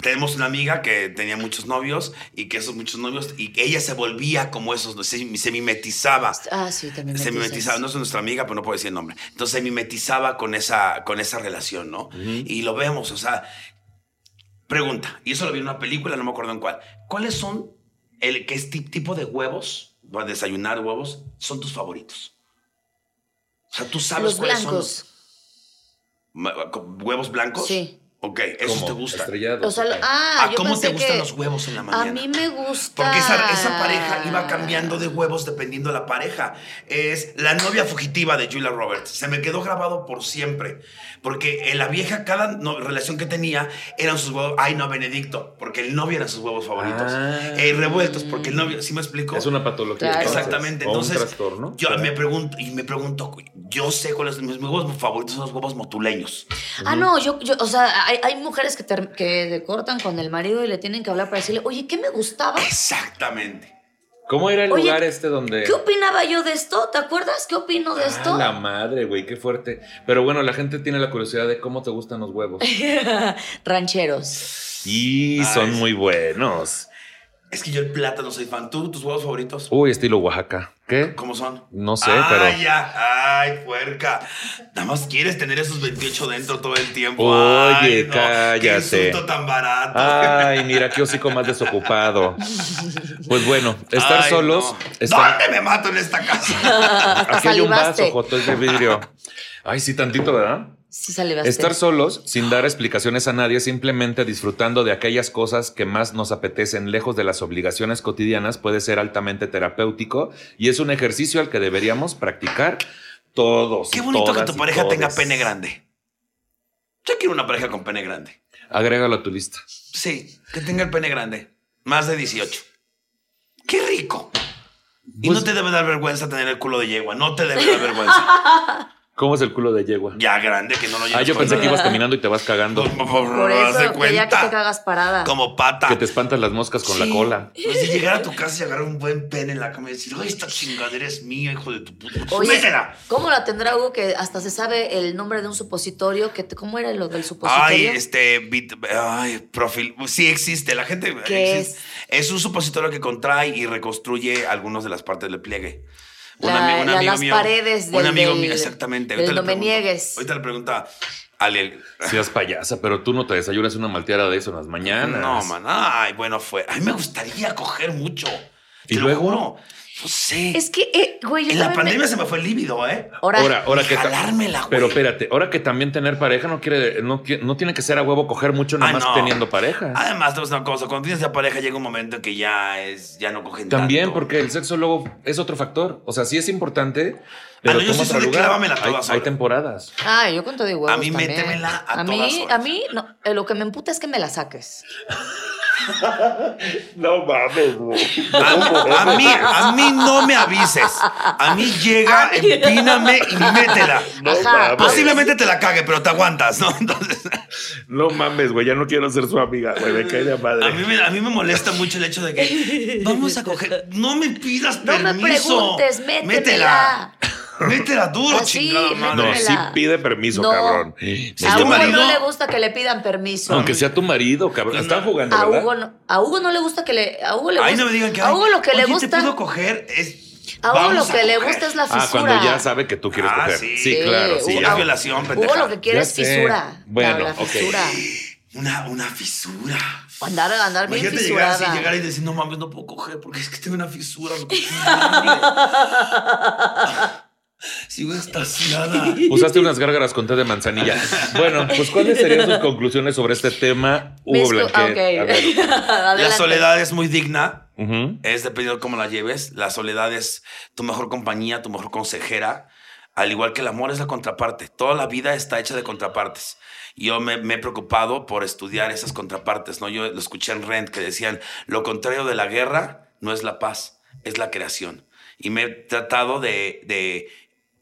[SPEAKER 3] Tenemos una amiga que tenía muchos novios y que esos muchos novios, y ella se volvía como esos, se, se mimetizaba.
[SPEAKER 4] Ah, sí, también.
[SPEAKER 3] se mimetizaba, no es nuestra amiga, pero no puedo decir el nombre. Entonces se mimetizaba con esa, con esa relación, ¿no? Y lo vemos, o sea, pregunta, y eso lo vi en una película, no me acuerdo en cuál. ¿Cuáles son el qué es ti- tipo de huevos, para desayunar huevos, son tus favoritos? O sea, tú sabes
[SPEAKER 4] Los
[SPEAKER 3] cuáles son
[SPEAKER 4] blancos.
[SPEAKER 3] Ma- con ¿Huevos blancos?
[SPEAKER 4] Sí.
[SPEAKER 3] Ok, esos
[SPEAKER 2] Como
[SPEAKER 3] te gusta.
[SPEAKER 2] estrellados,
[SPEAKER 4] O sea,
[SPEAKER 2] acá.
[SPEAKER 4] ah,
[SPEAKER 3] ¿A
[SPEAKER 4] yo
[SPEAKER 3] cómo te
[SPEAKER 4] pensé
[SPEAKER 3] gustan
[SPEAKER 4] que
[SPEAKER 3] los huevos en la
[SPEAKER 4] A
[SPEAKER 3] mañana?
[SPEAKER 4] mí me gusta.
[SPEAKER 3] Porque esa,
[SPEAKER 4] Ah.
[SPEAKER 3] esa pareja iba cambiando de huevos dependiendo de la pareja. Es la novia fugitiva de Julia Roberts. Se me quedó grabado por siempre. Porque en la vieja, cada no- relación que tenía eran sus huevos. Ay, no, Benedicto. Porque el novio eran sus huevos favoritos.
[SPEAKER 2] Ah.
[SPEAKER 3] Eh, revueltos, porque el novio. ¿Sí me explico?
[SPEAKER 2] Es una patología.
[SPEAKER 4] Claro.
[SPEAKER 2] entonces,
[SPEAKER 3] Exactamente.
[SPEAKER 2] o un
[SPEAKER 3] Entonces,
[SPEAKER 2] trastorno.
[SPEAKER 3] yo
[SPEAKER 2] Claro.
[SPEAKER 3] me pregunto, y me pregunto, yo sé cuáles son mis huevos favoritos, son los huevos motuleños.
[SPEAKER 4] Ah, no, yo, yo o sea, hay, hay mujeres que, ter- que te cortan con el marido y le tienen que hablar para decirle, oye, ¿qué me gustaba?
[SPEAKER 3] Exactamente.
[SPEAKER 2] ¿Cómo era el
[SPEAKER 4] Oye,
[SPEAKER 2] lugar este donde...
[SPEAKER 4] ¿Qué opinaba yo de esto? ¿Te acuerdas? ¿Qué opino de esto?
[SPEAKER 2] Ah, la madre, güey, qué fuerte. Pero bueno, la gente tiene la curiosidad de cómo te gustan los huevos.
[SPEAKER 4] Rancheros.
[SPEAKER 2] Y
[SPEAKER 3] Ay,
[SPEAKER 2] son
[SPEAKER 3] sí.
[SPEAKER 2] muy buenos.
[SPEAKER 3] Es que yo el plátano soy fan. ¿Tú, tus huevos favoritos?
[SPEAKER 2] Uy, estilo Oaxaca. ¿Qué?
[SPEAKER 3] ¿Cómo son?
[SPEAKER 2] No sé,
[SPEAKER 3] ay,
[SPEAKER 2] pero.
[SPEAKER 3] ya. Ay, puerca. Nada más quieres tener esos 28 dentro todo el tiempo.
[SPEAKER 2] Oye,
[SPEAKER 3] Ay, no, Qué
[SPEAKER 2] cállate. Ah,
[SPEAKER 3] insulto tan barato.
[SPEAKER 2] Ay, mira, qué hocico más desocupado. Pues bueno, estar
[SPEAKER 3] Ay,
[SPEAKER 2] solos.
[SPEAKER 3] no.
[SPEAKER 2] estar-
[SPEAKER 3] ¿Dónde me mato en esta casa?
[SPEAKER 2] Aquí hay un
[SPEAKER 4] Salivaste.
[SPEAKER 2] vaso, Joto, es de vidrio. Ay, sí, tantito, ¿verdad?
[SPEAKER 4] Sí, salivaste.
[SPEAKER 2] Estar solos, sin dar explicaciones a nadie, simplemente disfrutando de aquellas cosas que más nos apetecen lejos de las obligaciones cotidianas, puede ser altamente terapéutico y es un ejercicio al que deberíamos practicar todos.
[SPEAKER 3] Qué bonito que
[SPEAKER 2] todas
[SPEAKER 3] tu
[SPEAKER 2] y
[SPEAKER 3] pareja tenga
[SPEAKER 2] todes.
[SPEAKER 3] pene grande. Yo quiero una pareja con pene grande.
[SPEAKER 2] Agrégalo a tu lista.
[SPEAKER 3] Sí, que tenga el pene grande. Más de 18. ¡Qué rico! y
[SPEAKER 2] Pues-
[SPEAKER 3] no te debe dar vergüenza tener el culo de yegua. No te debe dar vergüenza.
[SPEAKER 2] ¿Cómo es el culo de yegua?
[SPEAKER 3] ya grande, que no lo lleves.
[SPEAKER 2] Ah, yo
[SPEAKER 3] con-
[SPEAKER 2] pensé que ibas caminando y te vas cagando.
[SPEAKER 4] Por
[SPEAKER 3] Ah, Haz de
[SPEAKER 4] eso, que ya que te
[SPEAKER 3] cuenta.
[SPEAKER 4] cagas parada.
[SPEAKER 3] Como pata.
[SPEAKER 2] Que te espantas las moscas con
[SPEAKER 3] Sí.
[SPEAKER 2] la cola.
[SPEAKER 3] Pero si llegar a tu casa y agarrar un buen pene en la cama y decir, ¡ay, esta chingadera es mía, hijo de tu puta!
[SPEAKER 4] Oye,
[SPEAKER 3] ¡Métela!
[SPEAKER 4] ¿cómo la tendrá Hugo que hasta se sabe el nombre de un supositorio? Que te- ¿Cómo era lo del
[SPEAKER 3] Ay,
[SPEAKER 4] supositorio?
[SPEAKER 3] este, vit- ay, profil. Sí existe, la gente.
[SPEAKER 4] ¿Qué
[SPEAKER 3] existe. Es un supositorio que contrae y reconstruye algunas de las partes del pliegue.
[SPEAKER 4] La-
[SPEAKER 3] ami-
[SPEAKER 4] la- las paredes
[SPEAKER 3] un
[SPEAKER 4] del-
[SPEAKER 3] amigo
[SPEAKER 4] del-
[SPEAKER 3] mío, exactamente.
[SPEAKER 4] del
[SPEAKER 3] Ahorita le pregunto-
[SPEAKER 4] domeniegues.
[SPEAKER 3] Ahorita le pregunta al.
[SPEAKER 2] Seas payasa, pero tú no te desayunas una malteada de eso en las mañanas.
[SPEAKER 3] No, man. Ay, bueno, fue. A mí me gustaría coger mucho.
[SPEAKER 2] ¿Y
[SPEAKER 3] Te lo
[SPEAKER 2] luego?
[SPEAKER 3] juro. No sé.
[SPEAKER 4] es que, eh, güey, yo
[SPEAKER 3] en la
[SPEAKER 4] también me-
[SPEAKER 3] pandemia se me fue el líbido, ¿eh?
[SPEAKER 4] Ahora,
[SPEAKER 2] Ahora, ahora que ta-
[SPEAKER 3] jalármela, güey.
[SPEAKER 2] Pero espérate, ahora que también tener pareja no quiere, no, qui- no tiene que ser a huevo coger mucho nada
[SPEAKER 3] Ah,
[SPEAKER 2] más
[SPEAKER 3] no. Ah,
[SPEAKER 2] teniendo pareja.
[SPEAKER 3] Además, te voy a decir una cosa. Cuando tienes la pareja, llega un momento en que ya es. Ya no cogen
[SPEAKER 2] también,
[SPEAKER 3] tanto.
[SPEAKER 2] porque el sexo luego es otro factor. O sea, sí es importante,
[SPEAKER 3] Ah,
[SPEAKER 2] pero
[SPEAKER 3] no, yo
[SPEAKER 2] toma
[SPEAKER 3] sí soy
[SPEAKER 2] otro
[SPEAKER 3] de
[SPEAKER 2] lugar.
[SPEAKER 3] clávamela
[SPEAKER 2] Hay,
[SPEAKER 3] toda
[SPEAKER 2] hay
[SPEAKER 3] sola.
[SPEAKER 2] temporadas.
[SPEAKER 4] Ah, yo con todo y huevos
[SPEAKER 3] A mí
[SPEAKER 4] también.
[SPEAKER 3] métemela a
[SPEAKER 4] mí,
[SPEAKER 3] todas horas.
[SPEAKER 4] A mí, no, eh, lo que me emputa es que me la saques.
[SPEAKER 2] No mames,
[SPEAKER 3] A mí, Ah, a mí, a mí no me avises. A mí llega, empíname y métela.
[SPEAKER 4] Ajá.
[SPEAKER 3] Pues Posiblemente te la cague, pero te aguantas, ¿no? Entonces,
[SPEAKER 2] No mames, güey. Ya no quiero ser su amiga, güey. Me cae de
[SPEAKER 3] a mí, me, a mí me molesta mucho el hecho de que vamos a coger. No me pidas
[SPEAKER 4] No me
[SPEAKER 3] permiso.
[SPEAKER 4] preguntes, métemela. Pues
[SPEAKER 3] Métela. Métela duro,
[SPEAKER 4] Así,
[SPEAKER 3] chingada madre.
[SPEAKER 2] No,
[SPEAKER 4] métemela.
[SPEAKER 2] sí pide permiso,
[SPEAKER 4] No.
[SPEAKER 2] cabrón.
[SPEAKER 3] Si
[SPEAKER 4] a
[SPEAKER 3] tu
[SPEAKER 4] Hugo
[SPEAKER 3] marido-
[SPEAKER 4] no le gusta que le pidan permiso.
[SPEAKER 2] Aunque sea tu marido, cabrón.
[SPEAKER 3] No, no.
[SPEAKER 2] Están jugando,
[SPEAKER 4] a
[SPEAKER 2] ¿verdad?
[SPEAKER 4] Hugo no, a Hugo no le gusta que le a Hugo le
[SPEAKER 3] Ay,
[SPEAKER 4] gusta-
[SPEAKER 3] no me digan que.
[SPEAKER 4] a Hugo lo que
[SPEAKER 3] "Oye,
[SPEAKER 4] le
[SPEAKER 3] Te
[SPEAKER 4] gusta
[SPEAKER 3] puedo coger es.
[SPEAKER 4] a Hugo lo
[SPEAKER 3] vamos
[SPEAKER 4] que le
[SPEAKER 3] coger".
[SPEAKER 4] gusta es la fisura.
[SPEAKER 2] Ah, cuando ya sabe que tú quieres
[SPEAKER 3] Ah,
[SPEAKER 2] coger.
[SPEAKER 3] sí.
[SPEAKER 2] Sí,
[SPEAKER 3] Sí,
[SPEAKER 2] claro, sí.
[SPEAKER 4] Hugo-
[SPEAKER 3] ya.
[SPEAKER 4] a-
[SPEAKER 3] Es violación,
[SPEAKER 4] Hugo
[SPEAKER 3] pendeja.
[SPEAKER 4] lo que quiere
[SPEAKER 2] Ya
[SPEAKER 4] es
[SPEAKER 2] sé.
[SPEAKER 4] fisura.
[SPEAKER 2] Bueno,
[SPEAKER 4] la, la
[SPEAKER 2] ok.
[SPEAKER 4] fisura.
[SPEAKER 3] Una, una fisura.
[SPEAKER 4] Andar, andar bien
[SPEAKER 3] Imagínate llegar así,
[SPEAKER 4] fisurada.
[SPEAKER 3] llegar y decir, no mames, no puedo coger porque es que tengo una fisura. me cogí". Sigo estaciada.
[SPEAKER 2] Usaste unas gárgaras con té de manzanilla. Bueno, pues ¿cuáles serían sus conclusiones sobre este tema, Hugo
[SPEAKER 4] Mezclu-
[SPEAKER 2] Blanquet? A ver.
[SPEAKER 4] ah, ok. Adelante.
[SPEAKER 3] La soledad es muy digna.
[SPEAKER 2] Ujú.
[SPEAKER 3] Es dependiendo de cómo la lleves. La soledad es tu mejor compañía, tu mejor consejera. Al igual que el amor es la contraparte. Toda la vida está hecha de contrapartes. Yo me, me he preocupado por estudiar esas contrapartes. ¿no? Yo lo escuché en Rent que decían, lo contrario de la guerra no es la paz, es la creación. Y me he tratado de, de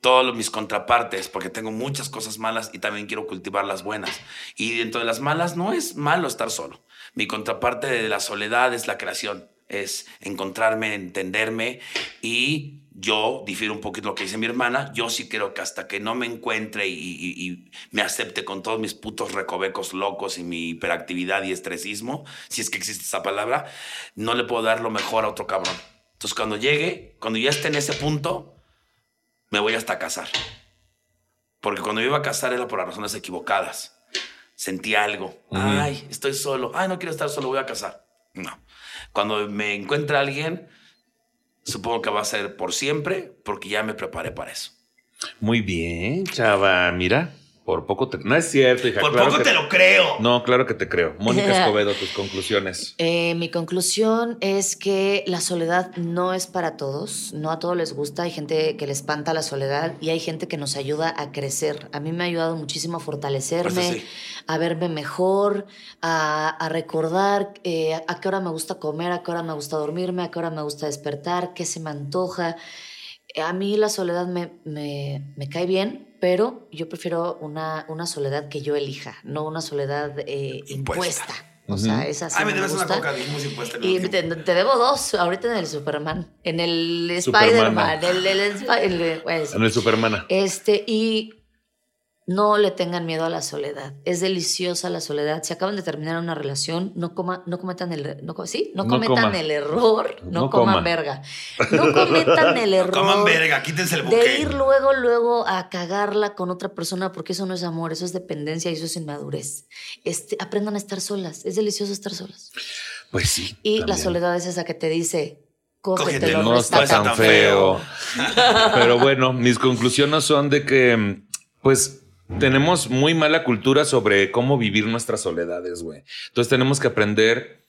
[SPEAKER 3] todos los- mis contrapartes, porque tengo muchas cosas malas y también quiero cultivar las buenas. Y dentro de las malas no es malo estar solo. Mi contraparte de la soledad es la creación, es encontrarme, entenderme y yo difiero un poquito de lo que dice mi hermana, yo sí creo que hasta que no me encuentre y, y- y me acepte con todos mis putos recovecos locos y mi hiperactividad y estresismo, si es que existe esa palabra, no le puedo dar lo mejor a otro cabrón. Entonces cuando llegue, cuando ya esté en ese punto, me voy hasta casar. Porque cuando me iba a casar era por las razones equivocadas. Sentí algo. Ay, estoy solo. Ay, no quiero estar solo, voy a casar. No. Cuando me encuentre alguien, supongo que va a ser por siempre, porque ya me preparé para eso.
[SPEAKER 2] Muy bien, chava. Mira, por poco te. No es cierto, hija.
[SPEAKER 3] por
[SPEAKER 2] claro
[SPEAKER 3] poco
[SPEAKER 2] que-
[SPEAKER 3] te lo creo.
[SPEAKER 2] No, claro que te creo. Mónica Escobedo, tus conclusiones.
[SPEAKER 4] Eh, mi conclusión es que la soledad no es para todos, no a todos les gusta, hay gente que le espanta la soledad y hay gente que nos ayuda a crecer. A mí me ha ayudado muchísimo a fortalecerme,
[SPEAKER 3] Eso sí.
[SPEAKER 4] a verme mejor, a, a recordar eh, a qué hora me gusta comer, a qué hora me gusta dormirme, a qué hora me gusta despertar, qué se me antoja. Eh, A mí la soledad me, me- me cae bien, pero yo prefiero una, una soledad que yo elija, no una soledad eh,
[SPEAKER 3] Impuesta.
[SPEAKER 4] impuesta. O sea, esa sí
[SPEAKER 3] Ay, me
[SPEAKER 4] me
[SPEAKER 3] debes una
[SPEAKER 4] gusta.
[SPEAKER 3] coca, dijimos impuesta. al
[SPEAKER 4] Y
[SPEAKER 3] mismo
[SPEAKER 4] te,
[SPEAKER 3] tiempo.
[SPEAKER 4] te debo dos ahorita en el Superman, en el
[SPEAKER 2] Supermana.
[SPEAKER 4] Spider-Man, el, el, el Spi- el- pues,
[SPEAKER 2] En el Supermana.
[SPEAKER 4] este, y No le tengan miedo a la soledad. Es deliciosa la soledad. Si acaban de terminar una relación, no, coma, no cometan el no, co- ¿sí? no
[SPEAKER 1] No
[SPEAKER 4] cometan
[SPEAKER 1] coma.
[SPEAKER 4] el error. No,
[SPEAKER 1] No
[SPEAKER 4] coman
[SPEAKER 1] coma.
[SPEAKER 4] verga. No cometan el error.
[SPEAKER 3] Coman verga, quítense el
[SPEAKER 4] de
[SPEAKER 3] buque.
[SPEAKER 4] ir luego, luego a cagarla con otra persona, porque eso no es amor, eso es dependencia y eso es inmadurez. Este, aprendan a estar solas. Es delicioso estar solas.
[SPEAKER 2] Pues sí.
[SPEAKER 4] Y la
[SPEAKER 2] también.
[SPEAKER 4] soledad es esa que te dice,
[SPEAKER 3] Cógete,
[SPEAKER 4] cógetelo,
[SPEAKER 2] No está
[SPEAKER 4] rescata".
[SPEAKER 2] tan feo. Pero bueno, mis conclusiones son de que, pues, tenemos muy mala cultura sobre cómo vivir nuestras soledades, güey. Entonces tenemos que aprender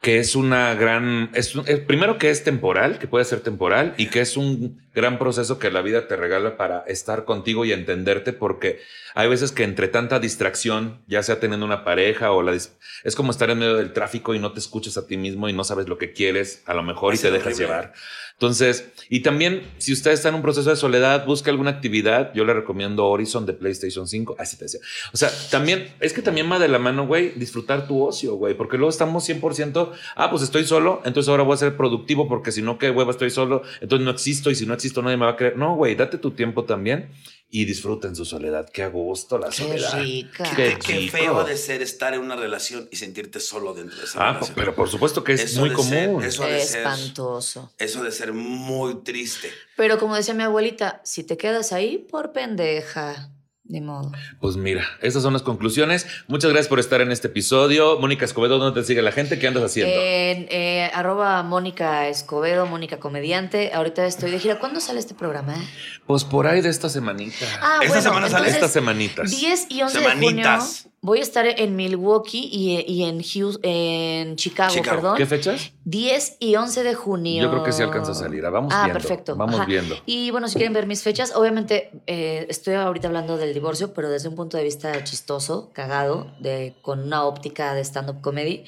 [SPEAKER 2] que es una gran, es, un- eh, primero que es temporal, que puede ser temporal y que es un gran proceso que la vida te regala para estar contigo y entenderte, porque hay veces que entre tanta distracción, ya sea teniendo una pareja o la, dis- es como estar en medio del tráfico y no te escuchas a ti mismo y no sabes lo que quieres, a lo mejor y
[SPEAKER 3] Es
[SPEAKER 2] te dejas
[SPEAKER 3] horrible.
[SPEAKER 2] llevar. Entonces, y también, si usted está en un proceso de soledad, busca alguna actividad. Yo le recomiendo Horizon de PlayStation 5. Así te decía. O sea, también, es que también va de la mano, güey, disfrutar tu ocio, güey, porque luego estamos 100%, ah, pues estoy solo, entonces ahora voy a ser productivo, porque si no, qué hueva, estoy solo, entonces no existo y si no existo, nadie me va a creer. No, güey, date tu tiempo también y disfruten su soledad. Qué a gusto la
[SPEAKER 4] Qué
[SPEAKER 2] soledad.
[SPEAKER 4] rica.
[SPEAKER 2] Qué
[SPEAKER 3] Qué, qué
[SPEAKER 2] rico.
[SPEAKER 3] feo ha de ser estar en una relación y sentirte solo dentro de esa
[SPEAKER 2] Ah,
[SPEAKER 3] relación.
[SPEAKER 2] pero por supuesto que es
[SPEAKER 3] Eso
[SPEAKER 2] muy
[SPEAKER 3] ha de ser,
[SPEAKER 2] común.
[SPEAKER 3] eso ha de ser.
[SPEAKER 4] Espantoso.
[SPEAKER 3] Eso ha de ser muy triste.
[SPEAKER 4] Pero como decía mi abuelita, si te quedas ahí por pendeja, ni modo.
[SPEAKER 2] Pues mira, esas son las conclusiones. Muchas gracias por estar en este episodio. Mónica Escobedo, ¿dónde te sigue la gente? ¿Qué andas haciendo?
[SPEAKER 4] En, eh, arroba Mónica Escobedo, Mónica Comediante. Ahorita estoy de gira. ¿Cuándo sale este programa? eh?
[SPEAKER 2] Pues por ahí de esta semanita.
[SPEAKER 4] Ah,
[SPEAKER 3] Esta
[SPEAKER 4] bueno,
[SPEAKER 3] semana sale.
[SPEAKER 4] entonces,
[SPEAKER 2] Estas semanitas.
[SPEAKER 4] 10 y 11 de
[SPEAKER 3] Semanitas.
[SPEAKER 4] junio voy a estar en Milwaukee y, y en, Hous- en Chicago,
[SPEAKER 3] Chicago.
[SPEAKER 4] perdón.
[SPEAKER 2] ¿Qué fechas?
[SPEAKER 4] 10 y 11 de junio.
[SPEAKER 2] Yo creo que sí alcanza a salir. Ah, Vamos
[SPEAKER 4] ah,
[SPEAKER 2] viendo.
[SPEAKER 4] perfecto.
[SPEAKER 2] Vamos
[SPEAKER 4] Ajá.
[SPEAKER 2] viendo.
[SPEAKER 4] Y bueno, si quieren ver mis fechas, obviamente eh, estoy ahorita hablando del divorcio, pero desde un punto de vista chistoso, cagado, de, con una óptica de stand-up comedy.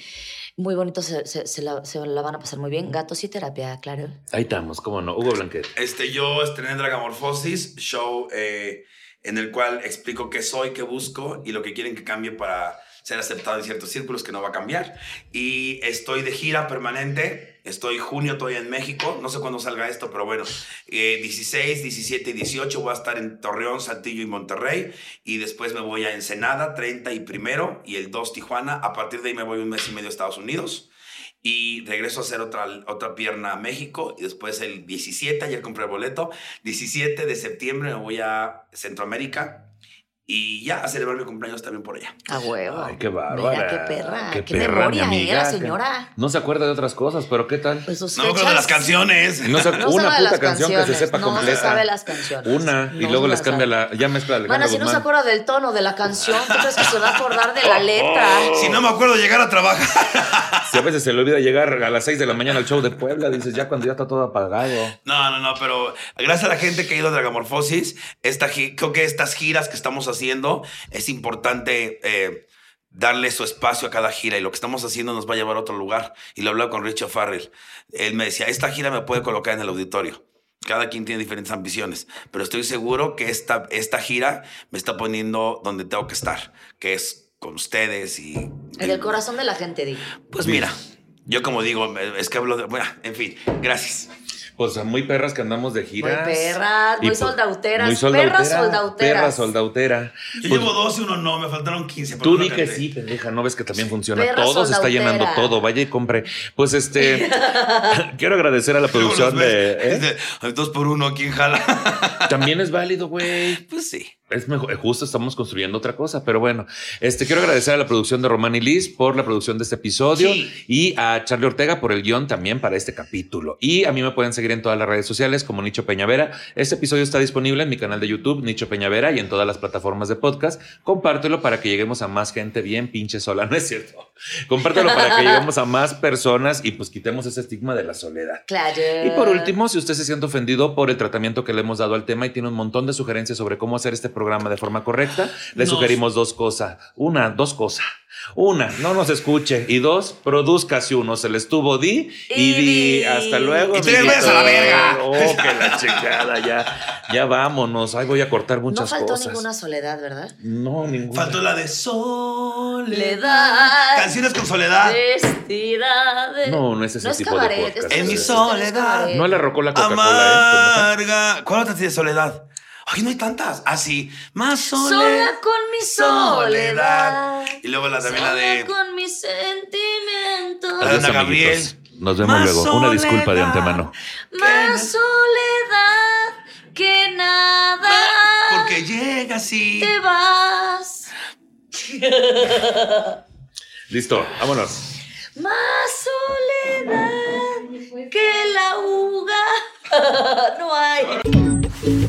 [SPEAKER 4] Muy bonito, se, se- se la, se la van a pasar muy bien. Gatos y terapia, claro.
[SPEAKER 2] Ahí estamos, cómo no. Hugo Blanquet.
[SPEAKER 3] Este, yo estrené Dragamorphosis, show eh, en el cual explico qué soy, qué busco y lo que quieren que cambie para ser aceptado en ciertos círculos que no va a cambiar. Y estoy de gira permanente. Estoy junio todavía en México. No sé cuándo salga esto, pero bueno. eh, 16, 17 y 18 voy a estar en Torreón, Saltillo y Monterrey. Y después me voy a Ensenada, 30 y primero. Y el 2 Tijuana. A partir de ahí me voy un mes y medio a Estados Unidos. Y regreso a hacer otra, otra pierna a México. Y después el 17, ayer compré el boleto. 17 de septiembre me voy a Centroamérica. Y ya a celebrar mi cumpleaños también por allá.
[SPEAKER 4] A huevo.
[SPEAKER 2] Ay, qué bárbara.
[SPEAKER 4] Mira, qué perra. Qué,
[SPEAKER 2] perra,
[SPEAKER 4] memoria,
[SPEAKER 2] mi
[SPEAKER 4] eh, la
[SPEAKER 2] amiga.
[SPEAKER 4] señora.
[SPEAKER 2] No se acuerda de otras cosas, pero ¿qué tal?
[SPEAKER 4] Pues sus
[SPEAKER 3] No me acuerdo de
[SPEAKER 4] fechas.
[SPEAKER 3] las canciones.
[SPEAKER 2] No se-
[SPEAKER 4] No
[SPEAKER 2] una
[SPEAKER 4] sabe
[SPEAKER 2] puta
[SPEAKER 4] las
[SPEAKER 2] canción que se
[SPEAKER 4] canciones,
[SPEAKER 2] sepa
[SPEAKER 4] no se
[SPEAKER 2] completa.
[SPEAKER 4] sabe las canciones.
[SPEAKER 2] Una. Y
[SPEAKER 4] No
[SPEAKER 2] luego
[SPEAKER 4] se
[SPEAKER 2] les
[SPEAKER 4] las
[SPEAKER 2] cambia
[SPEAKER 4] sabe.
[SPEAKER 2] la. Ya mezcla la
[SPEAKER 4] Bueno,
[SPEAKER 2] Alejandra
[SPEAKER 4] si no se
[SPEAKER 2] Guzmán.
[SPEAKER 4] acuerda del tono de la canción, ¿tú crees que se va a acordar de la
[SPEAKER 2] Oh,
[SPEAKER 4] letra?
[SPEAKER 3] Si no me acuerdo llegar a trabajar.
[SPEAKER 2] Si a veces se le olvida llegar a las 6 de la mañana al show de Puebla, dices ya cuando ya está todo apagado.
[SPEAKER 3] No, no, no, pero gracias a la gente que ha ido a Dragamorfosis, esta, gi- creo que estas giras que estamos haciendo es importante eh, darle su espacio a cada gira y lo que estamos haciendo nos va a llevar a otro lugar. Y lo hablaba con Richard Farrell. Él me decía, esta gira me puede colocar en el auditorio. Cada quien tiene diferentes ambiciones, pero estoy seguro que esta, esta gira me está poniendo donde tengo que estar, que es con ustedes y...
[SPEAKER 4] En el corazón de la gente, digo.
[SPEAKER 3] Pues mira, yo como digo, es que hablo de... Bueno, en fin, gracias.
[SPEAKER 2] Pues a muy perras que andamos de giras.
[SPEAKER 4] Muy perras, muy
[SPEAKER 2] pues,
[SPEAKER 4] soldauteras,
[SPEAKER 2] muy soldautera,
[SPEAKER 4] perras soldauteras.
[SPEAKER 2] Perra soldautera.
[SPEAKER 3] Yo
[SPEAKER 2] Pues,
[SPEAKER 3] llevo 12 y uno no, me faltaron 15. pero
[SPEAKER 2] Tú
[SPEAKER 3] no
[SPEAKER 2] di que
[SPEAKER 3] canté.
[SPEAKER 2] sí, pendeja, no ves que también funciona.
[SPEAKER 4] Perra
[SPEAKER 2] todo se está
[SPEAKER 4] soldautera.
[SPEAKER 2] llenando todo. Vaya y compre. Pues este, quiero agradecer a la
[SPEAKER 3] Luego los
[SPEAKER 2] producción de.
[SPEAKER 3] ves,
[SPEAKER 2] ¿eh?
[SPEAKER 3] de, "Ay, Dos por uno, ¿quién jala?
[SPEAKER 2] También es válido, güey.
[SPEAKER 3] pues sí.
[SPEAKER 2] Es mejor, eh, justo estamos construyendo otra cosa, pero bueno, este quiero agradecer a la producción de Román y Liz por la producción de este episodio
[SPEAKER 3] Sí.
[SPEAKER 2] y a Charlie Ortega por el guión también para este capítulo. Y a mí me pueden seguir en todas las redes sociales como Nicho Peñavera. Este episodio está disponible en mi canal de YouTube, Nicho Peñavera, y en todas las plataformas de podcast. Compártelo para que lleguemos a más gente bien pinche sola, ¿no es cierto? Compártelo para que lleguemos a más personas y pues quitemos ese estigma de la soledad.
[SPEAKER 4] Claro.
[SPEAKER 2] Y
[SPEAKER 3] Eh.
[SPEAKER 2] por último, si usted se siente ofendido por el tratamiento que le hemos dado al tema y tiene un montón de sugerencias sobre cómo hacer este programa de forma correcta, le
[SPEAKER 3] Nos-
[SPEAKER 2] sugerimos dos cosas. Una, dos cosas. Una, no nos escuche. Y dos, produzcase uno. Se les tuvo di y,
[SPEAKER 4] Y
[SPEAKER 2] di.
[SPEAKER 4] di.
[SPEAKER 2] Hasta luego.
[SPEAKER 3] Y tres
[SPEAKER 2] amiguito.
[SPEAKER 3] veces a la verga.
[SPEAKER 2] Oh, que la chingada, ya. Ya vámonos. Ahí voy a cortar muchas
[SPEAKER 4] No faltó
[SPEAKER 2] cosas.
[SPEAKER 4] ninguna soledad, ¿verdad?
[SPEAKER 2] No, ninguna.
[SPEAKER 3] Faltó la de soledad.
[SPEAKER 4] Soledad.
[SPEAKER 3] Canciones con soledad.
[SPEAKER 4] Vestida de...
[SPEAKER 2] No, no es ese
[SPEAKER 4] No es
[SPEAKER 2] tipo
[SPEAKER 4] cabaret,
[SPEAKER 2] de
[SPEAKER 4] esto
[SPEAKER 2] podcast.
[SPEAKER 4] es-
[SPEAKER 3] En mi
[SPEAKER 4] esto no es
[SPEAKER 3] soledad.
[SPEAKER 4] cabaret.
[SPEAKER 2] No la rocó la Coca-Cola, ¿eh?
[SPEAKER 3] Amarga. ¿Cuál otra tiene soledad? Ay, no hay tantas. Así, más sole,
[SPEAKER 4] Sola con mi soledad.
[SPEAKER 3] Y luego la también la
[SPEAKER 4] Sola
[SPEAKER 3] de.
[SPEAKER 4] con mis sentimientos.
[SPEAKER 3] La
[SPEAKER 2] Pues
[SPEAKER 3] de Ana
[SPEAKER 2] Adiós,
[SPEAKER 3] Gabriel.
[SPEAKER 2] amiguitos. Nos vemos
[SPEAKER 3] Más
[SPEAKER 2] luego. Una disculpa de
[SPEAKER 3] soledad.
[SPEAKER 2] antemano.
[SPEAKER 4] Más soledad que nada.
[SPEAKER 3] Porque llega así.
[SPEAKER 4] te vas.
[SPEAKER 2] Listo, vámonos.
[SPEAKER 4] Más soledad que la uga. No hay.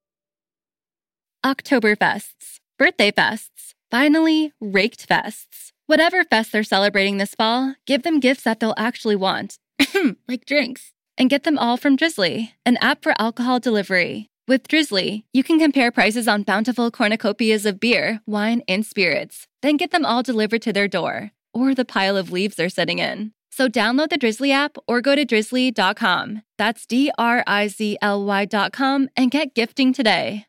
[SPEAKER 5] Oktoberfests, birthday fests, finally, raked fests. Whatever fest they're celebrating this fall, give them gifts that they'll actually want, like drinks, and get them all from Drizzly, an app for alcohol delivery. With Drizzly, you can compare prices on bountiful cornucopias of beer, wine, and spirits, then get them all delivered to their door or the pile of leaves they're sitting in. So download the Drizzly app or go to drizzly.com. That's D R I Z L Y.com and get gifting today.